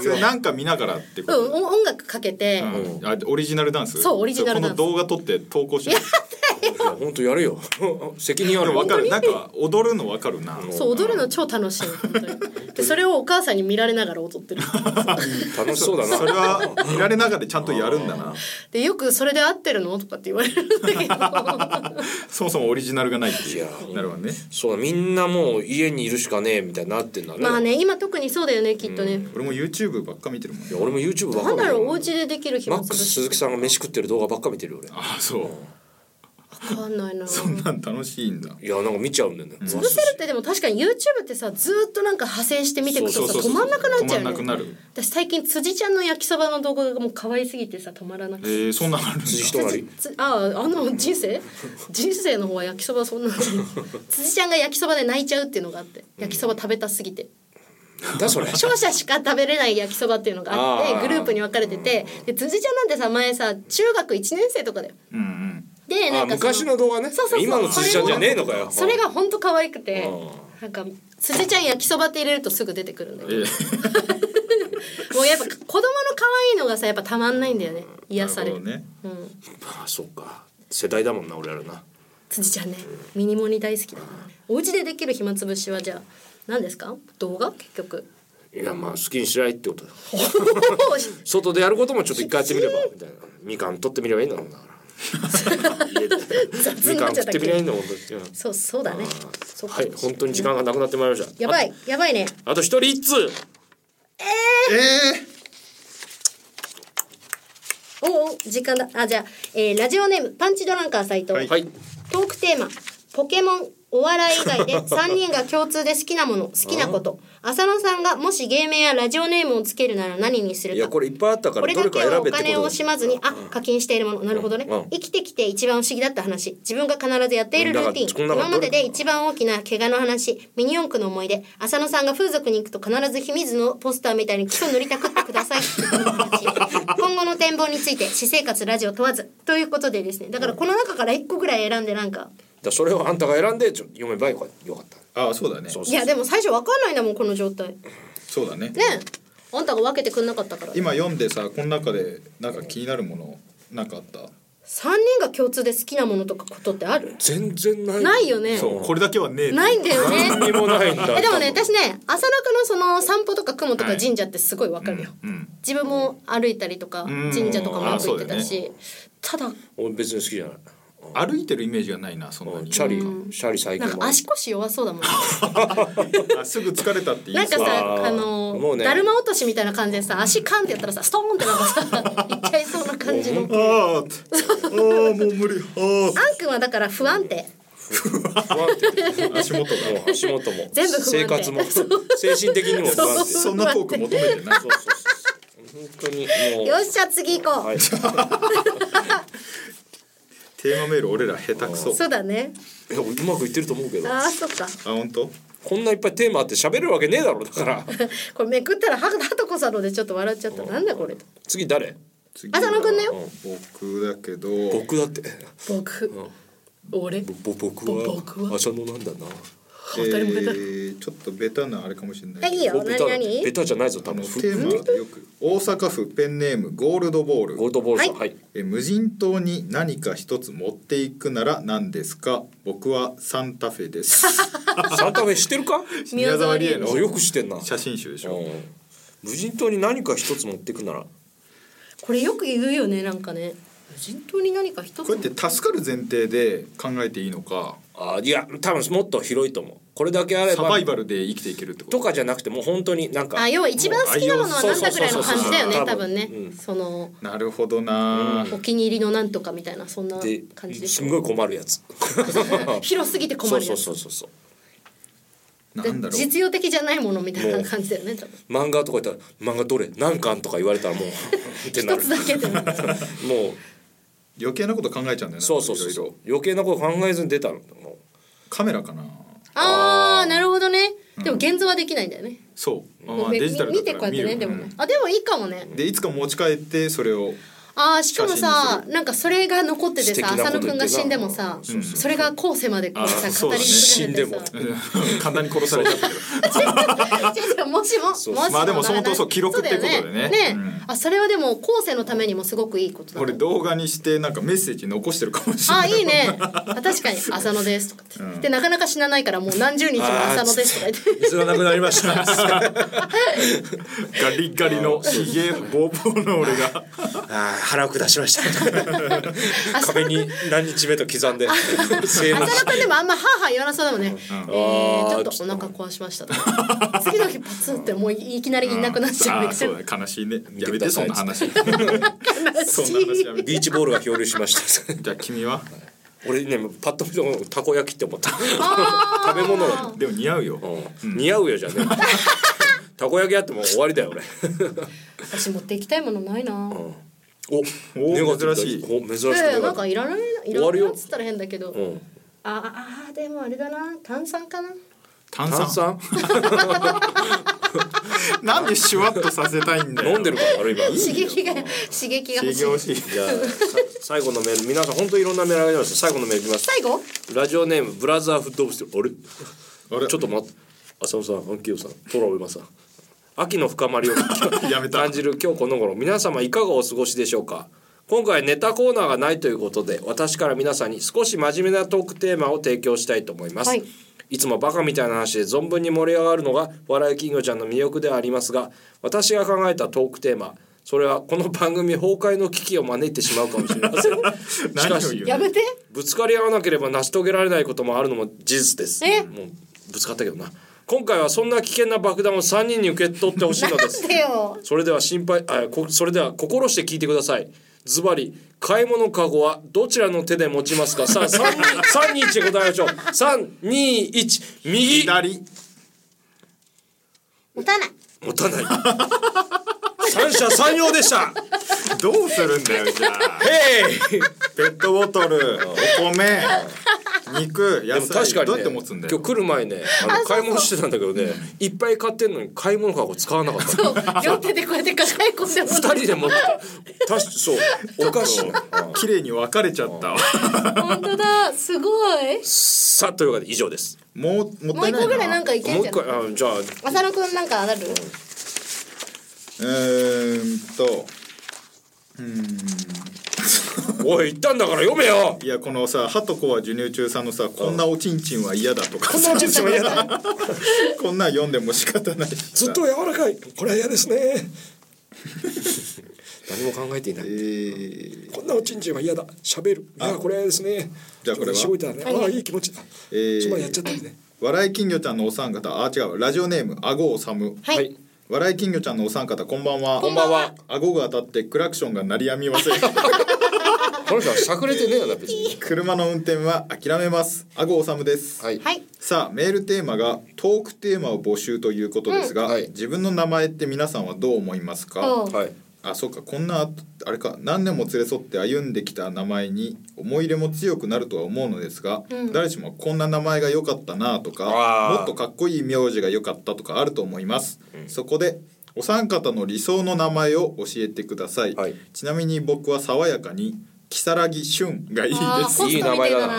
Speaker 1: それなんか見ながらってこ
Speaker 2: うん
Speaker 1: と、
Speaker 2: お音楽かけて。
Speaker 1: うんあオリジナルダンス
Speaker 2: そうオリジナルダンス
Speaker 1: それこの動画撮って投稿してる
Speaker 3: いや本当やるよ (laughs) 責任あ
Speaker 1: で
Speaker 3: る
Speaker 1: も
Speaker 3: わ
Speaker 1: 分かるなんか踊るの分かるな
Speaker 2: そう踊るの超楽しい本当にでそれをお母さんに見られながら
Speaker 1: (laughs)
Speaker 2: 踊ってる
Speaker 3: 楽しそうだな
Speaker 1: それは見られながらちゃんとやるんだな
Speaker 2: でよく「それで合ってるの?」とかって言われるんだ
Speaker 1: (laughs)
Speaker 2: けど
Speaker 1: そもそもオリジナルがないってい
Speaker 3: いうや
Speaker 1: なるわね
Speaker 3: そうだみんなもう家にいるしかねえみたいになってんだね,、
Speaker 2: まあね今特にそうだよねきっとね、
Speaker 1: 俺も YouTube ばっか見てるもん
Speaker 3: いや俺も YouTube ばっ
Speaker 2: な
Speaker 3: か
Speaker 2: ん
Speaker 3: 見て
Speaker 2: だろ
Speaker 3: る
Speaker 2: うお家でできる
Speaker 3: マ
Speaker 2: 暇
Speaker 3: ッ
Speaker 2: つ
Speaker 3: ク
Speaker 2: ぶ
Speaker 3: ス
Speaker 2: し
Speaker 3: 鈴木さんが飯食ってる動画ばっか見てるよ俺
Speaker 1: ああそう
Speaker 2: わかんないな
Speaker 1: (laughs) そんなん楽しいんだ
Speaker 3: いやなんか見ちゃうんだよね
Speaker 2: 潰せるってでも確かに YouTube ってさずーっとなんか派生して見てくとさ
Speaker 1: そうそうそう
Speaker 2: 止まんなくなっちゃ
Speaker 1: 止ま
Speaker 2: う
Speaker 1: んな
Speaker 2: よ
Speaker 1: く
Speaker 2: ね
Speaker 1: なる
Speaker 2: 私最近辻ちゃんの焼きそばの動画がもう可愛すぎてさ止まらなく
Speaker 1: え
Speaker 2: て、
Speaker 1: ー、そんなんあるんだ
Speaker 3: 辻人なり
Speaker 2: つあああの人生人生の方は焼きそばそん
Speaker 3: (laughs)
Speaker 2: なの辻ちゃんが焼きそばで泣いちゃうっていうのがあって焼きそば食べたすぎて
Speaker 3: なんだそ
Speaker 2: (laughs)
Speaker 3: れ
Speaker 2: 勝者しか食べれない焼きそばっていうのがあっ
Speaker 3: あー
Speaker 2: てグループに分かれててで辻ちゃんなんてさ前さ中学1年生とかだよ。
Speaker 1: うんうん
Speaker 2: でなん
Speaker 3: あ
Speaker 2: か
Speaker 3: 昔の動画ね
Speaker 2: そうそうそう
Speaker 3: 今の辻ちゃんじゃねえのかよ
Speaker 2: それが本当可愛くて
Speaker 3: う
Speaker 2: なんか辻ちゃん焼きそばって入れるとすぐ出てくるんだけ
Speaker 1: え
Speaker 2: ど
Speaker 1: ー
Speaker 2: (laughs) もうやっぱ子供の可愛いのがさやっぱたまんないんだよね癒され
Speaker 1: な
Speaker 2: る
Speaker 1: るほどね
Speaker 2: うん
Speaker 3: ああそうか世代だもんな俺らな
Speaker 2: 辻ちゃんねミニモニ大好きだからねお家でできる暇つぶしはじゃあ何ですか動画結
Speaker 3: (laughs)
Speaker 2: 局
Speaker 3: いやまあ好きにしないってことだ
Speaker 2: おー
Speaker 3: 外でやることもちょっと一回やってみればみたいなみかん取ってみればいいんだもんだから家でみ
Speaker 2: に
Speaker 3: か
Speaker 2: なっ
Speaker 3: ん
Speaker 2: ちゃっ
Speaker 3: 食ったてみればいいんだもんだってうん
Speaker 2: そうそうだねそうか
Speaker 3: はい本当に時間がなくなってまいりました
Speaker 2: やばいやばいね
Speaker 3: あと一人一通
Speaker 2: おうおう時間だあじゃあ、えーラジオネームパンチドランカー斉藤、
Speaker 3: はい
Speaker 2: トークテーマポケモンお笑い以外で
Speaker 3: (laughs)
Speaker 2: 3人が共通で好きなもの好きなこと浅野さんがもし芸名やラジオネームをつけるなら何にする
Speaker 3: い
Speaker 2: か
Speaker 3: やこれいっぱいあったか
Speaker 2: こ
Speaker 3: ら
Speaker 2: れ
Speaker 3: ど
Speaker 2: だ
Speaker 3: れ
Speaker 2: け
Speaker 3: か選べ
Speaker 2: は
Speaker 3: っ
Speaker 2: お
Speaker 3: てこと
Speaker 2: 金を惜しまずにあ課金しているものなるほどね、
Speaker 3: うん
Speaker 2: 生きてきて一番不思議だった話自分が必ずやっているルーティン
Speaker 3: うん
Speaker 2: 今
Speaker 3: だからこんなの
Speaker 2: までで一番大きな怪我の話ミニ四駆の思い出浅野さんが風俗に行くと必ず秘密のポスターみたいに基礎塗りたくってく
Speaker 3: (laughs)
Speaker 2: ださい今後の展望について私生活ラジオ問わずということでですねだからこの中から一個ぐらい選んでなんか
Speaker 3: だからそれをあんたが選んでちょ読めばよかった
Speaker 1: ああそうだねそ
Speaker 3: そうう
Speaker 2: いやでも最初わかんないんだもんこの状態ね
Speaker 1: だね
Speaker 2: えあんたが分けてくんなかったから
Speaker 1: 今読んでさこの中でなんか気になるものなんかあった、
Speaker 2: 3人が共通で好きなものとかことってある
Speaker 3: 全然ない
Speaker 2: ないよね
Speaker 1: そうこれだけはねえって
Speaker 2: ないんだよね
Speaker 3: (laughs) 何にもないんだ
Speaker 2: えでもね私ね浅野くのその散歩とか雲とか神社ってすごいわかるよ、
Speaker 1: うん
Speaker 2: 自分も歩いたりとか
Speaker 1: ん
Speaker 2: 神社とかもよく行ってた
Speaker 1: あそうだ
Speaker 2: し、ただ
Speaker 3: 俺別に好きじゃない
Speaker 1: 歩いてるイメージがないなそんなに
Speaker 3: チャリかチャリ最
Speaker 2: な
Speaker 3: 近
Speaker 2: んか足腰弱そうだもん
Speaker 1: あすぐ疲れたって言
Speaker 2: ないんか
Speaker 1: そう
Speaker 2: さ
Speaker 3: あー
Speaker 2: あの
Speaker 3: もうね
Speaker 2: だるま落としみたいな感じでさ足カンってやったらさストーンってなんかさいっちゃいそうな感じの
Speaker 1: あーって (laughs) あーもう無理 (laughs) あ
Speaker 2: あんくんはだから不安定
Speaker 3: 不安定
Speaker 1: ー足元が
Speaker 3: もう足元も
Speaker 2: 全部不安定
Speaker 3: 生活も精神的にも不
Speaker 1: (laughs)
Speaker 3: 安定
Speaker 1: そんなトーク求めてない
Speaker 3: そうそうそう本当にもう
Speaker 2: よっしゃ次行こう、
Speaker 3: はい
Speaker 1: テーマメール俺ら下手くそ
Speaker 2: そうだね
Speaker 3: いやうまくいってると思うけど
Speaker 2: あーそっか
Speaker 1: あ本当
Speaker 3: こんないっぱいテーマあって喋るわけねえだろだから
Speaker 2: これめくったらははとこさんのでちょっと笑っちゃったなんだこれ
Speaker 3: 次誰
Speaker 1: 次
Speaker 2: 浅野くんだよ
Speaker 1: は僕だけど
Speaker 3: 僕だって
Speaker 2: 僕、俺ぼ
Speaker 3: ぼ僕は
Speaker 2: ぼ僕は
Speaker 3: 浅野なんだな
Speaker 1: え
Speaker 2: 当たり前だ
Speaker 1: ー、ちょっとベタなあれかもしれないけど
Speaker 2: あいいよ
Speaker 3: おベタ
Speaker 2: 何々
Speaker 3: ベタじゃないぞ多
Speaker 1: あの
Speaker 3: 分
Speaker 1: テーマでよく大阪府ペンネームゴールドボール
Speaker 3: ゴールドボールさん
Speaker 2: は
Speaker 3: はいい
Speaker 1: え無人島に何か一つ持っていくなら何ですか僕はサンタフェです
Speaker 3: サンタフェ知ってるか
Speaker 1: 宮沢りえ
Speaker 3: あ
Speaker 1: の
Speaker 3: よく知ってんな
Speaker 1: 写真集でし
Speaker 3: う
Speaker 1: ょ
Speaker 3: ん無人島に何か一つ持ってくなら
Speaker 2: これよく言うよねなんかね無人島に何か一つ
Speaker 1: こうやって助かる前提で考えていいのか
Speaker 3: あいや多分もっと広いと思うこれだけあれ
Speaker 1: サバ
Speaker 3: ば
Speaker 1: イバルで生きていけるってこと
Speaker 3: とかじゃなくてもう本当になんか
Speaker 2: あ要は一番好きなものはなんだぐらいの感じだよね
Speaker 3: そうそうそうそう
Speaker 2: 多分ね
Speaker 3: うん
Speaker 2: その
Speaker 1: なるほどな、
Speaker 2: お気に入りのなんとかみたいなそんな
Speaker 3: で
Speaker 2: 感じですし
Speaker 3: ん
Speaker 2: ょ
Speaker 3: ごい困るやつ
Speaker 2: 広すぎて困
Speaker 3: そう
Speaker 2: る
Speaker 3: そ
Speaker 2: や
Speaker 3: う
Speaker 2: つ
Speaker 3: そうそうそう
Speaker 1: なんだろう
Speaker 2: 実用的じゃないものみたいな感じだよね多分
Speaker 3: 漫画とか言ったら漫画どれ何巻とか言われたらもうってな
Speaker 2: 一
Speaker 3: る
Speaker 2: つだけでも
Speaker 3: も
Speaker 1: 余計なこと考えちゃうんだよね
Speaker 3: うそうそうそ
Speaker 1: い
Speaker 3: う
Speaker 1: ろい
Speaker 3: そう
Speaker 1: ろ
Speaker 3: 余計なこと考えずに出たのも
Speaker 1: カメラかな
Speaker 2: あーなるほどねでも現像はできないんだよね
Speaker 1: そうあ
Speaker 2: もう
Speaker 1: ー
Speaker 2: め
Speaker 1: デジタルだ
Speaker 2: 見
Speaker 1: か
Speaker 2: て
Speaker 1: ら
Speaker 2: こうやってね
Speaker 1: 見
Speaker 2: で
Speaker 1: る
Speaker 2: も
Speaker 1: う
Speaker 2: ね
Speaker 1: ん
Speaker 2: あでもいいかもね
Speaker 1: でいつか持ち帰ってそれを
Speaker 2: あーしかも
Speaker 1: 写真に
Speaker 2: さ
Speaker 1: す
Speaker 2: なんかそれが残っててさ
Speaker 3: 素敵な
Speaker 2: 浅
Speaker 3: こと
Speaker 2: 野く
Speaker 3: 言ってた
Speaker 2: んが死んでもさ
Speaker 3: そうそう
Speaker 2: それが後世までこう
Speaker 1: あー
Speaker 2: さ
Speaker 1: そう
Speaker 2: 語
Speaker 1: だ
Speaker 2: り
Speaker 1: ね
Speaker 2: 継がれてさ
Speaker 3: 死んで
Speaker 1: 簡単に殺さ
Speaker 2: (laughs)
Speaker 1: れちゃったけど
Speaker 2: 違う違うもしももし
Speaker 3: そう
Speaker 2: も
Speaker 1: まあでもその
Speaker 2: ならない
Speaker 1: そう記録ってことでね
Speaker 2: そうだよ
Speaker 1: うん
Speaker 2: あそれはでも後世のためにもすごくいいことだ
Speaker 1: これ動画にしてなんかメッセージ残してるかもしれな
Speaker 2: あ
Speaker 1: い
Speaker 2: いいねあ確かに「浅野です」とかって、でなかなか死なないからもう何十日も「浅野です」とか言って
Speaker 3: 水がなくなりました
Speaker 1: (laughs) ガリガリのひげボーボーの俺が
Speaker 3: あー腹を下しました (laughs) 壁に何日目と刻んでセーフ
Speaker 2: 浅野くんでもあんま「はあはあ」言わなそうだもんね、えー、ちょっとお腹壊しました
Speaker 1: (laughs)
Speaker 2: とか次の日パツンってもういきなりいなくなっちゃう
Speaker 1: あ
Speaker 2: み
Speaker 1: ー
Speaker 2: たい
Speaker 1: そ
Speaker 2: な
Speaker 1: うだ悲しいねや
Speaker 3: て
Speaker 1: め
Speaker 3: くだ
Speaker 1: て
Speaker 3: さ
Speaker 1: そ
Speaker 3: い
Speaker 1: んな話じ (laughs)
Speaker 2: 悲
Speaker 1: そ
Speaker 2: し
Speaker 1: んな話
Speaker 2: い
Speaker 1: やめて
Speaker 3: ビーチボールが漂流しました (laughs)
Speaker 1: ゃあ君は
Speaker 3: 俺ねパッと見てもたこ焼きって思った
Speaker 2: あ
Speaker 3: 食べ物
Speaker 1: でも似合うよ
Speaker 3: うん似合うよじゃね (laughs) えたこ焼きやってもう終わりだよ俺
Speaker 2: ー私持っていきたいものないな、
Speaker 3: お
Speaker 1: お
Speaker 3: ネガティブだ
Speaker 1: 珍しい
Speaker 3: お珍しく
Speaker 2: いやいや
Speaker 3: ネ
Speaker 2: なん
Speaker 3: ガテ
Speaker 2: か
Speaker 3: ィ
Speaker 2: いらないない
Speaker 3: 終
Speaker 2: ら
Speaker 3: わ
Speaker 2: な
Speaker 3: る
Speaker 2: い
Speaker 3: よ
Speaker 2: っつったら変だけど、
Speaker 3: ブうん
Speaker 2: ああでもあれだな炭酸かな
Speaker 1: 炭酸
Speaker 3: 炭酸
Speaker 1: なんでシュワッとさせたいんだよ
Speaker 3: 飲んでるからあれ (laughs) 今
Speaker 2: 刺激が刺激が
Speaker 1: 刺
Speaker 2: 欲し
Speaker 1: 激
Speaker 2: い
Speaker 1: 欲しい
Speaker 3: じゃあさ最後のメール皆さん本当にいろんなメールありました最後のメールいきます
Speaker 2: 最後
Speaker 3: ラジオネームブラザーフットオブスティールあ
Speaker 1: あ
Speaker 3: れ
Speaker 1: れ
Speaker 3: ちょっと待って浅野さんアンキヨさんトラウエマさん秋の深まりを
Speaker 1: (laughs) やめた
Speaker 3: 感じる今日この頃皆様いかがお過ごしでしょうか今回ネタコーナーがないということで私から皆さんに少し真面目なトークテーマを提供したいと思います、
Speaker 2: はい
Speaker 3: い、つもバカみたいな話で存分に盛り上がるのが笑い金魚ちゃんの魅力ではありますが私が考えたトークテーマそれはこの番組崩壊の危機を招いてしまうかもしれませんし
Speaker 1: (laughs) 何を言
Speaker 3: か
Speaker 1: う
Speaker 3: し
Speaker 1: の
Speaker 2: やめて
Speaker 3: ぶつかり合わなければ成し遂げられないこともあるのも事実です
Speaker 2: え
Speaker 3: もうぶつかったけどな今回はそんな危険な爆弾を3人に受け取ってほしいのです (laughs)
Speaker 2: なんでよ
Speaker 3: それでは心配あこそれでは心して聞いてくださいズバリ買い物かごはどちらの手で持ちますかさあ321で答えましょう321右
Speaker 1: 左
Speaker 2: 持たない
Speaker 3: 持たない三者三様
Speaker 1: (laughs)
Speaker 3: でした
Speaker 1: どうするんだよじゃあ
Speaker 3: えい
Speaker 1: ペットボトルお米肉
Speaker 3: で
Speaker 1: 野
Speaker 3: も
Speaker 1: 菜
Speaker 3: 確かに、ね、
Speaker 1: どうやって持つんだ
Speaker 3: 今
Speaker 1: よ
Speaker 3: 日来る前ねあの買い物してたんだけどねいっぱい買ってんのに買い物かご使わなかった
Speaker 2: そう両手でこうやって抱え込んでも
Speaker 3: 二人で持ってたしそうおかしいな
Speaker 1: 綺麗に分かれちゃったわ
Speaker 2: 本当だすごい
Speaker 3: さあというわけで以上です
Speaker 1: もうもっ
Speaker 2: もう
Speaker 1: たい
Speaker 2: 一
Speaker 1: ない
Speaker 2: 個ぐらい
Speaker 1: な
Speaker 2: なんかいけ
Speaker 3: も
Speaker 2: ん
Speaker 3: う
Speaker 2: じ
Speaker 3: 一
Speaker 2: ゃん
Speaker 3: 回あじゃあ
Speaker 2: 浅野くんなんかある
Speaker 1: うーんと
Speaker 3: おい言ったんだから読めよ
Speaker 1: いやこのさ「ハトコは授乳中さんのさ「こんなおちんちんは嫌だ」とかさ
Speaker 3: ちんちんは嫌だ
Speaker 1: (laughs) こんなん読んでも仕方ないしさ
Speaker 3: ずっと柔らかいこれは嫌ですね何も考えていな
Speaker 1: えー
Speaker 3: いこんなおちんちんは嫌だ喋るあこれは嫌ですね
Speaker 1: じゃあこれは
Speaker 3: ちょっとしごいたらねああいい気持ちだ
Speaker 1: えー
Speaker 3: つまりやっちゃったりね
Speaker 1: 笑い金魚ちゃんのお三方あ違うラジオネームあごおさむ
Speaker 2: はい、
Speaker 3: はい
Speaker 1: 笑い金魚ちゃんのお三方こんばんは
Speaker 3: こんばんは
Speaker 1: 顎が当たってクラクションが鳴りやみません
Speaker 2: (laughs)
Speaker 3: この人はしゃくれてねえよな別に
Speaker 1: 車の運転は諦めますあごおさむです、
Speaker 3: はい
Speaker 2: はい
Speaker 1: さあメールテーマがトークテーマを募集ということですが、
Speaker 3: うんはい
Speaker 1: 自分の名前って皆さんはどう思いますか、
Speaker 2: おう
Speaker 3: はい
Speaker 1: あそうかこんなあれか何年も連れ添って歩んできた名前に思い入れも強くなるとは思うのですが、誰しもこんな名前が良かったなと
Speaker 3: あ
Speaker 1: か
Speaker 3: ー
Speaker 1: もっとかっこいい名字が良かったとかあると思います、そこでお三方の理想の名前を教えてください、
Speaker 3: はい
Speaker 1: ちなみに僕は爽やかに如月俊がいいで
Speaker 2: あー
Speaker 1: す
Speaker 2: ホストみたいだな。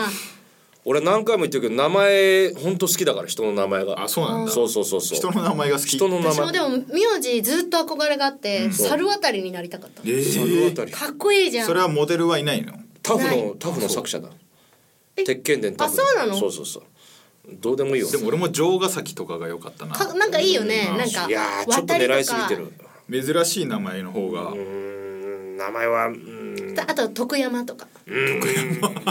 Speaker 3: 俺何回も言ってるけど名前本当好きだから人の名前が
Speaker 1: あそうなんだ
Speaker 3: そうそうそうそう
Speaker 1: 人の名前が好き
Speaker 3: 人の名
Speaker 2: 私も
Speaker 3: 前
Speaker 2: でも名字ずっと憧れがあって、猿渡りになりたかった。
Speaker 1: えー
Speaker 3: 猿渡り
Speaker 2: かっこいいじゃん。
Speaker 1: それはモデルはいないの
Speaker 3: タフ
Speaker 2: な
Speaker 3: のタフの作者だ
Speaker 2: え
Speaker 3: 鉄拳伝タフ
Speaker 2: あそうなの
Speaker 3: そうそうそうどうでもいいよ
Speaker 1: でも俺も城ヶ崎とかが良かったな
Speaker 2: かなんかいいよね。なんか
Speaker 3: いやーちょっと狙いすぎてる
Speaker 1: 珍しい名前の方が、
Speaker 3: うーん名前はうーん
Speaker 2: あと徳山とか。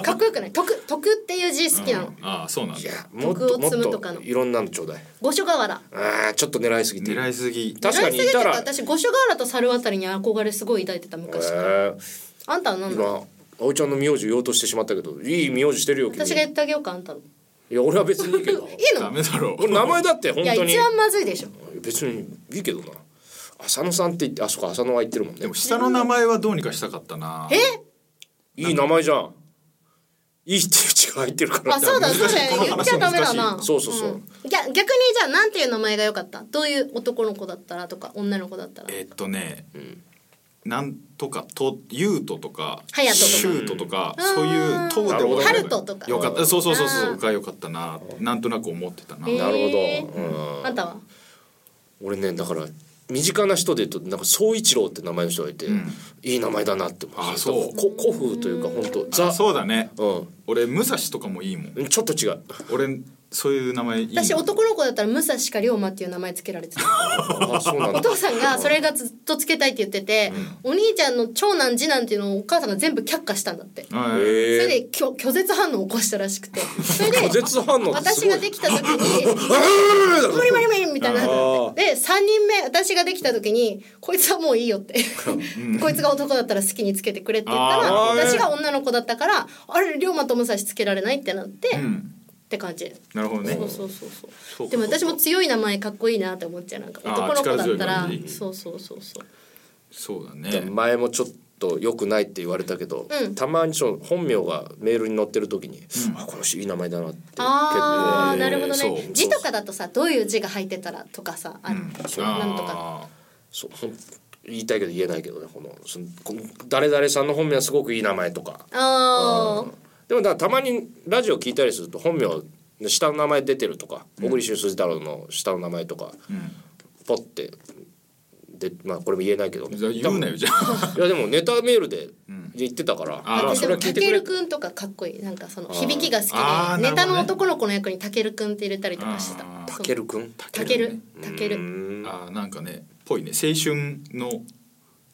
Speaker 2: かっこよくない。徳徳っていう字好きなの。
Speaker 1: ああそうなん
Speaker 3: い
Speaker 1: だ
Speaker 3: やもっ
Speaker 2: 徳
Speaker 3: と
Speaker 2: を
Speaker 3: もっ
Speaker 2: 積むとかの
Speaker 3: といろんなのちょうだい
Speaker 2: 五所川原。
Speaker 3: あーちょっと狙いすぎてる
Speaker 1: 狙いすぎ
Speaker 3: 確かにいた
Speaker 2: 狙
Speaker 3: ら
Speaker 2: いすぎてて私五所川原と猿渡りに憧れすごい抱いてた
Speaker 3: え
Speaker 2: 昔から。
Speaker 3: ー
Speaker 2: あんたは何だろう。
Speaker 3: 今葵ちゃんの名字言おうとしてしまったけどいい名字してるよ君
Speaker 2: 私が言ってあげようかあんたの。い
Speaker 3: いや俺は別にいいけど
Speaker 2: (laughs) い
Speaker 1: ダ
Speaker 2: の。
Speaker 1: メだろ
Speaker 3: 俺名前だって本
Speaker 2: いや
Speaker 3: 当に
Speaker 2: 一番まずいでしょ。
Speaker 3: 別にいいけどな浅野さんって言ってあそこ浅野は言ってるもん
Speaker 1: で
Speaker 3: ね
Speaker 1: も下の名前はどうにかしたかったない
Speaker 3: い名前じゃんいいっていう血が入ってるから
Speaker 2: あそうだそう
Speaker 1: 難しい
Speaker 2: だよ
Speaker 1: こ
Speaker 2: 言
Speaker 1: の
Speaker 2: っちゃ
Speaker 1: 話
Speaker 2: ダ
Speaker 1: は
Speaker 2: メだ
Speaker 1: 難しい
Speaker 2: な。
Speaker 3: そうそうそうん
Speaker 2: ぎゃ逆にじゃあなんていう名前が良かった。どういう男の子だったらとか女の子だったら。
Speaker 1: えっとね、なんとかとユウトとか
Speaker 2: ハヤトとか
Speaker 1: シュートとか、
Speaker 2: うん
Speaker 1: そういうと
Speaker 3: な
Speaker 1: で
Speaker 3: るほど
Speaker 1: 終わる
Speaker 2: ハルトとか
Speaker 1: よかったそうそうそうそ
Speaker 2: あ
Speaker 1: う
Speaker 2: ー
Speaker 1: が良かったななんとなく思ってたな、
Speaker 2: へー
Speaker 3: なるほど、
Speaker 2: え
Speaker 3: うん
Speaker 2: あんたは。
Speaker 3: 俺ねだから身近な人で言うとなんか総一郎って名前の人がいて、
Speaker 1: ん
Speaker 3: いい名前だなって思って
Speaker 1: あそう
Speaker 3: こ古風というか本当
Speaker 1: あ
Speaker 3: ザ
Speaker 1: そうだね
Speaker 3: う
Speaker 1: 俺武蔵とかもいいもん
Speaker 3: んちょっと違う
Speaker 1: 俺そういう名前いいもん
Speaker 2: 私男の子だったら武蔵か龍馬っていう名前つけら
Speaker 3: (laughs)
Speaker 2: れてた
Speaker 3: あそうなん
Speaker 2: (laughs)
Speaker 3: だ
Speaker 2: お父さんがそれがずっとつけたいって言ってて、お兄ちゃんの長男次男っていうのをお母さんが全部却下したんだって、
Speaker 1: はい
Speaker 2: それ
Speaker 3: え
Speaker 2: で拒拒絶反応を起こしたらしくてそれで
Speaker 3: 拒絶反応ってす
Speaker 2: 私
Speaker 3: ごい
Speaker 2: ができた時
Speaker 1: (laughs)
Speaker 2: に「無理無理無理」みたいなで3人目私ができた時に「こいつはもういいよ」って「こいつが男だったら好きにつけてくれ」って言ったら
Speaker 3: あー
Speaker 2: 私が女の子だったから「あれ龍馬と武蔵つけられない」ってなって、
Speaker 1: う
Speaker 2: っ
Speaker 1: ん
Speaker 2: て感じ
Speaker 1: なるほどね
Speaker 2: そうそうそうそう
Speaker 1: そうか
Speaker 2: でも私も強い名前かっこいいなって思っちゃうなんか
Speaker 1: あー
Speaker 2: 男の子だった
Speaker 1: 力
Speaker 2: ら
Speaker 1: 強い感じ
Speaker 2: そうそうそうそう
Speaker 1: そうだ
Speaker 3: で
Speaker 1: ね
Speaker 3: 前もちょっと良くないって言われたけど、
Speaker 2: うん
Speaker 3: たまにその本名がメールに載ってる時に、あこの人いい名前だなって
Speaker 2: ああ
Speaker 1: えー
Speaker 2: なるほど
Speaker 1: そう
Speaker 2: ね字とかだとさどういう字が入ってたらとかさあるそうなんとか
Speaker 1: あ
Speaker 3: そうほん言いたいけど言えないけどねこのそのこ誰々さんの本名はすごくいい名前とか
Speaker 2: あー
Speaker 3: でもだからたまにラジオ聞いたりすると本名の下の名前出てるとか小栗旬筋太郎の下の名前とか、ポッてでまあこれも言えないけど
Speaker 1: ー
Speaker 3: ね
Speaker 1: じゃあ言うなよじゃあ
Speaker 3: いやでもネタメールで言ってたから、
Speaker 1: あー
Speaker 2: あ
Speaker 3: そ
Speaker 2: で
Speaker 3: れ
Speaker 2: も
Speaker 3: は聞
Speaker 2: た
Speaker 3: いて
Speaker 2: け
Speaker 3: くれ
Speaker 2: るくんとかかっこいいなんかその響きが
Speaker 1: あー
Speaker 2: 好きで
Speaker 1: なるほど
Speaker 2: ネタ
Speaker 1: ね
Speaker 2: の男の子の役にたけるくんって入れたりとかしてた
Speaker 1: あ
Speaker 2: そ
Speaker 3: た
Speaker 2: う
Speaker 3: けるくん
Speaker 2: たけるたける
Speaker 1: あーなんかねぽいね青春の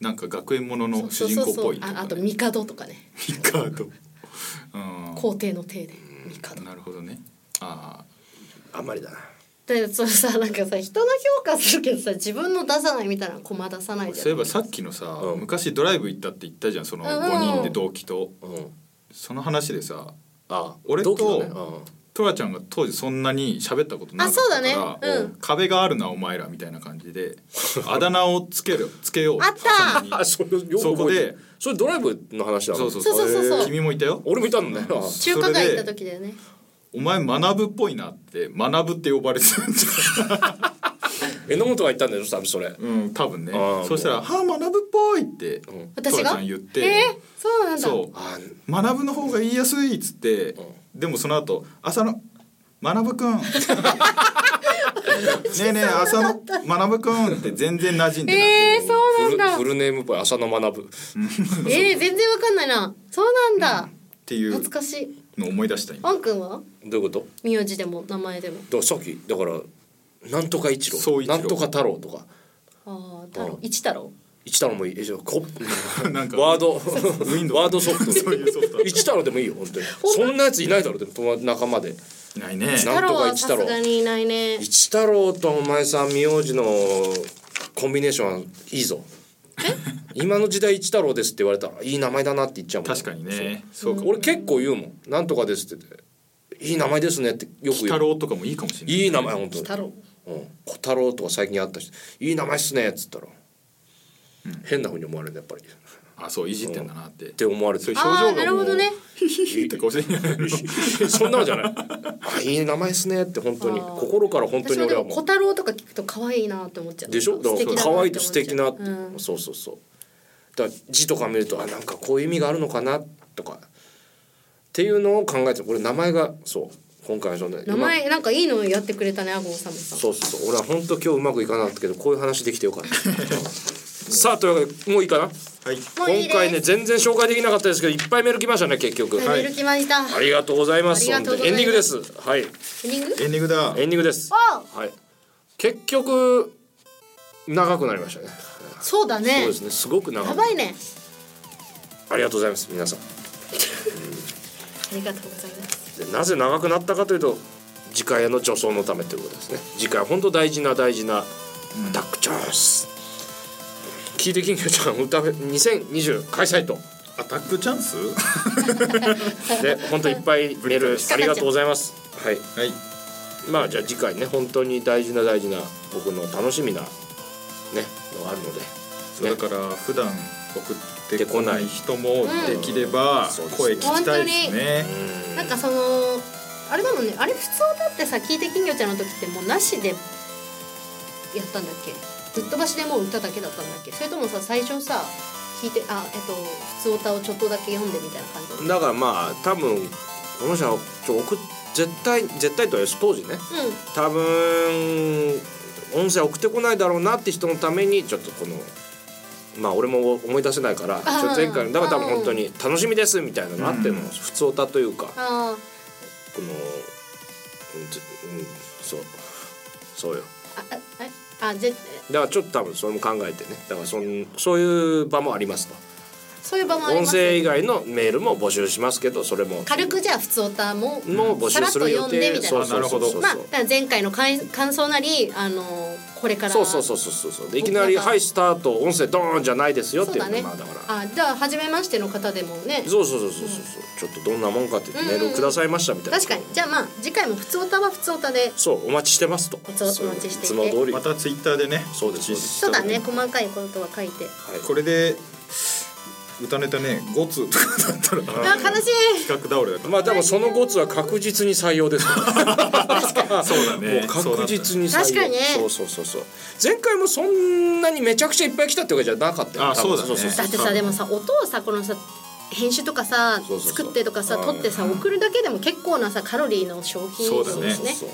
Speaker 1: なんか学園ものの主
Speaker 2: そう
Speaker 1: 人
Speaker 2: そう
Speaker 1: 公っ
Speaker 2: そ
Speaker 1: ぽ
Speaker 2: う
Speaker 1: いとかね
Speaker 2: ああと帝とかね
Speaker 1: ピカードうん
Speaker 2: 皇帝の帝で帝
Speaker 1: なるほどねあ
Speaker 3: あんまりだな
Speaker 2: でそれさなんかさ人の評価するけどさ自分の出さないみたいな駒出さない
Speaker 1: あ
Speaker 2: じゃ
Speaker 1: そうんいえばさっきのさ、
Speaker 3: うん
Speaker 1: 昔ドライブ行ったって言ったじゃんその
Speaker 2: うんうん
Speaker 1: 5人で同期と、
Speaker 3: うん
Speaker 1: その話でさ
Speaker 3: あ
Speaker 1: 俺と
Speaker 3: 同期だねうん
Speaker 1: トラちゃんが当時そんなに喋ったことなかったから
Speaker 2: あそうだねうん
Speaker 1: 壁があるなお前らみたいな感じであだ名をつけるつけよう
Speaker 2: あった
Speaker 1: に
Speaker 3: あそれよく覚えてる
Speaker 1: そこで
Speaker 3: それドライブの話だな
Speaker 1: そうそう
Speaker 2: そうそうそうそう
Speaker 1: へー君もいたよ
Speaker 3: 俺もいたんだよ
Speaker 2: 中華街行った時だよね
Speaker 1: お前学ぶっぽいなって学ぶって呼ばれてたんじ
Speaker 3: 榎本が言ったんだよ多分それ
Speaker 1: ゃん、うん、多分ね
Speaker 3: あー
Speaker 1: そしたら「はあ学ぶっぽい」って、トラ
Speaker 2: 私
Speaker 1: ち
Speaker 2: が
Speaker 1: ゃん言って、
Speaker 2: えーそうなんだ
Speaker 1: そう
Speaker 3: あ
Speaker 1: 学ぶの方が言いやすいっつって、でもその後浅野学ぶくんねえねえ浅野学くんって全然馴染んでない、
Speaker 2: えー、そう
Speaker 3: フル
Speaker 2: なん
Speaker 3: フ
Speaker 2: だ
Speaker 3: ルネームっぽい浅野学
Speaker 2: え
Speaker 3: ぶ
Speaker 2: ー、全然わかんないなそうなんだ、
Speaker 1: っていう
Speaker 2: 懐かしい
Speaker 1: のを思い出した今
Speaker 2: あんくんは
Speaker 3: どういうことだか
Speaker 2: 名字でも名前でも
Speaker 3: らさっきだからなんとか一
Speaker 1: 総
Speaker 3: 郎
Speaker 1: 一郎
Speaker 3: なんとか太郎とか
Speaker 2: ああ太
Speaker 3: う
Speaker 2: 郎
Speaker 3: ん
Speaker 2: 一太郎
Speaker 3: 一太郎もいいえじゃあ
Speaker 1: (laughs)
Speaker 3: こ
Speaker 1: なんか
Speaker 3: ワード (laughs)
Speaker 1: Windows
Speaker 3: ワードソフ
Speaker 1: そういうソフ
Speaker 3: ト一太郎でもいいよ本
Speaker 1: (laughs)
Speaker 3: 当にそんなやついないだろでも友達仲間で
Speaker 1: トないね
Speaker 3: な
Speaker 2: 太
Speaker 3: んと
Speaker 2: 郎
Speaker 3: か
Speaker 2: は
Speaker 3: 一
Speaker 2: さ
Speaker 3: 太郎
Speaker 2: すがにいないね
Speaker 3: 一太郎とお前さん名字のコンビネーションはいいぞ (laughs) 今の時代一太郎ですって言われたらいい名前だなって言っちゃうもん
Speaker 1: 確かにねそうか
Speaker 3: 俺結構言うもん「なんとかです」って言って「いい名前ですね」ってよ
Speaker 1: 鬼
Speaker 3: く言
Speaker 1: 太
Speaker 3: う
Speaker 1: 郎とかもいいかもしれない
Speaker 3: いい名前本当に
Speaker 2: 太郎
Speaker 3: うん「小太郎」とか最近あったし「いい名前っすね」っつったら、変なふうに思われるねやっぱりっ
Speaker 1: あそういじってんだな (laughs) って、
Speaker 3: て思われて
Speaker 1: そう
Speaker 3: る
Speaker 1: いう表情がもう
Speaker 2: あーなるほどね
Speaker 3: (laughs)
Speaker 1: ヒヒヒってこうしてんじゃないの
Speaker 3: そんなのじゃない「あいい名前ですねって本当に
Speaker 2: あー
Speaker 3: 心から本当
Speaker 2: 私
Speaker 3: に
Speaker 2: も
Speaker 3: 俺
Speaker 2: で
Speaker 3: は
Speaker 2: も
Speaker 3: も
Speaker 2: 小
Speaker 3: う
Speaker 2: 太郎とか聞くと可愛いなって思っちゃう
Speaker 3: でしょだ
Speaker 2: 素敵
Speaker 3: か
Speaker 2: だ
Speaker 3: ら
Speaker 2: な
Speaker 3: 可愛いと素敵な
Speaker 2: って思っちゃう
Speaker 3: そうそうそうだから字とか見るとあなんかこういう意味があるのかなとかっていうのを考えてこれ名前がそう今回はそのね
Speaker 2: うん名前なんかいいのやってくれたねあごうさむさん
Speaker 3: そうそうそう俺は本当今日うまくいかなかったけどこういう話でき
Speaker 2: (laughs)
Speaker 3: てよかったさあというわけでもういいかな
Speaker 1: はい
Speaker 2: もういいです
Speaker 3: 今回ね全然紹介できなかったですけどいっぱいメール来ましたね結局、
Speaker 2: メール来ました
Speaker 3: ありがとうございます
Speaker 2: ありがとうござ
Speaker 3: エ
Speaker 2: い
Speaker 3: ン
Speaker 2: ます
Speaker 3: ディングですはい
Speaker 2: エンディング
Speaker 1: エンディングだ
Speaker 3: エンディングです
Speaker 2: あ
Speaker 3: はい結局長くなりましたね
Speaker 2: そうだ
Speaker 3: そう
Speaker 2: ね
Speaker 3: ですねすごく長
Speaker 2: や
Speaker 3: く
Speaker 2: ばいね
Speaker 3: ありがとうございます皆さん
Speaker 2: ありがとうございます
Speaker 3: でなぜ長くなったかというと次回への助走のためということですね次回本当大事な大事なタックチャンス、聞いて金魚ちゃん歌フェ2020開催
Speaker 2: (laughs)
Speaker 3: と
Speaker 1: アタックチャンス
Speaker 3: で本当いっぱいメー
Speaker 2: (laughs)
Speaker 3: ルありがとうございますはい
Speaker 1: はい
Speaker 3: まあじゃあ次回ね本当に大事な大事な僕の楽しみなねのがあるので
Speaker 1: そうだから普段送ってこない人もできれば
Speaker 3: そうですね
Speaker 1: 声聞きたいですね
Speaker 2: なんかそのあれだもんねあれ普通だってさ聞いて金魚ちゃんの時ってもうなしでやったんだっけずっとばしでもう歌だけだったんだっけそれともさ最初さ聞いてあえっと普通歌をちょっとだけ読んでみたいな感じだった
Speaker 3: だからまあ多分この人はちょ送っ絶対絶対とは言わず当時ね
Speaker 2: うん
Speaker 3: 多分音声送ってこないだろうなって人のためにちょっとこのまあ俺も思い出せないから
Speaker 2: あー
Speaker 3: ちょっと前回のだから多分本当に楽しみですみたいなのあっても普通歌というかこ
Speaker 2: あ
Speaker 3: のうんずうんそうそうよ
Speaker 2: ーああああぜ
Speaker 3: だからちょっと多分それも考えてねだからそんそういう場もありますと
Speaker 2: そういう場もあり
Speaker 3: 音
Speaker 2: ます
Speaker 3: 声以外のメールも募集しますけどそれも
Speaker 2: 軽くじゃあ普通歌も
Speaker 3: もう募
Speaker 2: さ
Speaker 3: 集
Speaker 2: らっ
Speaker 3: す
Speaker 2: と
Speaker 3: る予
Speaker 2: 読んでみ
Speaker 3: 定
Speaker 2: たいな
Speaker 3: そうそうそうそう
Speaker 2: まあだから前回の感感想なりあのこれから
Speaker 3: そうそうそうそうそうそうでいきなり「
Speaker 2: 僕なんか
Speaker 3: はいスタート音声ドーン」じゃないですよっ
Speaker 2: そ
Speaker 3: て
Speaker 2: う
Speaker 3: いう
Speaker 2: だね、
Speaker 3: まあだから
Speaker 2: あじゃあ初めましての方でもね
Speaker 3: そうそうそうそうそう、ちょっとどんなもんかって言ってメールをくださいましたみたいな、
Speaker 2: 確かにじゃあまあ次回も普通歌は普通歌で
Speaker 3: そうお待ちしてますと
Speaker 2: お待ちお待ちしていて
Speaker 3: そういつも通り、
Speaker 1: またツイッターでね
Speaker 3: そうですそうです
Speaker 2: そうだね細かいことは書いて
Speaker 1: これで歌ネタね5通とかだったら
Speaker 2: あ
Speaker 1: 企
Speaker 2: 悲しい
Speaker 1: 画倒れだか
Speaker 3: まあでもそのゴツは確実に採用です
Speaker 1: らそうだ
Speaker 3: もう
Speaker 1: ね
Speaker 3: 確実に採用
Speaker 2: 確かにね
Speaker 3: そうそうそうそう前回もそんなにめちゃくちゃいっぱい来たってわけじゃなかったよ
Speaker 1: あそうだね
Speaker 3: 多分そう
Speaker 2: だってさでもさ音をさこのさ編集とかさ
Speaker 3: そうそうそう
Speaker 2: 作ってとかさ
Speaker 3: うん
Speaker 2: 撮ってさ送るだけでも結構なさカロリーの消費
Speaker 1: そうだね
Speaker 2: ですね
Speaker 3: そう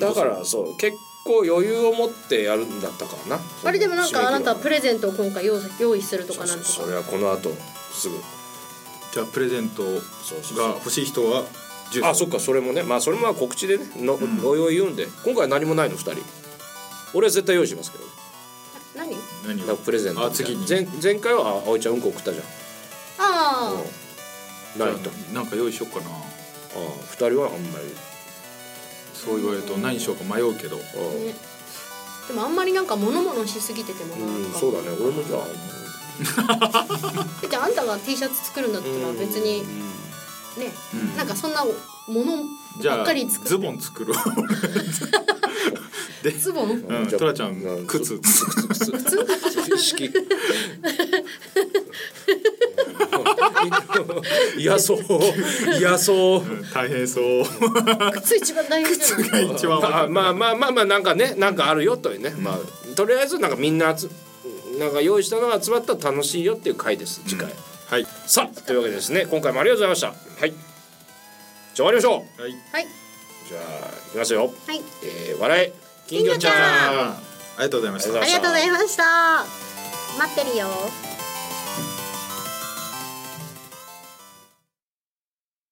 Speaker 3: だからそう結構余裕を持ってやるんだったからな
Speaker 2: あれでもなんかあなたは
Speaker 3: プ
Speaker 2: プレゼントを今回用用意するとかなんと
Speaker 3: それ
Speaker 2: か
Speaker 3: はこの後すぐ
Speaker 1: じゃあプレゼント
Speaker 3: そうそうそう
Speaker 1: が欲しい人はジュー
Speaker 3: あ
Speaker 1: ス
Speaker 3: そっかそれもねまあそれもまあ告知でねの、おいおい言うんで今回何もないの2人俺は絶対用意しますけど
Speaker 2: 何
Speaker 1: 何
Speaker 3: だから
Speaker 1: を
Speaker 3: プレゼント
Speaker 1: あ次に
Speaker 3: 前前回はあ葵ちゃんうんこ送ったじゃん
Speaker 2: あ
Speaker 3: うんないと
Speaker 1: なんか用意しよっかな
Speaker 3: あ2人はあんまり
Speaker 1: そう言われると何しようか迷うけど
Speaker 2: あ、
Speaker 3: あ
Speaker 2: ね、でもあんまりなんか物々しすぎてても
Speaker 3: あう
Speaker 2: なんんか
Speaker 3: そうだね俺もじゃあ
Speaker 2: だってあんたが T シャツ作るんだったら別にね、なんかそんな物
Speaker 1: じ
Speaker 2: ば
Speaker 1: ゃ
Speaker 2: っ
Speaker 1: あ
Speaker 2: かり作って
Speaker 1: ズボン作ろう
Speaker 2: ズボン
Speaker 1: うん
Speaker 3: じゃあ
Speaker 1: トラちゃん
Speaker 3: うん
Speaker 1: 靴
Speaker 3: 意識いやそういやそう
Speaker 1: うん (laughs) 大変そう
Speaker 2: 靴一番大変じゃない
Speaker 1: が一番わ
Speaker 3: ま
Speaker 1: か
Speaker 3: あ
Speaker 1: る
Speaker 3: まあまあまあまあなんかねなんかあるよというね、まあとりあえずなんかみんな集なんか用意したのが集まったら楽しいよっていう回です次回、
Speaker 1: はい
Speaker 3: さあというわけでですね今回もありがとうございましたはいじゃあ終わりましょう
Speaker 1: はい
Speaker 2: はい
Speaker 3: じゃあいきますよ、
Speaker 2: はい
Speaker 3: えー、笑い金魚ちゃん
Speaker 2: 金魚ちゃん
Speaker 1: ありがとうございました
Speaker 3: あ
Speaker 2: あ
Speaker 3: り
Speaker 2: りが
Speaker 3: がと
Speaker 2: と
Speaker 3: う
Speaker 2: うご
Speaker 3: ござ
Speaker 2: ざ
Speaker 3: い
Speaker 2: いました待ってるよ